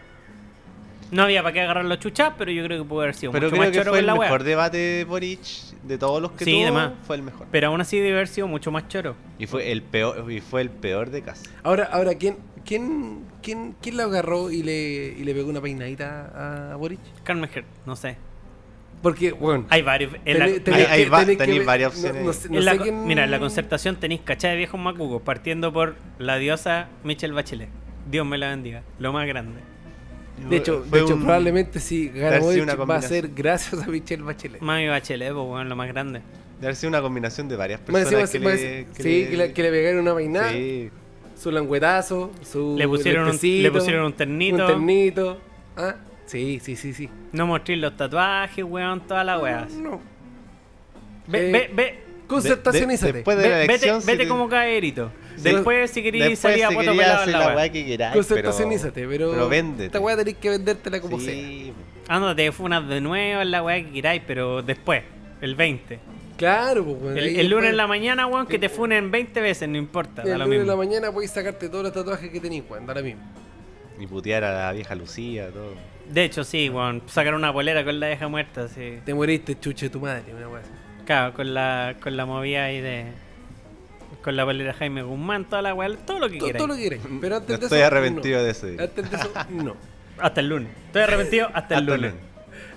[SPEAKER 1] No había para qué agarrar los chuchas, pero yo creo que pudo haber sido
[SPEAKER 3] Pero
[SPEAKER 1] mucho más
[SPEAKER 3] creo que
[SPEAKER 1] choro
[SPEAKER 3] fue
[SPEAKER 1] con
[SPEAKER 3] el
[SPEAKER 1] la weá.
[SPEAKER 3] mejor debate de Boric de todos los que
[SPEAKER 1] Sí,
[SPEAKER 3] tuvo.
[SPEAKER 1] de más.
[SPEAKER 3] Fue el mejor.
[SPEAKER 1] Pero aún así, debe haber sido mucho más choro.
[SPEAKER 3] Y fue el peor, y fue el peor de casa.
[SPEAKER 2] Ahora, ahora ¿quién, quién, quién, quién la agarró y le, y le pegó una peinadita a Boric?
[SPEAKER 1] Carmen Hert, no sé.
[SPEAKER 2] Porque, bueno,
[SPEAKER 1] Hay varios. En la,
[SPEAKER 2] tenéis-
[SPEAKER 3] Hay-
[SPEAKER 2] tenéis
[SPEAKER 3] hay
[SPEAKER 2] que-
[SPEAKER 3] va-
[SPEAKER 2] tenéis que
[SPEAKER 3] tenéis
[SPEAKER 2] ver-
[SPEAKER 3] varias
[SPEAKER 2] no-
[SPEAKER 3] opciones.
[SPEAKER 2] no sé- no
[SPEAKER 1] en la
[SPEAKER 2] sé
[SPEAKER 1] co-
[SPEAKER 2] quién-
[SPEAKER 1] Mira, en la concertación tenéis cachá de viejos macucos, partiendo por la diosa Michelle Bachelet. Dios me la bendiga. Lo más grande.
[SPEAKER 2] De hecho,
[SPEAKER 3] Fue
[SPEAKER 2] de hecho
[SPEAKER 3] un-
[SPEAKER 2] probablemente si gana
[SPEAKER 3] haber sido
[SPEAKER 2] Boric
[SPEAKER 3] una
[SPEAKER 2] va a ser gracias a Michelle Bachelet.
[SPEAKER 1] Mami Bachelet, pues bueno, lo más grande.
[SPEAKER 3] Debe haber sido una combinación de varias
[SPEAKER 2] Más
[SPEAKER 3] personas.
[SPEAKER 2] encima,
[SPEAKER 3] que
[SPEAKER 2] más-
[SPEAKER 3] le- que
[SPEAKER 2] pues, sí,
[SPEAKER 3] le-
[SPEAKER 2] que le, que le pegaron una peinada,
[SPEAKER 3] Sí.
[SPEAKER 2] su languetazo, su
[SPEAKER 1] Le pusieron, un,
[SPEAKER 2] lentecito,
[SPEAKER 1] le pusieron un ternito.
[SPEAKER 2] un ternito. Ah, sí, sí, sí, sí.
[SPEAKER 1] No mostréis los tatuajes, weón, toda la weá.
[SPEAKER 2] No.
[SPEAKER 1] Ve,
[SPEAKER 2] Eh,
[SPEAKER 1] ve, ve.
[SPEAKER 2] Concertacionízate.
[SPEAKER 3] De- de- después de la
[SPEAKER 1] ve- Vete,
[SPEAKER 3] elección, si
[SPEAKER 1] vete
[SPEAKER 3] te-
[SPEAKER 1] como cae Erito.
[SPEAKER 2] Sí.
[SPEAKER 1] Después, si queréis
[SPEAKER 3] Después
[SPEAKER 1] salir a
[SPEAKER 3] si
[SPEAKER 1] poto
[SPEAKER 3] quería
[SPEAKER 1] pelado,
[SPEAKER 3] hacer
[SPEAKER 1] la
[SPEAKER 3] la
[SPEAKER 1] weá.
[SPEAKER 3] weá que queráis.
[SPEAKER 2] Concertacionízate, pero,
[SPEAKER 3] Pero véndete.
[SPEAKER 2] Esta weá tenés que vendértela como sea.
[SPEAKER 3] Sí.
[SPEAKER 1] Ándate, Ah, funas de nuevo, la weá que queráis, pero después, el 20.
[SPEAKER 2] Claro, pues, weón,
[SPEAKER 1] El,
[SPEAKER 2] ahí
[SPEAKER 1] el
[SPEAKER 2] después-
[SPEAKER 1] lunes en la mañana, weón, que te funen 20 veces, no importa,
[SPEAKER 2] El
[SPEAKER 1] da lo
[SPEAKER 2] lunes en la
[SPEAKER 1] mismo.
[SPEAKER 2] mañana podéis sacarte todos los tatuajes que tenís, weón, da lo mismo.
[SPEAKER 3] Y putear a la vieja Lucía, todo.
[SPEAKER 1] De hecho, sí, weón, sacar una polera con la deja muerta, sí.
[SPEAKER 2] Te moriste, chuche tu madre, una weá. así.
[SPEAKER 1] Claro, con la, con la movida ahí de. Con la polera Jaime Guzmán, toda la weá, todo lo que
[SPEAKER 2] Todo,
[SPEAKER 1] quieras.
[SPEAKER 2] todo lo que queráis. Pero antes
[SPEAKER 3] Mm, No
[SPEAKER 2] de
[SPEAKER 3] estoy
[SPEAKER 2] eso.
[SPEAKER 3] arrepentido
[SPEAKER 2] no.
[SPEAKER 3] de ese día.
[SPEAKER 2] Antes de eso, no.
[SPEAKER 1] Hasta el lunes. Estoy arrepentido hasta el
[SPEAKER 3] Hasta el
[SPEAKER 1] lunes.
[SPEAKER 3] lunes.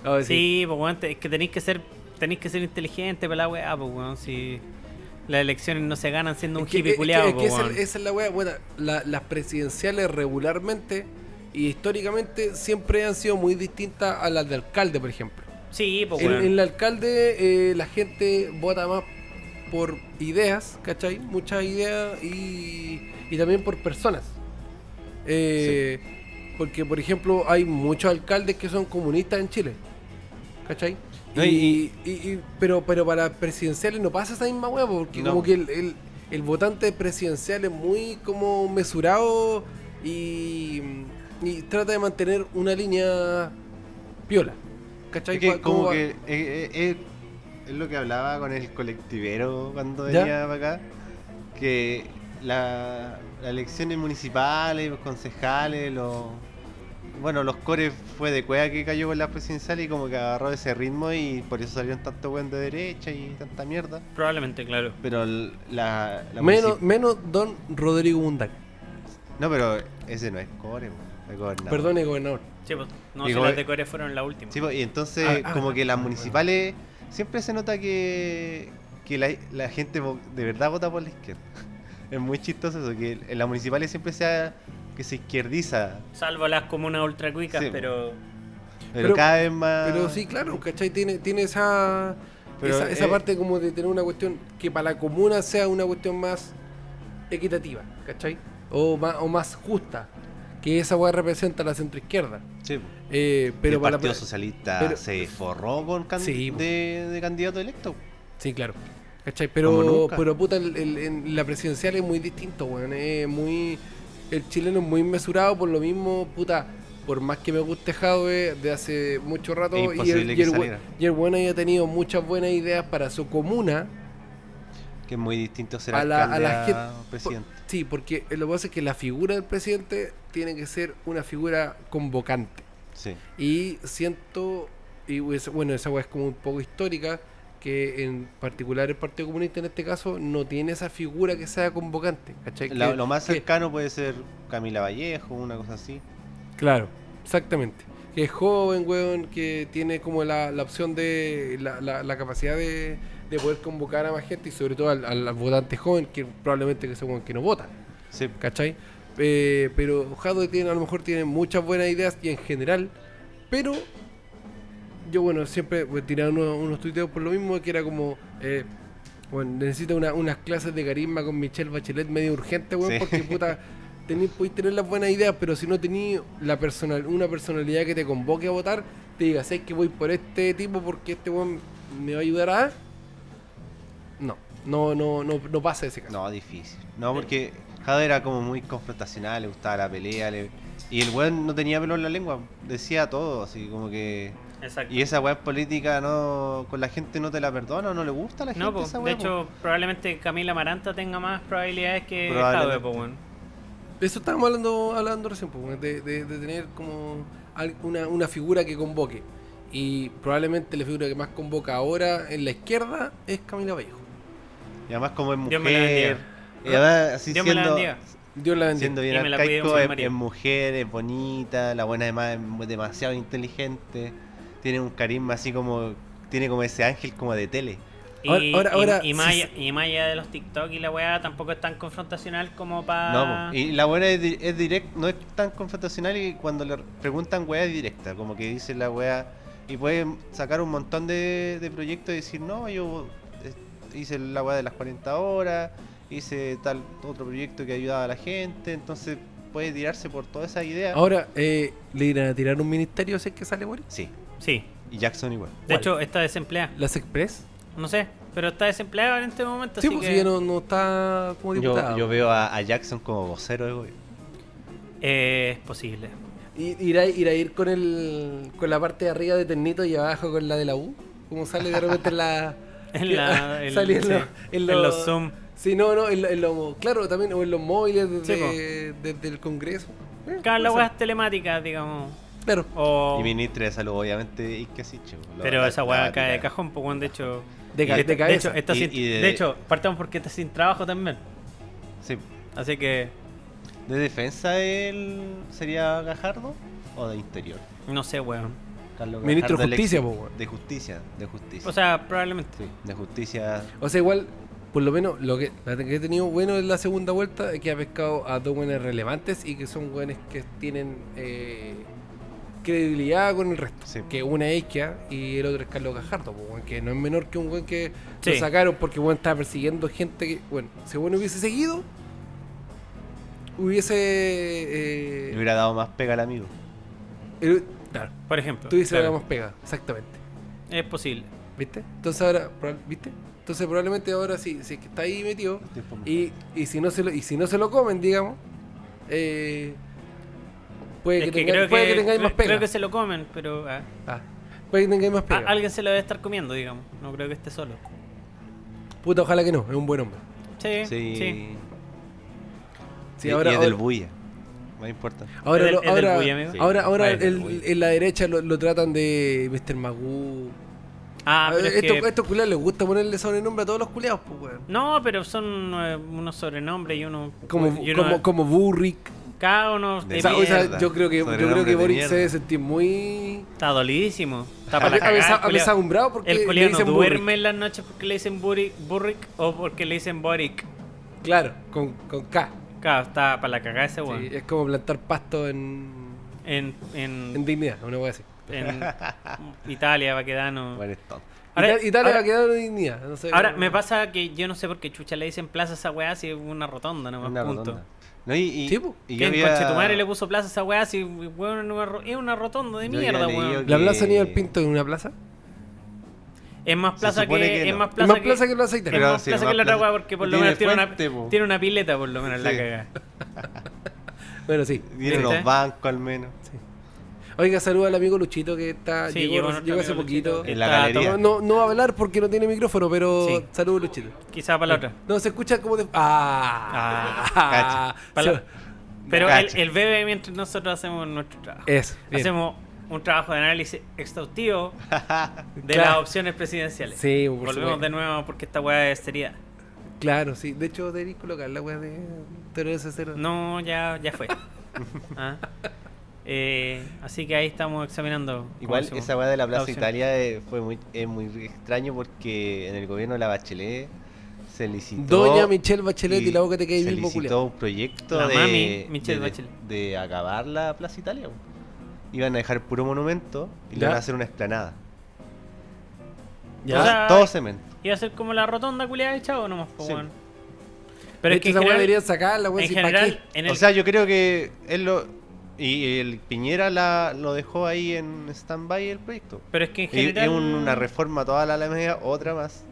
[SPEAKER 2] A ver, sí.
[SPEAKER 1] Sí, pues weón, te- es que tenéis que ser tenéis que ser inteligente para la weá, pues weón, si las elecciones no se ganan siendo un
[SPEAKER 2] Es que-
[SPEAKER 1] hippie
[SPEAKER 2] es que-
[SPEAKER 1] culeado,
[SPEAKER 2] es que
[SPEAKER 1] pues
[SPEAKER 2] esa,
[SPEAKER 1] weón.
[SPEAKER 2] esa es la weá. Bueno, la- las presidenciales regularmente y históricamente siempre han sido muy distintas a las de alcalde, por ejemplo.
[SPEAKER 1] Sí, pues
[SPEAKER 2] En,
[SPEAKER 1] weón.
[SPEAKER 2] en el alcalde eh, la gente vota más por ideas, ¿cachai? Muchas ideas y, y también por personas. Eh, Porque, por ejemplo, hay muchos alcaldes que son comunistas en Chile, ¿cachai?
[SPEAKER 3] No,
[SPEAKER 2] y,
[SPEAKER 3] y-
[SPEAKER 2] y- y- pero, pero para presidenciales no pasa esa misma hueá, porque
[SPEAKER 3] No.
[SPEAKER 2] como que el, el- el votante presidencial es muy como mesurado y, y trata de mantener una línea piola. ¿Cachai?
[SPEAKER 3] Es que
[SPEAKER 2] Cua-
[SPEAKER 3] como
[SPEAKER 2] va-
[SPEAKER 3] que eh, eh, eh, es lo que hablaba con el colectivero cuando
[SPEAKER 2] ¿Ya?
[SPEAKER 3] venía para acá, que la- las elecciones municipales, los concejales, los bueno, los cores fue de cueva que cayó con las presidenciales y como que agarró ese ritmo y por eso salieron tanto buen de derecha y tanta mierda.
[SPEAKER 1] Probablemente, claro.
[SPEAKER 3] Pero l- la, la
[SPEAKER 2] Menos,
[SPEAKER 3] municip-
[SPEAKER 2] menos Don Rodrigo Mundac. po.
[SPEAKER 3] No, pero ese no es core, po, es gobernador.
[SPEAKER 2] Perdone, gobernador.
[SPEAKER 1] Sí, pues, no,
[SPEAKER 3] Y
[SPEAKER 1] si
[SPEAKER 3] como-
[SPEAKER 2] eh,
[SPEAKER 1] las de Corea fueron la última.
[SPEAKER 3] Sí, po, y entonces
[SPEAKER 2] Ah, ah,
[SPEAKER 3] como que las
[SPEAKER 2] bueno.
[SPEAKER 3] municipales siempre se nota que, que la, la gente vo- de verdad vota por la izquierda. Es muy chistoso eso, que en las municipales siempre sea que se izquierdiza,
[SPEAKER 1] Salvo las comunas ultra cuicas,
[SPEAKER 3] Sí,
[SPEAKER 2] pues.
[SPEAKER 3] po.
[SPEAKER 1] pero
[SPEAKER 3] pero,
[SPEAKER 2] Pero-
[SPEAKER 3] cada vez más...
[SPEAKER 2] Pero sí, claro, ¿cachai? Tiene, tiene esa,
[SPEAKER 3] Ah. Pero,
[SPEAKER 2] esa, esa
[SPEAKER 3] eh,
[SPEAKER 2] parte como de tener una cuestión que para la comuna sea una cuestión más equitativa, ¿cachai? O más, o más justa. Que esa weá representa la centroizquierda.
[SPEAKER 3] Sí, po.
[SPEAKER 2] Eh, pero
[SPEAKER 3] el
[SPEAKER 2] para
[SPEAKER 3] Partido
[SPEAKER 2] la...
[SPEAKER 3] Socialista
[SPEAKER 2] pero-
[SPEAKER 3] se forró con can-
[SPEAKER 2] Sí, po.
[SPEAKER 3] de, de candidato electo.
[SPEAKER 2] Sí, claro. ¿Cachai?
[SPEAKER 3] Como
[SPEAKER 2] Pero,
[SPEAKER 3] nunca.
[SPEAKER 2] pero puta, el- el- en la presidencial es muy distinto, weón. Es muy. El chileno es muy mesurado por lo mismo, puta. Por más que me guste Jadwe de hace mucho rato,
[SPEAKER 3] Es
[SPEAKER 2] y el,
[SPEAKER 3] imposible
[SPEAKER 2] y,
[SPEAKER 3] que
[SPEAKER 2] el, we-
[SPEAKER 3] saliera.
[SPEAKER 2] y el weón haya tenido muchas buenas ideas para su comuna.
[SPEAKER 3] Que es muy distinto ser
[SPEAKER 2] A la- a
[SPEAKER 3] alcalde
[SPEAKER 2] la
[SPEAKER 3] a
[SPEAKER 2] gente-
[SPEAKER 3] presidente.
[SPEAKER 2] Sí, porque eh, lo que pasa es que la figura del presidente tiene que ser una figura convocante.
[SPEAKER 3] Sí.
[SPEAKER 2] Y siento, y es- bueno, esa weá es como un poco histórica, que en particular el Partido Comunista en este caso no tiene esa figura que sea convocante. ¿cachai?
[SPEAKER 3] La-
[SPEAKER 2] Que-
[SPEAKER 3] lo más
[SPEAKER 2] que-
[SPEAKER 3] cercano puede ser Camila Vallejo, una cosa así.
[SPEAKER 2] Claro, exactamente. Que es joven, weón, que tiene como la, la opción de, la, la- la capacidad de, de poder convocar a más gente y sobre todo al, al- al votante joven, que probablemente que sea un que no vota,
[SPEAKER 3] Sí,
[SPEAKER 2] ¿cachai? Eh, pero Jado tiene, a lo mejor tiene muchas buenas ideas y en general, pero yo bueno, siempre pues, tiraba unos, unos tuiteos por lo mismo, que era como... eh, bueno, necesito una- unas clases de carisma con Michelle Bachelet medio urgente, weón,
[SPEAKER 3] Sí.
[SPEAKER 2] porque puta, tení, podéis tener las buenas ideas, pero si no tení la personal, una personalidad que te convoque a votar, te diga, sé que voy por este tipo porque este weón me va a ayudar a. No, no, no, no, no pasa ese caso.
[SPEAKER 3] no, difícil. No, porque Jado era como muy confrontacional, le gustaba la pelea. le- Y el weón no tenía pelo en la lengua, decía todo, así como que.
[SPEAKER 1] Exacto.
[SPEAKER 3] Y esa weá en política no, con la gente no te la perdona, no le gusta a la gente
[SPEAKER 1] No, po,
[SPEAKER 3] esa
[SPEAKER 1] de
[SPEAKER 3] weá, po.
[SPEAKER 1] hecho,
[SPEAKER 2] pues.
[SPEAKER 1] probablemente Camila Maranta tenga más probabilidades que
[SPEAKER 3] Probablemente.
[SPEAKER 1] Jadwe, po, weón.
[SPEAKER 2] De eso estábamos hablando, hablando recién, pues, weón, de, de- de tener como al- una, una figura que convoque. Y probablemente la figura que más convoca ahora en la izquierda es Camila Vallejo.
[SPEAKER 3] Y además como es
[SPEAKER 1] Dios me la bendiga.
[SPEAKER 3] mujer. Y además así
[SPEAKER 1] Dios me la
[SPEAKER 3] siendo,
[SPEAKER 1] bendiga.
[SPEAKER 2] Dios la bendiga.
[SPEAKER 3] siendo bien
[SPEAKER 1] Y me la cuide
[SPEAKER 3] arcaico,
[SPEAKER 1] Mujer
[SPEAKER 3] es,
[SPEAKER 1] María.
[SPEAKER 3] es mujer, es bonita, la buena además es demasiado inteligente, tiene un carisma así como, tiene como ese ángel como de tele.
[SPEAKER 2] Ahora-
[SPEAKER 1] Y,
[SPEAKER 2] ahora-
[SPEAKER 1] y-
[SPEAKER 2] ahora,
[SPEAKER 1] y
[SPEAKER 2] si
[SPEAKER 1] más allá, y más allá de los TikTok y la weá, tampoco es tan confrontacional como para.
[SPEAKER 3] No, po. y la buena es, di- es direct, no es tan confrontacional y cuando le preguntan weá es directa, como que dice la weá y puede sacar un montón de, de proyectos y decir, no, yo eh, hice la weá de las 40 horas, hice tal otro proyecto que ayudaba a la gente, entonces puede tirarse por toda esa idea.
[SPEAKER 1] Oh.
[SPEAKER 2] Ahora, eh, ¿le irán a tirar un ministerio si es que sale Boris?
[SPEAKER 3] Sí,
[SPEAKER 1] Sí.
[SPEAKER 3] y Jackson igual.
[SPEAKER 1] De hecho, está desempleada.
[SPEAKER 2] ¿Las Express?
[SPEAKER 1] No sé, pero está desempleada en este momento.
[SPEAKER 2] Sí,
[SPEAKER 1] así
[SPEAKER 2] pues
[SPEAKER 1] que-
[SPEAKER 2] ella no, no está como diputada.
[SPEAKER 3] Yo, yo veo a, a Jackson como vocero de gobierno.
[SPEAKER 1] Eh, es posible.
[SPEAKER 2] Y- ¿Irá, irá a ir con el con la parte de arriba de Ternito y abajo con la de la U? Como sale de repente en la...
[SPEAKER 1] En, la, en-
[SPEAKER 2] sale en,
[SPEAKER 1] sí,
[SPEAKER 2] los- en
[SPEAKER 1] en
[SPEAKER 2] los-
[SPEAKER 1] los Zoom.
[SPEAKER 2] Sí, no, no, en, lo- en los... Claro, también o en los móviles desde,
[SPEAKER 1] Sí,
[SPEAKER 2] desde el Congreso. Eh,
[SPEAKER 1] Claro, las
[SPEAKER 2] puede
[SPEAKER 1] weas telemáticas, digamos.
[SPEAKER 2] ser. Claro.
[SPEAKER 1] O...
[SPEAKER 3] Y ministra de salud, obviamente, y casi chivo.
[SPEAKER 1] Oh. Pero esa weá cae de cajón, pues, weón, de hecho.
[SPEAKER 2] De, ca-
[SPEAKER 1] y
[SPEAKER 2] de
[SPEAKER 1] esta-
[SPEAKER 2] cabeza.
[SPEAKER 1] hecho, está
[SPEAKER 3] Y-
[SPEAKER 1] sin-
[SPEAKER 3] y de-
[SPEAKER 1] de hecho, partamos porque está sin trabajo también.
[SPEAKER 3] Sí.
[SPEAKER 1] Así que
[SPEAKER 3] ¿De defensa él sería Gajardo o de interior?
[SPEAKER 1] No sé, weón.
[SPEAKER 3] Carlos
[SPEAKER 2] Ministro de
[SPEAKER 3] Gajardo, el ex-
[SPEAKER 2] Justicia, po, weón.
[SPEAKER 3] De justicia, de justicia.
[SPEAKER 1] O sea, probablemente.
[SPEAKER 3] sí, de justicia.
[SPEAKER 2] O sea, igual, por lo menos, lo que, la que he tenido bueno en la segunda vuelta es que ha pescado a dos buenos relevantes y que son buenos que tienen eh, credibilidad con el resto.
[SPEAKER 3] Sí.
[SPEAKER 2] Que una es Isquia y el otro es Carlos Gajardo, pues, weón, que no es menor que un buen que lo
[SPEAKER 1] Sí.
[SPEAKER 2] sacaron porque bueno, estaba persiguiendo gente que, bueno, si bueno hubiese seguido, hubiese. eh,
[SPEAKER 3] Le hubiera dado más pega al amigo.
[SPEAKER 2] el- claro,
[SPEAKER 1] Por ejemplo.
[SPEAKER 2] tú dices
[SPEAKER 1] claro.
[SPEAKER 2] hagamos pega, exactamente.
[SPEAKER 1] Es posible.
[SPEAKER 2] ¿Viste? Entonces ahora, proba- ¿viste? Entonces probablemente ahora sí, si es que está ahí metido,
[SPEAKER 3] Tiempo-
[SPEAKER 2] Y, y si no se lo, y si no se lo comen, digamos, eh, puede,
[SPEAKER 1] Es
[SPEAKER 2] que
[SPEAKER 1] que
[SPEAKER 2] tenga-
[SPEAKER 1] creo
[SPEAKER 2] puede
[SPEAKER 1] que,
[SPEAKER 2] que tengáis más
[SPEAKER 1] cre-
[SPEAKER 2] pega.
[SPEAKER 1] creo que se Ah, lo comen, pero ah,
[SPEAKER 2] Ah, puede que tengáis más pega.
[SPEAKER 1] a- alguien se lo debe estar comiendo, digamos. No creo que esté solo.
[SPEAKER 2] Puta, ojalá que no, es un buen hombre.
[SPEAKER 1] Sí, sí.
[SPEAKER 3] Sí.
[SPEAKER 2] Sí,
[SPEAKER 3] Y-
[SPEAKER 2] ahora,
[SPEAKER 3] y es
[SPEAKER 2] ahora,
[SPEAKER 3] del bulla. Más importante.
[SPEAKER 2] ahora,
[SPEAKER 1] Es del-
[SPEAKER 2] lo-
[SPEAKER 1] es del
[SPEAKER 2] ahora,
[SPEAKER 1] Buy, amigo.
[SPEAKER 3] Sí.
[SPEAKER 2] ahora, ahora
[SPEAKER 3] Ah, es del
[SPEAKER 2] el-
[SPEAKER 3] Buy.
[SPEAKER 2] en la derecha lo, lo tratan de Mr. Magoo.
[SPEAKER 1] Ah,
[SPEAKER 2] A
[SPEAKER 1] pero
[SPEAKER 2] ver,
[SPEAKER 1] es
[SPEAKER 2] estos,
[SPEAKER 1] que-
[SPEAKER 2] estos culiados les gusta ponerle sobrenombre a todos los culiados, pues, weón.
[SPEAKER 1] No, pero son eh, unos sobrenombres y uno.
[SPEAKER 2] Como,
[SPEAKER 1] y uno-
[SPEAKER 2] como, como Burrick.
[SPEAKER 1] Cada uno
[SPEAKER 3] De
[SPEAKER 2] O
[SPEAKER 1] te
[SPEAKER 2] sea, o sea,
[SPEAKER 1] mierda.
[SPEAKER 2] yo creo que, yo creo
[SPEAKER 3] Sobrenombre
[SPEAKER 2] que
[SPEAKER 3] de
[SPEAKER 2] Boric se
[SPEAKER 3] mierda.
[SPEAKER 2] debe sentir muy
[SPEAKER 1] Está dolidísimo. Está para la
[SPEAKER 2] ape-
[SPEAKER 1] cagada, el
[SPEAKER 2] apesa-
[SPEAKER 1] culiao.
[SPEAKER 2] apesadumbrado porque
[SPEAKER 1] El
[SPEAKER 2] le
[SPEAKER 1] culiao no
[SPEAKER 2] dicen Burrick.
[SPEAKER 1] duerme en las noches porque le dicen Burri- Burrick o porque le dicen Boric.
[SPEAKER 2] Claro, con, con K.
[SPEAKER 1] Claro, está para la cagada ese weón.
[SPEAKER 2] Sí, es como plantar pasto en,
[SPEAKER 1] En, en,
[SPEAKER 2] en dignidad, una wea así.
[SPEAKER 1] en Italia, Baquedano.
[SPEAKER 3] Bueno, es tonto.
[SPEAKER 1] Ahora-
[SPEAKER 2] Ita- Italia
[SPEAKER 1] ahora-
[SPEAKER 2] va a quedar en dignidad. No sé,
[SPEAKER 1] Ahora, me pasa que yo no sé por qué chucha le dicen plaza a esa weá si es una rotonda nomás,
[SPEAKER 3] Una
[SPEAKER 1] punto.
[SPEAKER 3] rotonda. No, y, y,
[SPEAKER 2] Sí, po.
[SPEAKER 3] y
[SPEAKER 1] Que
[SPEAKER 3] yo
[SPEAKER 1] en
[SPEAKER 3] había-
[SPEAKER 1] Conchetumare le puso plaza a esa weá si weón, no es ro- es una rotonda de
[SPEAKER 3] Yo había
[SPEAKER 1] mierda,
[SPEAKER 3] leído
[SPEAKER 1] weón.
[SPEAKER 2] ¿La
[SPEAKER 3] que-
[SPEAKER 2] plaza Aníbal Pinto es una plaza?
[SPEAKER 1] Es más
[SPEAKER 3] Se
[SPEAKER 1] plaza que,
[SPEAKER 3] supone que
[SPEAKER 1] es
[SPEAKER 3] no.
[SPEAKER 1] más
[SPEAKER 3] Es
[SPEAKER 1] plaza
[SPEAKER 2] es más
[SPEAKER 1] que,
[SPEAKER 2] plaza que plaza
[SPEAKER 1] es
[SPEAKER 2] Italia.
[SPEAKER 3] Pero
[SPEAKER 1] más
[SPEAKER 3] sí,
[SPEAKER 1] plaza
[SPEAKER 3] más
[SPEAKER 1] que la otra
[SPEAKER 3] plaza.
[SPEAKER 1] weá porque por lo
[SPEAKER 3] Tiene
[SPEAKER 1] menos tiene una,
[SPEAKER 3] fuente, po.
[SPEAKER 1] tiene una pileta por lo menos la
[SPEAKER 3] Sí.
[SPEAKER 1] cagada.
[SPEAKER 2] Bueno, sí.
[SPEAKER 3] Tiene
[SPEAKER 1] ¿Viste?
[SPEAKER 3] unos bancos al menos.
[SPEAKER 2] Oiga, saluda al amigo Luchito que está
[SPEAKER 1] Sí,
[SPEAKER 2] Ah, llegó,
[SPEAKER 1] llegó
[SPEAKER 2] reci-
[SPEAKER 1] nuestro
[SPEAKER 2] llegó hace
[SPEAKER 1] amigo Luchito,
[SPEAKER 2] poquito.
[SPEAKER 1] que
[SPEAKER 3] En la
[SPEAKER 1] está
[SPEAKER 3] galería.
[SPEAKER 1] todo-
[SPEAKER 2] No, no, no va a hablar porque no tiene micrófono, pero
[SPEAKER 1] Sí.
[SPEAKER 2] saludos Luchito.
[SPEAKER 1] Quizá para la otra.
[SPEAKER 2] No, se escucha como de... ¡Ah!
[SPEAKER 3] Cacha.
[SPEAKER 1] Pa' la-
[SPEAKER 2] Sí.
[SPEAKER 1] Pero
[SPEAKER 3] Cacha.
[SPEAKER 1] el, el bebe mientras nosotros hacemos nuestro trabajo.
[SPEAKER 2] Eso, Eh, bien.
[SPEAKER 1] Hacemos un trabajo de análisis exhaustivo de
[SPEAKER 2] Claro.
[SPEAKER 1] las opciones presidenciales.
[SPEAKER 2] Sí, por
[SPEAKER 1] Volvemos
[SPEAKER 2] supuesto.
[SPEAKER 1] de nuevo porque esta weá es seriedad.
[SPEAKER 2] Claro, sí. De hecho, deberías colocar la wea de... Pero ese cero.
[SPEAKER 1] No, ya, ya fue. Ah. Eh, así que ahí estamos examinando. cómo
[SPEAKER 3] Igual
[SPEAKER 1] hacemos.
[SPEAKER 3] esa weá de la Plaza
[SPEAKER 1] opción.
[SPEAKER 3] Italia eh, fue muy, es muy extraño porque en el gobierno de la Bachelet se licitó.
[SPEAKER 2] Doña Michelle Bachelet y, la boca te cae
[SPEAKER 3] se
[SPEAKER 2] mismo,
[SPEAKER 3] licitó
[SPEAKER 2] culiao.
[SPEAKER 3] un proyecto
[SPEAKER 1] La
[SPEAKER 3] de,
[SPEAKER 1] mami, Michelle
[SPEAKER 3] de-
[SPEAKER 1] Bachelet.
[SPEAKER 3] de acabar la Plaza Italia. weón. Iban a dejar puro monumento y le
[SPEAKER 2] ¿Ya?
[SPEAKER 3] iban a hacer una explanada.
[SPEAKER 1] O
[SPEAKER 3] Todo-
[SPEAKER 1] sea,
[SPEAKER 3] todo cemento.
[SPEAKER 1] Iba a ser como la rotonda culiada del chavo nomás, po,
[SPEAKER 3] Sí.
[SPEAKER 1] weón.
[SPEAKER 2] Pero
[SPEAKER 1] Pero es que en
[SPEAKER 2] esa weá
[SPEAKER 1] general,
[SPEAKER 2] deberían sacarla, weón.
[SPEAKER 1] en
[SPEAKER 2] si pa'
[SPEAKER 1] general,
[SPEAKER 2] qué.
[SPEAKER 1] en el-
[SPEAKER 3] O sea, yo creo que él lo. Y el Piñera la, lo dejó ahí en stand-by el proyecto.
[SPEAKER 1] pero es que en
[SPEAKER 3] Y- y
[SPEAKER 1] general...
[SPEAKER 3] un- una reforma toda la Alameda, otra más.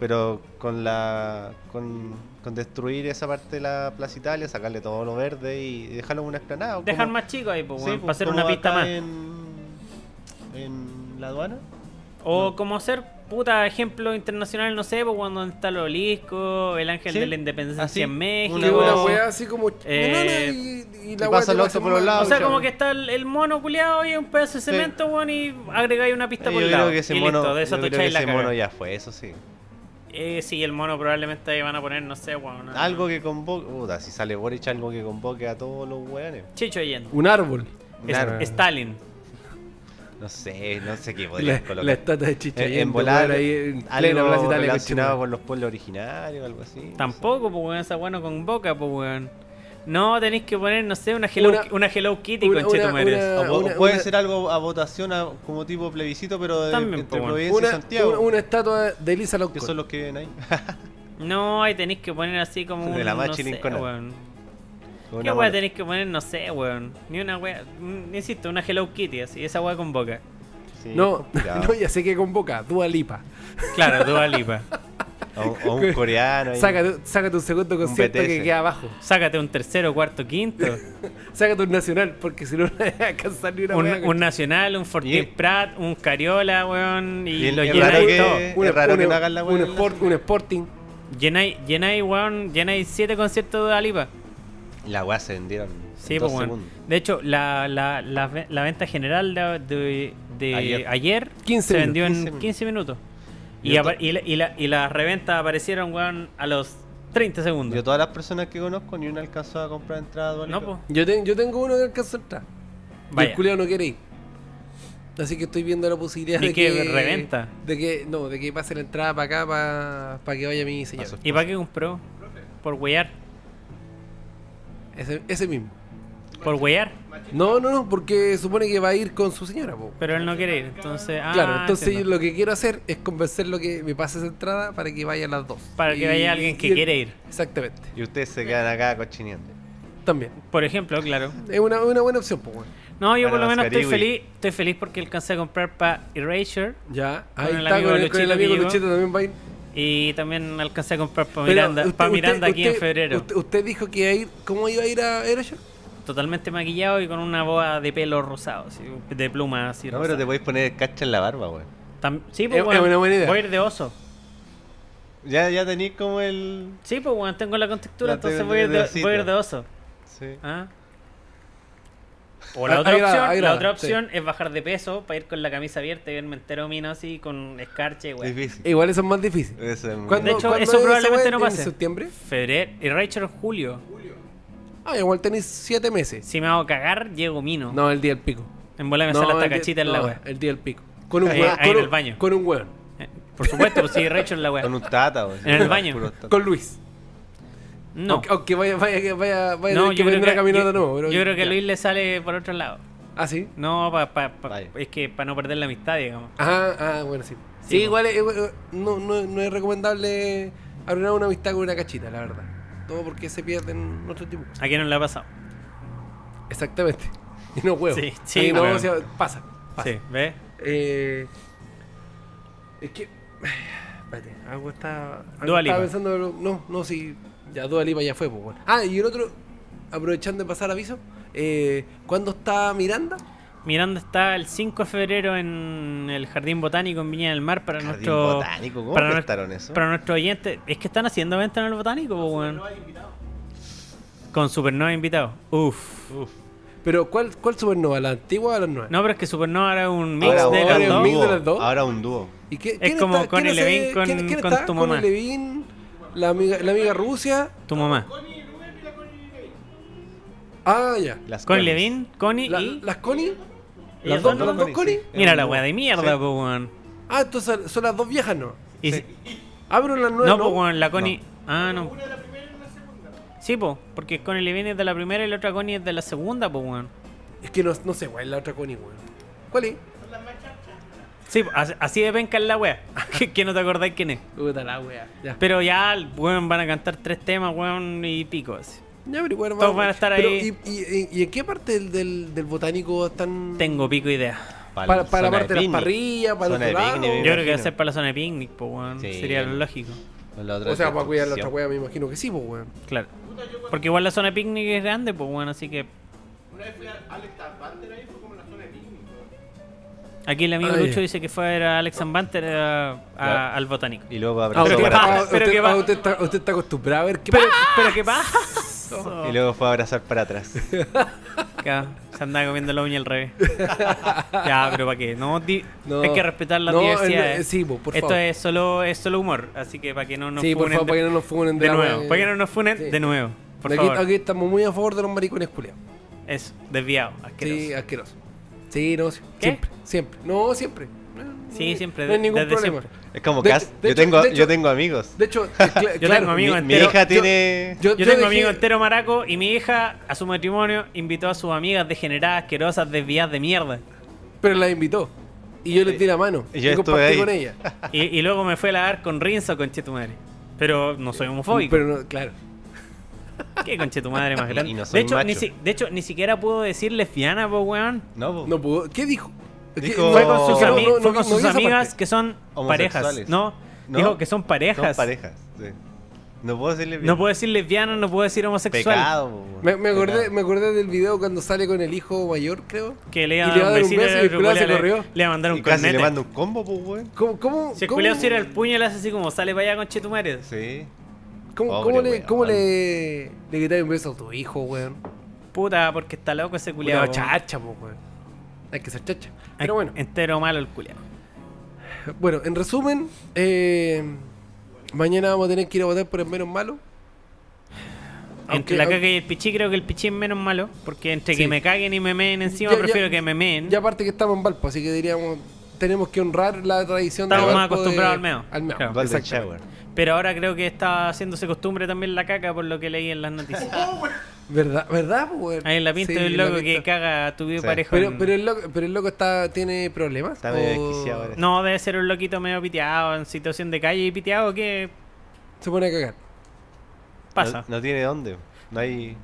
[SPEAKER 3] Pero con la con, con destruir esa parte de la Plaza Italia, sacarle todo lo verde y dejarlo en una explanada.
[SPEAKER 1] Dejar
[SPEAKER 3] como-
[SPEAKER 1] más chico ahí, po,
[SPEAKER 3] sí,
[SPEAKER 1] weón,
[SPEAKER 3] pues,
[SPEAKER 1] para hacer
[SPEAKER 3] como
[SPEAKER 1] una pista
[SPEAKER 3] acá
[SPEAKER 1] más.
[SPEAKER 3] En, en la aduana.
[SPEAKER 1] O
[SPEAKER 3] No.
[SPEAKER 1] como hacer, puta, ejemplo internacional, no sé, po, weón, donde está el obelisco, el ángel
[SPEAKER 3] Sí,
[SPEAKER 1] de la independencia
[SPEAKER 3] así,
[SPEAKER 1] en México.
[SPEAKER 2] Que
[SPEAKER 3] una
[SPEAKER 2] una
[SPEAKER 3] weá-
[SPEAKER 2] weá así como.
[SPEAKER 1] Eh,
[SPEAKER 2] menona y, y la
[SPEAKER 3] y
[SPEAKER 2] weá
[SPEAKER 3] pasa
[SPEAKER 2] te
[SPEAKER 3] el
[SPEAKER 2] va a
[SPEAKER 3] auto
[SPEAKER 2] hacer
[SPEAKER 3] por un
[SPEAKER 2] mal.
[SPEAKER 3] lado,
[SPEAKER 1] O sea,
[SPEAKER 3] Chao.
[SPEAKER 1] como que está el, el mono culiado y un pedazo de cemento, weón, y agregáis una pista
[SPEAKER 3] Eh,
[SPEAKER 1] por
[SPEAKER 3] yo
[SPEAKER 1] el lado.
[SPEAKER 3] creo que ese
[SPEAKER 1] y
[SPEAKER 3] mono,
[SPEAKER 1] listo, de esa
[SPEAKER 3] yo
[SPEAKER 1] tu
[SPEAKER 3] creo que
[SPEAKER 1] echáis la
[SPEAKER 3] ese
[SPEAKER 1] caga.
[SPEAKER 3] mono ya fue, eso sí.
[SPEAKER 1] Eh, sí, el mono probablemente ahí van a poner, no sé, weón. una-
[SPEAKER 3] Algo que convoque. Puta, si sale Boric, algo que convoque a todos los weones.
[SPEAKER 1] Chicho Allende.
[SPEAKER 2] Un árbol.
[SPEAKER 1] Es-
[SPEAKER 3] Claro.
[SPEAKER 1] Stalin.
[SPEAKER 3] No sé, no sé qué podrían
[SPEAKER 2] La,
[SPEAKER 3] colocar.
[SPEAKER 2] la estatua de Chicha.
[SPEAKER 3] Eh, en volar,
[SPEAKER 2] volar ahí en plena
[SPEAKER 3] algo
[SPEAKER 2] Plaza Italia,
[SPEAKER 3] relacionado
[SPEAKER 2] conchetumare.
[SPEAKER 3] con los pueblos originarios o algo así. no sé.
[SPEAKER 1] Tampoco, pues weón, esa bueno con boca, pues weón. No, tenéis que poner, no sé, una Hello,
[SPEAKER 2] Una-
[SPEAKER 1] una Hello Kitty,
[SPEAKER 2] una-
[SPEAKER 1] conchetumares.
[SPEAKER 2] una-
[SPEAKER 3] O pu- o
[SPEAKER 2] Ah, una-
[SPEAKER 3] puede
[SPEAKER 2] una-
[SPEAKER 3] ser algo a votación a- como tipo plebiscito, pero de,
[SPEAKER 1] También, po,
[SPEAKER 3] entre
[SPEAKER 1] bueno.
[SPEAKER 3] Providencia y
[SPEAKER 2] Una,
[SPEAKER 3] Santiago,
[SPEAKER 2] una- una estatua de Elisa
[SPEAKER 3] que son
[SPEAKER 2] Loncón.
[SPEAKER 3] los que viven ahí.
[SPEAKER 1] No, ahí tenéis que poner así como
[SPEAKER 3] De
[SPEAKER 1] un,
[SPEAKER 3] la
[SPEAKER 1] no
[SPEAKER 3] Machi
[SPEAKER 1] sé,
[SPEAKER 3] Lincoln.
[SPEAKER 1] weón.
[SPEAKER 3] Con
[SPEAKER 1] ¿Qué
[SPEAKER 3] una
[SPEAKER 1] weá
[SPEAKER 3] mano.
[SPEAKER 1] tenéis que poner? No sé, weón. Ni una weá. mm, Insisto, una Hello Kitty, así, esa weá con boca.
[SPEAKER 3] Sí,
[SPEAKER 2] No,
[SPEAKER 3] ya.
[SPEAKER 2] no, ya sé que convoca. Dua Lipa.
[SPEAKER 1] Claro, Dua Lipa.
[SPEAKER 3] O, o un coreano. ahí.
[SPEAKER 2] Sácate, sácate un segundo concierto
[SPEAKER 3] BTS.
[SPEAKER 2] que queda abajo.
[SPEAKER 1] Sácate un tercero, cuarto, quinto.
[SPEAKER 2] Sácate un nacional, porque si no, no vas a alcanzar ni una
[SPEAKER 1] un,
[SPEAKER 2] weá,
[SPEAKER 1] un Nacional, un Fortín
[SPEAKER 3] Y-
[SPEAKER 1] Prat, un Cariola, weón. Y,
[SPEAKER 3] Y el-
[SPEAKER 1] lo
[SPEAKER 3] el
[SPEAKER 1] llenáis
[SPEAKER 3] raro que-
[SPEAKER 1] todo.
[SPEAKER 3] Es raro que no hagan la
[SPEAKER 2] un,
[SPEAKER 3] weá en la
[SPEAKER 2] sport- un Sporting.
[SPEAKER 1] Llenáis, llenáis, weón, llenáis siete conciertos de Dua Lipa.
[SPEAKER 3] La weá se vendieron.
[SPEAKER 1] Sí, pues
[SPEAKER 3] en dos
[SPEAKER 1] bueno.
[SPEAKER 3] segundos.
[SPEAKER 1] De hecho, la, la, la, ve- la venta general de, de- de ayer,
[SPEAKER 3] Ayer.
[SPEAKER 2] 15
[SPEAKER 1] se
[SPEAKER 2] minutos.
[SPEAKER 1] vendió
[SPEAKER 3] 15
[SPEAKER 1] en
[SPEAKER 3] minutos.
[SPEAKER 1] 15 minutos. Y,
[SPEAKER 3] Yo
[SPEAKER 1] apa-
[SPEAKER 3] to-
[SPEAKER 1] y, la- y, la- y las reventas aparecieron, weón, a los 30 segundos.
[SPEAKER 3] Yo todas las personas que conozco ni una alcanzó a comprar entrada a Dua
[SPEAKER 1] no, pues.
[SPEAKER 3] Lipa.
[SPEAKER 1] po.
[SPEAKER 2] Yo, ten- yo tengo uno que alcanzó a entrar. Y
[SPEAKER 1] Vaya.
[SPEAKER 2] el culiao no quiere ir. Así que estoy viendo la posibilidad
[SPEAKER 1] ¿Y
[SPEAKER 2] de
[SPEAKER 1] qué,
[SPEAKER 2] que,
[SPEAKER 1] reventa?
[SPEAKER 2] De que, no, de que pase la entrada para acá, para que vaya mi señor.
[SPEAKER 3] Paso.
[SPEAKER 1] ¿Y para qué compró? Por huear.
[SPEAKER 2] Ese, ese mismo.
[SPEAKER 1] Por huear.
[SPEAKER 2] No, no, no, porque supone que va a ir con su señora, po.
[SPEAKER 1] Pero él no quiere ir. Entonces, ah,
[SPEAKER 2] claro, entonces
[SPEAKER 1] entiendo.
[SPEAKER 2] lo que quiero hacer es convencerlo que me pase esa entrada para que vayan las dos.
[SPEAKER 1] Para que vaya alguien que
[SPEAKER 2] y-
[SPEAKER 1] quiere ir.
[SPEAKER 2] Exactamente.
[SPEAKER 3] Y ustedes se quedan acá cochineando.
[SPEAKER 2] También.
[SPEAKER 1] Por ejemplo, claro.
[SPEAKER 2] Es una, una buena opción, pues, weón.
[SPEAKER 1] No, yo por
[SPEAKER 3] Para
[SPEAKER 1] lo menos estoy
[SPEAKER 3] Mascariwi.
[SPEAKER 1] feliz, estoy feliz porque alcancé a comprar para Erasure
[SPEAKER 2] Ya,
[SPEAKER 1] Con
[SPEAKER 2] ahí
[SPEAKER 1] el
[SPEAKER 2] está,
[SPEAKER 1] amigo
[SPEAKER 2] con el, con el
[SPEAKER 1] Luchito
[SPEAKER 2] amigo
[SPEAKER 1] que llegó.
[SPEAKER 2] Luchito también va a ir.
[SPEAKER 1] y también alcancé a comprar para
[SPEAKER 2] Pero
[SPEAKER 1] Miranda,
[SPEAKER 2] usted-
[SPEAKER 1] pa'
[SPEAKER 2] usted-
[SPEAKER 1] Miranda aquí en
[SPEAKER 2] usted-
[SPEAKER 1] febrero.
[SPEAKER 2] Usted, usted dijo que iba a ir, ¿cómo iba a ir a Erasure?
[SPEAKER 1] Totalmente maquillado y con una boa de pelo rosado, así, de plumas así.
[SPEAKER 3] No, pero te
[SPEAKER 1] rosadas.
[SPEAKER 3] podéis poner cacha en la barba, weón.
[SPEAKER 1] Tam- sí, pues,
[SPEAKER 2] Es-
[SPEAKER 1] weón,
[SPEAKER 2] es una buena idea.
[SPEAKER 1] Voy a ir de oso.
[SPEAKER 3] Ya, ya tenéis como el.
[SPEAKER 1] Sí, pues bueno, tengo la contextura,
[SPEAKER 3] La
[SPEAKER 1] entonces
[SPEAKER 3] tengo
[SPEAKER 1] voy a ir
[SPEAKER 3] de
[SPEAKER 1] de,
[SPEAKER 3] osito.
[SPEAKER 1] voy a ir de oso.
[SPEAKER 3] Sí.
[SPEAKER 1] ¿Ah? O la
[SPEAKER 2] Ah,
[SPEAKER 1] otra
[SPEAKER 2] agrada,
[SPEAKER 1] opción, la
[SPEAKER 2] agrada,
[SPEAKER 1] otra
[SPEAKER 2] sí.
[SPEAKER 1] opción es bajar de peso para ir con la camisa abierta y verme entero mina así con escarche, weón.
[SPEAKER 3] Difícil.
[SPEAKER 2] Igual eso es más difícil.
[SPEAKER 3] Eso es muy-
[SPEAKER 2] ¿Cuándo-
[SPEAKER 1] De hecho,
[SPEAKER 2] cuándo
[SPEAKER 1] eso
[SPEAKER 2] es esa
[SPEAKER 1] probablemente
[SPEAKER 2] weá?
[SPEAKER 1] no pase.
[SPEAKER 2] ¿En septiembre?
[SPEAKER 1] Febrero, y Rachel julio.
[SPEAKER 2] Ah, igual tenéis siete meses.
[SPEAKER 1] Si me hago cagar, llego mino.
[SPEAKER 2] No, el día del pico.
[SPEAKER 1] En bola me
[SPEAKER 2] no,
[SPEAKER 1] sale
[SPEAKER 2] el
[SPEAKER 1] hasta
[SPEAKER 2] día-
[SPEAKER 1] cachita en la
[SPEAKER 2] no,
[SPEAKER 1] wea.
[SPEAKER 2] El día del pico. Con un
[SPEAKER 1] Ahí-
[SPEAKER 2] weón.
[SPEAKER 1] ahí
[SPEAKER 2] con
[SPEAKER 1] en
[SPEAKER 2] un-
[SPEAKER 1] el baño.
[SPEAKER 2] Con un weón.
[SPEAKER 1] Eh, Por supuesto, pues sí, Rachel la
[SPEAKER 3] Con
[SPEAKER 1] wea.
[SPEAKER 3] un tata, weón.
[SPEAKER 1] En el baño.
[SPEAKER 3] Puro tata.
[SPEAKER 2] Con Luis.
[SPEAKER 1] No.
[SPEAKER 2] Aunque, aunque vaya, vaya, que vaya, vaya a
[SPEAKER 1] No,
[SPEAKER 2] tener que
[SPEAKER 1] yo creo
[SPEAKER 2] aprender a
[SPEAKER 1] que,
[SPEAKER 2] caminar
[SPEAKER 1] yo-
[SPEAKER 2] de nuevo. pero
[SPEAKER 1] yo creo que
[SPEAKER 2] ya.
[SPEAKER 1] Luis le sale por otro lado.
[SPEAKER 2] Ah, sí.
[SPEAKER 1] No, pa, pa- pa-
[SPEAKER 3] Vaya.
[SPEAKER 1] es que para no perder la amistad, digamos.
[SPEAKER 2] Ajá, ah, bueno, sí. Sí,
[SPEAKER 1] pues.
[SPEAKER 2] igual es- igual- no, no, no es recomendable arruinar una amistad con una cachita, la verdad. Todo porque se pierden otro tipo.
[SPEAKER 1] ¿A quién no le ha pasado?
[SPEAKER 2] Exactamente. Y no huevo.
[SPEAKER 1] Sí, sí,
[SPEAKER 2] Ahí no,
[SPEAKER 1] huevo.
[SPEAKER 2] o sea, pasa. pasa.
[SPEAKER 1] Sí, ¿ves?
[SPEAKER 2] Eh, es que. Espérate, algo está. algo
[SPEAKER 1] Dua Lipa.
[SPEAKER 2] Estaba pensando. lo- No, no, sí. Ya Dua Lipa ya fue, pues bueno. Ah, y el otro, aprovechando de pasar aviso, eh, ¿cuándo está Miranda?
[SPEAKER 1] Miranda está el 5 de febrero en el Jardín Botánico en Viña del Mar para
[SPEAKER 3] Jardín
[SPEAKER 1] nuestro
[SPEAKER 3] botánico, ¿cómo
[SPEAKER 1] para,
[SPEAKER 3] prestaron
[SPEAKER 1] nuestro-
[SPEAKER 3] eso?
[SPEAKER 1] para nuestro oyente. Es que están haciendo venta en el botánico, po, weón. Con Supernova invitado. Uf.
[SPEAKER 3] Uf.
[SPEAKER 2] Pero ¿cuál, cuál supernova? ¿La antigua o la nueva?
[SPEAKER 1] No, pero es que Supernova era un mix
[SPEAKER 2] Ahora
[SPEAKER 1] de
[SPEAKER 2] ahora
[SPEAKER 1] las
[SPEAKER 2] es un
[SPEAKER 1] dos.
[SPEAKER 2] mix. de las dos.
[SPEAKER 3] Ahora un dúo.
[SPEAKER 2] ¿Y qué,
[SPEAKER 1] como Connie
[SPEAKER 2] quién hace-
[SPEAKER 1] Levine con-
[SPEAKER 2] quién- quién
[SPEAKER 1] con
[SPEAKER 2] está?
[SPEAKER 1] tu
[SPEAKER 2] Connie
[SPEAKER 1] mamá.
[SPEAKER 2] Levine, la amiga, la amiga Rusia.
[SPEAKER 1] Tu mamá.
[SPEAKER 2] Ah, ya.
[SPEAKER 3] Las
[SPEAKER 1] Con
[SPEAKER 3] colis.
[SPEAKER 1] Levin, Connie
[SPEAKER 2] La-
[SPEAKER 1] y.
[SPEAKER 2] ¿Las Connie?
[SPEAKER 1] Ellas
[SPEAKER 2] ¿Las dos,
[SPEAKER 1] son
[SPEAKER 2] las dos
[SPEAKER 3] las
[SPEAKER 2] Connie?
[SPEAKER 3] Connie,
[SPEAKER 1] Mira
[SPEAKER 3] el-
[SPEAKER 1] la weá de mierda,
[SPEAKER 3] Sí.
[SPEAKER 1] po, weón.
[SPEAKER 2] Ah, entonces son las dos viejas, ¿no?
[SPEAKER 1] Y
[SPEAKER 3] Sí.
[SPEAKER 1] si-
[SPEAKER 2] Ah, pero las nuevas
[SPEAKER 1] No,
[SPEAKER 2] no.
[SPEAKER 1] po, weón, la Connie. Ah, no. Sí, po, porque Connie Levin es de la primera y la otra Connie es de la segunda, po, weón.
[SPEAKER 2] Es que no, no sé, weón, la otra Connie, weón. ¿Cuál es?
[SPEAKER 1] Sí, po, así así de penca es la weá. que, que no te acordáis quién es.
[SPEAKER 2] Puta la wea. Ya.
[SPEAKER 1] Pero ya, weón, van a cantar tres temas, weón, y pico. así.
[SPEAKER 2] Ya, pero igual
[SPEAKER 1] Todos
[SPEAKER 2] vamos.
[SPEAKER 1] van a estar
[SPEAKER 2] Pero,
[SPEAKER 1] ahí.
[SPEAKER 2] ¿y, y, y- y en qué parte del, del, del botánico están?
[SPEAKER 1] Tengo pico idea.
[SPEAKER 3] Pal-
[SPEAKER 2] Para, para la
[SPEAKER 3] zona
[SPEAKER 2] parte de,
[SPEAKER 3] de
[SPEAKER 2] las
[SPEAKER 3] picnic.
[SPEAKER 2] parrillas, para
[SPEAKER 3] Zona
[SPEAKER 2] los
[SPEAKER 3] de
[SPEAKER 2] lados.
[SPEAKER 3] picnic,
[SPEAKER 1] Yo
[SPEAKER 3] Me
[SPEAKER 1] creo que va a
[SPEAKER 3] imagino.
[SPEAKER 1] ser para la zona de picnic, po, weón.
[SPEAKER 3] Sí.
[SPEAKER 1] Sería lo lógico.
[SPEAKER 3] La otra
[SPEAKER 2] O sea, para cuidar la otra
[SPEAKER 3] destrucción.
[SPEAKER 2] wea, me imagino que sí, pues, weón.
[SPEAKER 1] Claro. Porque igual la zona de picnic es grande, pues bueno, así que. Una vez fui a Alex Banter ahí, fue como en la zona de picnic. Aquí el amigo
[SPEAKER 2] Ah,
[SPEAKER 1] Lucho
[SPEAKER 2] ya.
[SPEAKER 1] dice que fue a Alex Banter a- a-
[SPEAKER 3] Claro.
[SPEAKER 1] al botánico.
[SPEAKER 3] Y luego
[SPEAKER 2] Ah,
[SPEAKER 3] abrazó
[SPEAKER 2] usted,
[SPEAKER 1] pero-
[SPEAKER 2] ah,
[SPEAKER 3] para
[SPEAKER 1] pero
[SPEAKER 2] usted-
[SPEAKER 1] que va-
[SPEAKER 2] ah, usted está, usted está acostumbrado a ver qué
[SPEAKER 1] Pero,
[SPEAKER 2] pasa.
[SPEAKER 1] pero ¿qué pasa?
[SPEAKER 3] Y luego fue a abrazar para atrás.
[SPEAKER 1] Ya, se andaba comiendo la uña al revés. ya, pero ¿para qué? No, di-
[SPEAKER 2] No.
[SPEAKER 1] hay que respetar las
[SPEAKER 2] No,
[SPEAKER 1] diversidades.
[SPEAKER 2] eh, sí, po, por
[SPEAKER 1] Esto
[SPEAKER 2] favor.
[SPEAKER 1] es solo es solo humor, así que para que no nos
[SPEAKER 2] sí, por
[SPEAKER 1] funen
[SPEAKER 2] favor,
[SPEAKER 1] de,
[SPEAKER 2] para que no nos funen
[SPEAKER 1] de
[SPEAKER 2] la
[SPEAKER 1] nuevo.
[SPEAKER 2] wea.
[SPEAKER 1] Para que no nos funen
[SPEAKER 2] Sí.
[SPEAKER 1] de nuevo. Por
[SPEAKER 2] aquí,
[SPEAKER 1] favor.
[SPEAKER 2] aquí estamos muy a favor de los maricones culiados.
[SPEAKER 1] Eso, desviado. asqueroso.
[SPEAKER 2] Sí, asqueroso. Sí, no, sí,
[SPEAKER 1] ¿Qué?
[SPEAKER 2] siempre, siempre. No, siempre. No, no,
[SPEAKER 1] Sí,
[SPEAKER 2] no,
[SPEAKER 1] siempre,
[SPEAKER 2] No hay
[SPEAKER 1] de-
[SPEAKER 2] ningún
[SPEAKER 1] desde
[SPEAKER 2] problema.
[SPEAKER 1] siempre.
[SPEAKER 3] Es como
[SPEAKER 2] De
[SPEAKER 3] Cas.
[SPEAKER 2] hecho- de
[SPEAKER 3] Yo
[SPEAKER 2] hecho-
[SPEAKER 3] tengo,
[SPEAKER 2] de hecho-
[SPEAKER 3] yo tengo amigos.
[SPEAKER 2] De hecho, cl-
[SPEAKER 1] tengo amigos
[SPEAKER 2] yo-
[SPEAKER 3] Mi
[SPEAKER 1] Pero
[SPEAKER 3] hija
[SPEAKER 2] yo-
[SPEAKER 3] tiene.
[SPEAKER 1] Yo,
[SPEAKER 2] yo
[SPEAKER 1] tengo
[SPEAKER 2] dejé-
[SPEAKER 1] amigo entero maraco y mi hija a su matrimonio invitó a sus amigas degeneradas, asquerosas, desviadas de mierda.
[SPEAKER 2] Pero la invitó. Y yo les di la mano.
[SPEAKER 3] Y yo estuve
[SPEAKER 2] compartí
[SPEAKER 3] ahí.
[SPEAKER 2] con ella.
[SPEAKER 1] Y, y luego me fue a lavar con Rinzo, conchetumadre. Pero no soy homofóbico.
[SPEAKER 2] Pero no, claro.
[SPEAKER 1] ¿Qué conchetumadre más grande?
[SPEAKER 3] Y no soy
[SPEAKER 1] de, hecho,
[SPEAKER 3] macho.
[SPEAKER 1] ni si- de hecho, ni siquiera puedo decir lesbiana, po, weón.
[SPEAKER 3] No, po.
[SPEAKER 2] No pudo. ¿Qué dijo? ¿Qué-
[SPEAKER 3] Dijo-
[SPEAKER 1] Fue
[SPEAKER 3] Oh.
[SPEAKER 1] con sus,
[SPEAKER 2] no,
[SPEAKER 1] ami-
[SPEAKER 2] no,
[SPEAKER 1] fue
[SPEAKER 2] no vi-
[SPEAKER 1] con
[SPEAKER 2] no vi
[SPEAKER 1] sus
[SPEAKER 2] esa
[SPEAKER 1] amigas
[SPEAKER 2] parte.
[SPEAKER 1] que son parejas.
[SPEAKER 3] Homosexuales.
[SPEAKER 1] ¿no?
[SPEAKER 3] No.
[SPEAKER 1] dijo que son
[SPEAKER 3] Son
[SPEAKER 1] parejas.
[SPEAKER 3] parejas. sí. No puedo decirle
[SPEAKER 1] No puedo decir lesbiana, no puedo decir homosexual.
[SPEAKER 3] Pecado, po, weón.
[SPEAKER 2] Me, me acordé,
[SPEAKER 3] Pecado.
[SPEAKER 2] me acordé del video cuando sale con el hijo mayor, creo.
[SPEAKER 1] Que le
[SPEAKER 2] Y
[SPEAKER 1] iba a
[SPEAKER 2] le
[SPEAKER 1] dar un besito
[SPEAKER 2] beso y el
[SPEAKER 1] pero
[SPEAKER 2] culiao se
[SPEAKER 1] le-
[SPEAKER 2] corrió.
[SPEAKER 1] Le iba a mandar un
[SPEAKER 3] Y casi le
[SPEAKER 1] cornete.
[SPEAKER 3] mando un combo, pues, weón.
[SPEAKER 2] ¿Cómo, cómo,
[SPEAKER 1] Si el
[SPEAKER 2] cómo-
[SPEAKER 1] culiao cierra el puño, le hace así como sale para allá, conchetumadre.
[SPEAKER 3] Sí.
[SPEAKER 2] cómo-
[SPEAKER 3] Pobre
[SPEAKER 2] cómo le,
[SPEAKER 3] weón.
[SPEAKER 2] cómo le, le gritáis un beso a tu hijo, weón?
[SPEAKER 1] Puta, porque está loco ese
[SPEAKER 2] Culeado
[SPEAKER 1] culiado.
[SPEAKER 2] chacha, po, weón. Hay que ser chacha. Pero bueno,
[SPEAKER 1] Entero malo el culiado.
[SPEAKER 2] bueno, en resumen, eh, mañana vamos a tener que ir a votar por el menos malo.
[SPEAKER 1] Entre
[SPEAKER 2] Aunque-
[SPEAKER 1] la
[SPEAKER 2] aunque-
[SPEAKER 1] caca y el pichí, creo que el pichí es menos malo. Porque entre
[SPEAKER 2] Sí.
[SPEAKER 1] que me caguen y me meen encima,
[SPEAKER 2] Ya, ya,
[SPEAKER 1] prefiero que me meen.
[SPEAKER 2] Y aparte que estamos en Valpo, así que diríamos, tenemos que honrar la tradición
[SPEAKER 1] Estamos
[SPEAKER 2] de
[SPEAKER 1] más
[SPEAKER 2] Valpo de-
[SPEAKER 1] acostumbrados al meo.
[SPEAKER 2] Al meo,
[SPEAKER 1] Claro.
[SPEAKER 3] Golden
[SPEAKER 2] exactamente.
[SPEAKER 3] Shower.
[SPEAKER 1] Pero ahora creo que está haciéndose costumbre también la caca, por lo que leí en las noticias.
[SPEAKER 2] ¿Verdad, verdad po, weón?
[SPEAKER 1] Ahí en la pinta
[SPEAKER 2] Sí,
[SPEAKER 1] de un
[SPEAKER 2] en la
[SPEAKER 1] loco que
[SPEAKER 2] pinta.
[SPEAKER 1] caga a tu vida
[SPEAKER 3] Sí.
[SPEAKER 1] parejo.
[SPEAKER 2] Pero,
[SPEAKER 1] en-
[SPEAKER 2] pero, el loco, pero el loco está, tiene problemas.
[SPEAKER 3] Está medio desquiciado ahora.
[SPEAKER 1] No, debe ser un loquito medio piteado, en situación de calle y piteado que
[SPEAKER 2] Se pone a cagar.
[SPEAKER 1] pasa.
[SPEAKER 3] No, no tiene dónde. No hay.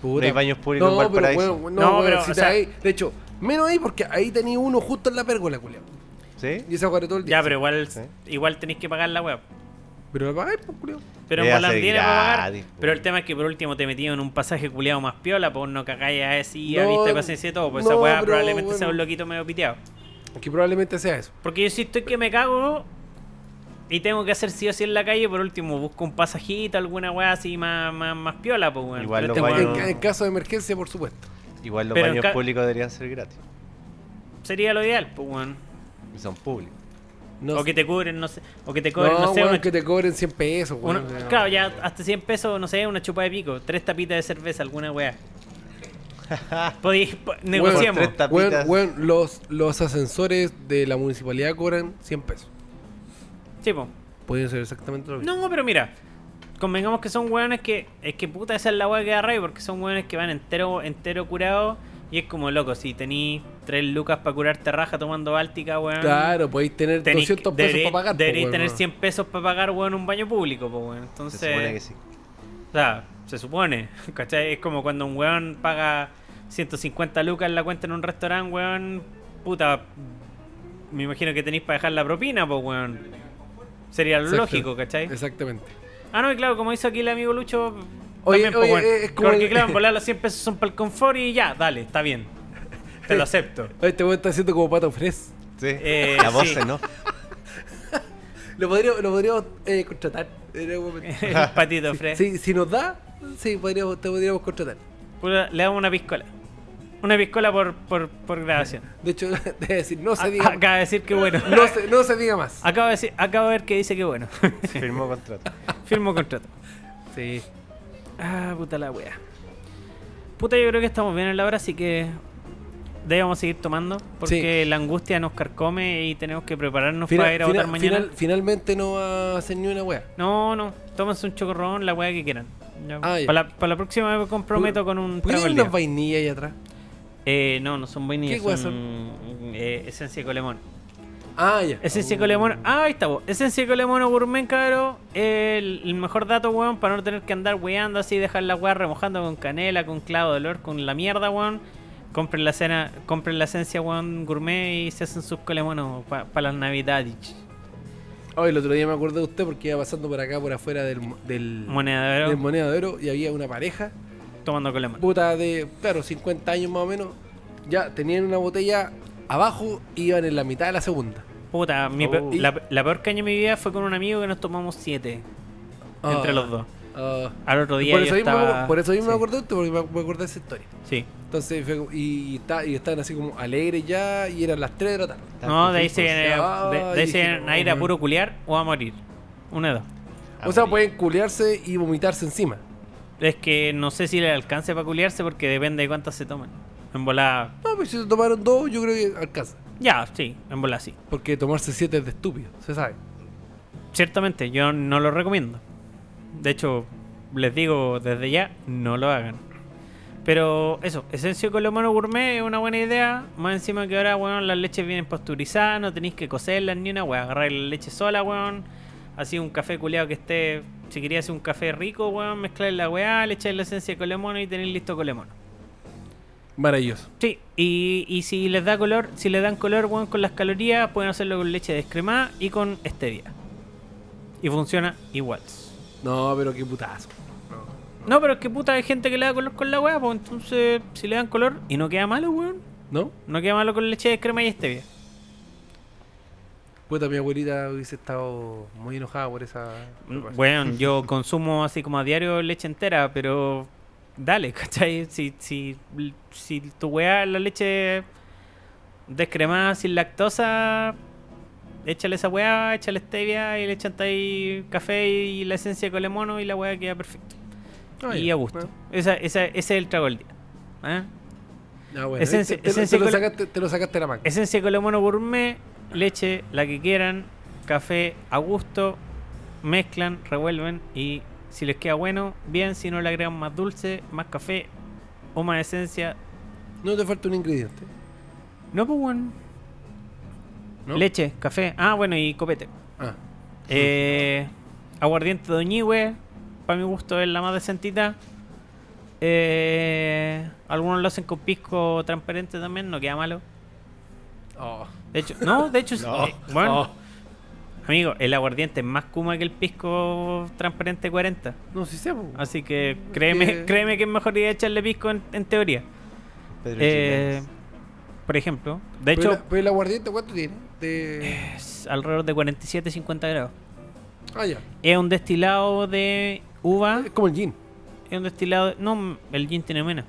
[SPEAKER 2] Puta.
[SPEAKER 3] No hay baños públicos en
[SPEAKER 2] pero,
[SPEAKER 3] Valparaíso.
[SPEAKER 2] weón,
[SPEAKER 1] No,
[SPEAKER 2] no, weón,
[SPEAKER 1] pero,
[SPEAKER 2] si
[SPEAKER 1] o
[SPEAKER 2] está
[SPEAKER 1] sea-
[SPEAKER 2] ahí- de hecho, menos ahí porque ahí tenía uno justo en la pérgola, culiao.
[SPEAKER 3] ¿Sí?
[SPEAKER 2] Y se jugaré todo el día.
[SPEAKER 1] ya, pero igual
[SPEAKER 3] Sí.
[SPEAKER 1] igual tenéis que pagar la web.
[SPEAKER 2] Pero la pagáis, pues, culiao.
[SPEAKER 1] Pero
[SPEAKER 3] Debe
[SPEAKER 1] en
[SPEAKER 3] hacer
[SPEAKER 1] Volantina para pagar.
[SPEAKER 3] gratis, po.
[SPEAKER 1] Pero el tema es que por último te metían en un pasaje culeado más piola, pues no cagáis a así a
[SPEAKER 2] No,
[SPEAKER 1] vista y paciencia y todo. Pues esa
[SPEAKER 2] no,
[SPEAKER 1] weá
[SPEAKER 2] pero
[SPEAKER 1] probablemente
[SPEAKER 2] bueno.
[SPEAKER 1] sea un loquito medio piteado.
[SPEAKER 2] Que probablemente sea eso.
[SPEAKER 1] Porque yo si estoy que me cago y tengo que hacer sí o sí en la calle, por último busco un pasajito, alguna weá así más, más, más piola, pues weón.
[SPEAKER 3] Igual
[SPEAKER 1] Pero
[SPEAKER 3] los
[SPEAKER 1] este
[SPEAKER 3] baños-
[SPEAKER 1] weón
[SPEAKER 2] En, en caso de emergencia, por supuesto.
[SPEAKER 3] Igual los
[SPEAKER 1] Pero en
[SPEAKER 3] baños
[SPEAKER 1] ca-
[SPEAKER 3] públicos deberían ser gratis.
[SPEAKER 1] Sería lo ideal, pues weón.
[SPEAKER 3] Y son públicos.
[SPEAKER 2] No,
[SPEAKER 1] O que te cubren, no sé. O que te
[SPEAKER 2] no,
[SPEAKER 1] cobren, no, sé,
[SPEAKER 2] weón,
[SPEAKER 1] una-
[SPEAKER 2] que te cobren 100 pesos,
[SPEAKER 1] Uno-
[SPEAKER 2] weón.
[SPEAKER 1] claro, ya hasta 100 pesos, no sé, una chupa de pico, tres tapitas de cerveza, alguna weá. Podéis, po- negociamos.
[SPEAKER 3] tres tapitas.
[SPEAKER 2] Weón, weón, los, los ascensores de la municipalidad cobran 100 pesos.
[SPEAKER 1] Sí, po.
[SPEAKER 2] Pueden ser exactamente lo mismo.
[SPEAKER 1] No, pero mira, convengamos que son weones que, es que puta, esa es la weá que da rabia, porque son weones que van entero, entero curados y es como loco, si tení tres lucas para curarte raja tomando báltica, weón.
[SPEAKER 2] Claro, podéis tener
[SPEAKER 1] tenís-
[SPEAKER 2] 200 pesos
[SPEAKER 1] deberí-
[SPEAKER 2] para pagar. po,
[SPEAKER 1] deberí
[SPEAKER 2] weón,
[SPEAKER 1] tener
[SPEAKER 2] no.
[SPEAKER 1] 100 pesos para pagar, weón, un baño público, po, weón. Entonces,
[SPEAKER 3] Se supone que sí.
[SPEAKER 1] O sea, se supone, ¿cachai? Es como cuando un weón paga 150 lucas en la cuenta en un restaurante, weón, puta, me imagino que tenéis para dejar la propina, pues, weón. Sería lo
[SPEAKER 2] Exacto.
[SPEAKER 1] lógico, ¿cachai?
[SPEAKER 2] Exactamente.
[SPEAKER 1] Ah, no, y claro, como hizo aquí el amigo Lucho,
[SPEAKER 2] Oye,
[SPEAKER 1] también, po,
[SPEAKER 2] oye,
[SPEAKER 1] weón.
[SPEAKER 2] eh, es como
[SPEAKER 1] Porque,
[SPEAKER 2] el-
[SPEAKER 1] claro, en volar los 100 pesos son para el confort y ya, dale, está bien. Te lo acepto.
[SPEAKER 2] Oye, Este weón está haciendo como pato fres.
[SPEAKER 3] Sí.
[SPEAKER 1] Eh,
[SPEAKER 3] la voz,
[SPEAKER 1] sí.
[SPEAKER 3] ¿no?
[SPEAKER 2] Lo podríamos lo podríamos, eh, contratar. en algún momento.
[SPEAKER 1] Patito Fred.
[SPEAKER 2] Sí, si nos da, sí, podríamos, te podríamos contratar.
[SPEAKER 1] Pura- Le damos una piscola. Una piscola por, por, por grabación.
[SPEAKER 2] De hecho, debe decir, no se diga
[SPEAKER 1] A- Acaba de decir que bueno.
[SPEAKER 2] No se, no se diga más.
[SPEAKER 1] Acabo de, decir- acabo de ver que dice que bueno.
[SPEAKER 3] Firmó contrato.
[SPEAKER 1] Firmo contrato.
[SPEAKER 2] Sí.
[SPEAKER 1] Ah, puta la wea. Puta, yo creo que estamos bien en la hora, así que debemos seguir tomando. Porque la angustia nos carcome y tenemos que prepararnos
[SPEAKER 2] Fina-
[SPEAKER 1] para ir a
[SPEAKER 2] fina-
[SPEAKER 1] votar mañana.
[SPEAKER 2] final- finalmente no va a hacer ni una wea.
[SPEAKER 1] No, no, tómense un chocorrón, la weá que quieran. Ya.
[SPEAKER 2] Ah, ya.
[SPEAKER 1] Para, la, para la próxima me comprometo con un
[SPEAKER 2] ¿Por qué
[SPEAKER 1] trago al
[SPEAKER 2] tienen
[SPEAKER 1] día.
[SPEAKER 2] unas vainillas ahí atrás?
[SPEAKER 1] Eh, no, no son vainillas.
[SPEAKER 2] ¿Qué weas
[SPEAKER 1] son? eh, esencia de colemón.
[SPEAKER 2] Ah, ya.
[SPEAKER 1] Esencia de colemón. Ah, ahí está, vos. Esencia de colemón o gourmet, caro. El, el mejor dato, weón, para no tener que andar weando así, dejar la weá remojando con canela, con clavo de olor, con la mierda, weón. Compren la cena, compren la esencia, weón, gourmet y se hacen sus colemonos para las navidades.
[SPEAKER 2] Oh, el otro día me acordé de usted porque iba pasando por acá, por afuera del, mo- del,
[SPEAKER 1] Moneda de
[SPEAKER 2] del
[SPEAKER 1] oro,
[SPEAKER 2] monedero y había una pareja,
[SPEAKER 1] tomando colemón.
[SPEAKER 2] puta de, claro, 50 años más o menos. Ya tenían una botella abajo y iban en la mitad de la segunda.
[SPEAKER 1] Puta, mi
[SPEAKER 3] Oh.
[SPEAKER 1] peor- la, la peor caña de mi vida fue con un amigo que nos tomamos siete
[SPEAKER 2] Ah,
[SPEAKER 1] entre los dos.
[SPEAKER 2] ah.
[SPEAKER 1] Al otro día
[SPEAKER 2] por,
[SPEAKER 1] yo
[SPEAKER 2] eso mismo,
[SPEAKER 1] estaba-
[SPEAKER 2] por eso mismo
[SPEAKER 1] sí,
[SPEAKER 2] me acordé de usted, porque me, me acordé de esa historia.
[SPEAKER 1] Sí.
[SPEAKER 2] Entonces, fue como- y, está- y estaban así como alegres ya, y eran las 3 de la tarde.
[SPEAKER 1] No, de ahí se viene,
[SPEAKER 2] Ay,
[SPEAKER 1] de, de ahí se
[SPEAKER 2] dije,
[SPEAKER 1] viene
[SPEAKER 2] no,
[SPEAKER 1] a ir a
[SPEAKER 2] weón.
[SPEAKER 1] puro culiar o a morir. Una de dos.
[SPEAKER 2] O sea, pueden culearse y vomitarse encima.
[SPEAKER 1] Es que no sé si le alcance para culiarse porque depende de cuántas se toman. En bola.
[SPEAKER 2] No, pero si se tomaron dos, yo creo que alcanza.
[SPEAKER 1] Ya, sí, en bola sí.
[SPEAKER 2] Porque tomarse siete es de estúpido, se sabe.
[SPEAKER 1] Ciertamente, yo no lo recomiendo. De hecho, les digo desde ya, no lo hagan. Pero eso, esencia de colomano gourmet es una buena idea. Más encima que ahora, weón, las leches vienen pasteurizadas, no tenéis que cocerlas ni una, weón. Agarrar la leche sola, weón. Así un café culeado que esté. Si quería hacer un café rico, weón, mezclar la weá, le echáis la esencia de colemono y tenéis listo colemono.
[SPEAKER 2] Maravilloso.
[SPEAKER 1] Sí, y, y si les da color, si le dan color weón, con las calorías, pueden hacerlo con leche descremada y con stevia. Y funciona igual.
[SPEAKER 2] No, pero qué putazo.
[SPEAKER 1] No, pero es que puta hay gente que le da color con la weá, pues entonces si le dan color y no queda malo, weón.
[SPEAKER 2] ¿No?
[SPEAKER 1] No queda malo con leche descremada y stevia.
[SPEAKER 2] Puta, mi abuelita hubiese estado muy enojada por esa.
[SPEAKER 1] Mm, Bueno, yo consumo así como a diario leche entera, pero dale, ¿cachai? Si, si, si tu weá la leche descremada sin lactosa, échale esa weá, échale stevia y le echan ahí café y la esencia de colemono y la weá queda perfecta.
[SPEAKER 2] Ah,
[SPEAKER 1] y
[SPEAKER 2] ya.
[SPEAKER 1] a gusto.
[SPEAKER 2] Ah.
[SPEAKER 1] Esa, esa- ese es el trago del día. ¿eh?
[SPEAKER 2] Ah, bueno.
[SPEAKER 1] Esencia-
[SPEAKER 2] te, te- te
[SPEAKER 1] esencia
[SPEAKER 2] lo
[SPEAKER 1] col-
[SPEAKER 2] sacaste, te lo sacaste de la manga.
[SPEAKER 1] Esencia de Colomono Gourmet, leche, la que quieran, café a gusto, mezclan, revuelven y si les queda bueno, bien, si no le agregan más dulce, más café o más esencia.
[SPEAKER 2] No te falta un ingrediente.
[SPEAKER 1] No, pues bueno.
[SPEAKER 2] ¿no?
[SPEAKER 1] Leche, café, ah, bueno, y copete.
[SPEAKER 3] Mm.
[SPEAKER 2] Ah.
[SPEAKER 1] Eh, aguardiente doñigüe, para mi gusto es la más decentita. Eh, algunos lo hacen con pisco transparente también, no queda malo.
[SPEAKER 2] Oh.
[SPEAKER 1] De hecho, no, de hecho,
[SPEAKER 3] No.
[SPEAKER 1] eh, bueno,
[SPEAKER 2] Oh.
[SPEAKER 1] Amigo, el aguardiente es más kuma que el pisco transparente 40.
[SPEAKER 2] No, sí sé, po.
[SPEAKER 1] Así que créeme,
[SPEAKER 2] que-
[SPEAKER 1] créeme que es mejor idea echarle pisco en, en teoría.
[SPEAKER 3] Pedro
[SPEAKER 1] Eh, por ejemplo, de
[SPEAKER 2] Pero
[SPEAKER 1] hecho,
[SPEAKER 2] la- pero el aguardiente, ¿cuánto tiene? De...
[SPEAKER 1] es alrededor de 47-50 grados.
[SPEAKER 2] Ah, ya.
[SPEAKER 1] Es un destilado de uva.
[SPEAKER 2] Es como el gin.
[SPEAKER 1] Es un destilado. No, el gin tiene menos.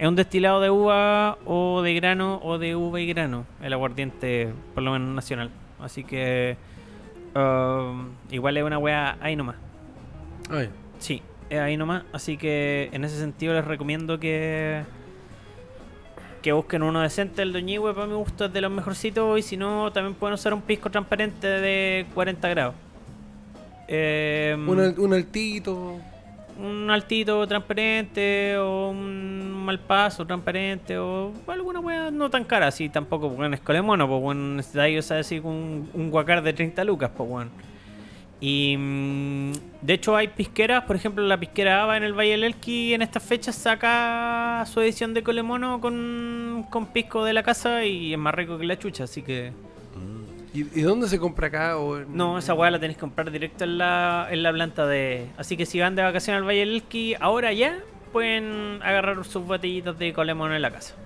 [SPEAKER 1] Es un destilado de uva o de grano o de uva y grano. El aguardiente, por lo menos nacional. Así que. um, igual es una wea ahí nomás.
[SPEAKER 2] Ah, ya.
[SPEAKER 1] Sí, es ahí nomás. Así que en ese sentido les recomiendo que que busquen uno decente. El Doñigüe para mi gusto es de los mejorcitos y si no también pueden usar un pisco transparente de 40 grados. Eh,
[SPEAKER 2] Un, al- un altito.
[SPEAKER 1] un altito transparente o un mal paso transparente o alguna weá no tan cara así tampoco porque en escolemono pues bueno necesitáis o sea, así con un, un guacar de 30 lucas pues bueno y mm, de hecho hay pisqueras por ejemplo la pisquera Ava en el Valle del Elqui en estas fechas saca su edición de colemono con, con pisco de la casa y es más rico que la chucha así que
[SPEAKER 2] ¿Y, y dónde se compra acá? O en-
[SPEAKER 1] no, esa weá la tenés que comprar directo en la, en la planta de. Así que si van de vacaciones al Valle del Elqui, ahora ya pueden agarrar sus botellitas de colemono en la casa.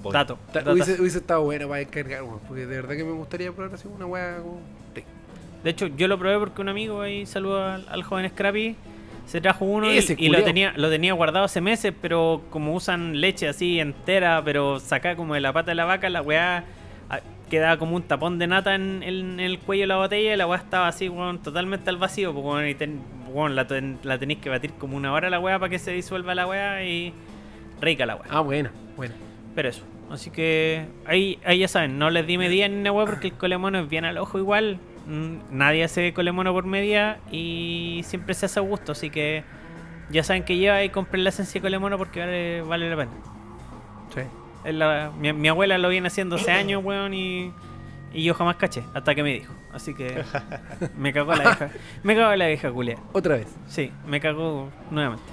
[SPEAKER 3] Voy.
[SPEAKER 1] Tato.
[SPEAKER 2] Ta- Hubiese, hubiese estado bueno para descargar, weón, porque de verdad que me gustaría probar así una weá como... Sí.
[SPEAKER 1] De hecho, yo lo probé porque un amigo ahí saludo al, al joven Scrappy. Se trajo uno y-
[SPEAKER 2] Ese
[SPEAKER 1] y, lo
[SPEAKER 2] culiao.
[SPEAKER 1] tenía, lo tenía guardado hace meses, pero como usan leche así entera, pero sacada como de la pata de la vaca, la weá ah, quedaba como un tapón de nata en, en el cuello de la botella y la weá estaba así, weón, totalmente al vacío, pues, weón, y ten- weón, la, ten- la tenéis que batir como una hora la weá para que se disuelva la weá y Rica la weá.
[SPEAKER 2] Ah, buena, buena.
[SPEAKER 1] Pero eso. Así que ahí, ahí ya saben, no les di medida ni una weá porque el colemono es bien al ojo igual. Mm, Nadie hace colemono por medida y siempre se hace a gusto. Así que ya saben que lleva y compren la esencia de colemono porque vale, vale la pena.
[SPEAKER 2] Sí.
[SPEAKER 1] Es la- mi, mi abuela lo viene haciendo hace años, weón, y, y yo jamás caché, hasta que me dijo. Así que me cagó la vieja. Me cagó la vieja, culia.
[SPEAKER 2] Otra vez.
[SPEAKER 1] Sí, me cagó nuevamente.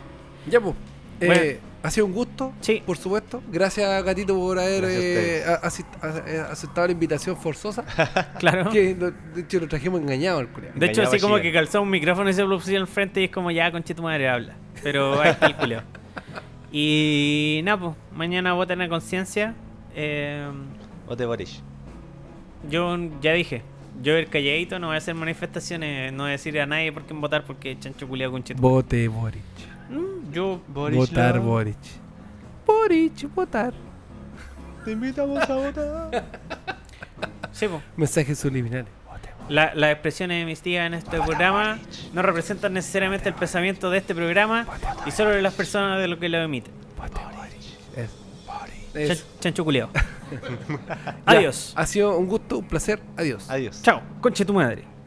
[SPEAKER 2] Ya, pues. eh,
[SPEAKER 1] Bueno.
[SPEAKER 2] Ha sido un gusto,
[SPEAKER 1] Sí.
[SPEAKER 2] por supuesto. Gracias, Gatito, por haber
[SPEAKER 3] Gracias a
[SPEAKER 2] eh, a- asist- a- eh, aceptado la invitación forzosa.
[SPEAKER 1] Claro.
[SPEAKER 2] que lo- de hecho lo trajimos engañado al culiao.
[SPEAKER 1] De hecho,
[SPEAKER 3] Engañaba
[SPEAKER 1] así como
[SPEAKER 3] chile.
[SPEAKER 1] que calzó un micrófono y se lo puso al frente y es como ya, conche tu madre, habla. Pero ahí está el culeo. Y nada, pues, mañana voten a conciencia. Eh,
[SPEAKER 3] O te Boric.
[SPEAKER 1] yo ya dije, yo el calladito no voy a hacer manifestaciones, no voy a decir a nadie por quién votar porque chancho culiao conche tu
[SPEAKER 2] Vote Boric.
[SPEAKER 1] Mm, Yo
[SPEAKER 2] votar
[SPEAKER 3] lo-
[SPEAKER 2] Boric. Boric, votar.
[SPEAKER 3] Te invitamos a votar.
[SPEAKER 1] Sí, po.
[SPEAKER 2] Mensajes subliminales.
[SPEAKER 1] La- las expresiones emitidas en este programa no representan necesariamente el pensamiento de este programa y solo de las personas de lo que lo emiten.
[SPEAKER 2] Es.
[SPEAKER 1] Chan-
[SPEAKER 2] Es.
[SPEAKER 1] Chancho culiao.
[SPEAKER 2] Ya,
[SPEAKER 1] Adiós.
[SPEAKER 2] Ha sido un gusto, un placer. Adiós.
[SPEAKER 3] Adiós.
[SPEAKER 1] Chao. Conche tu madre.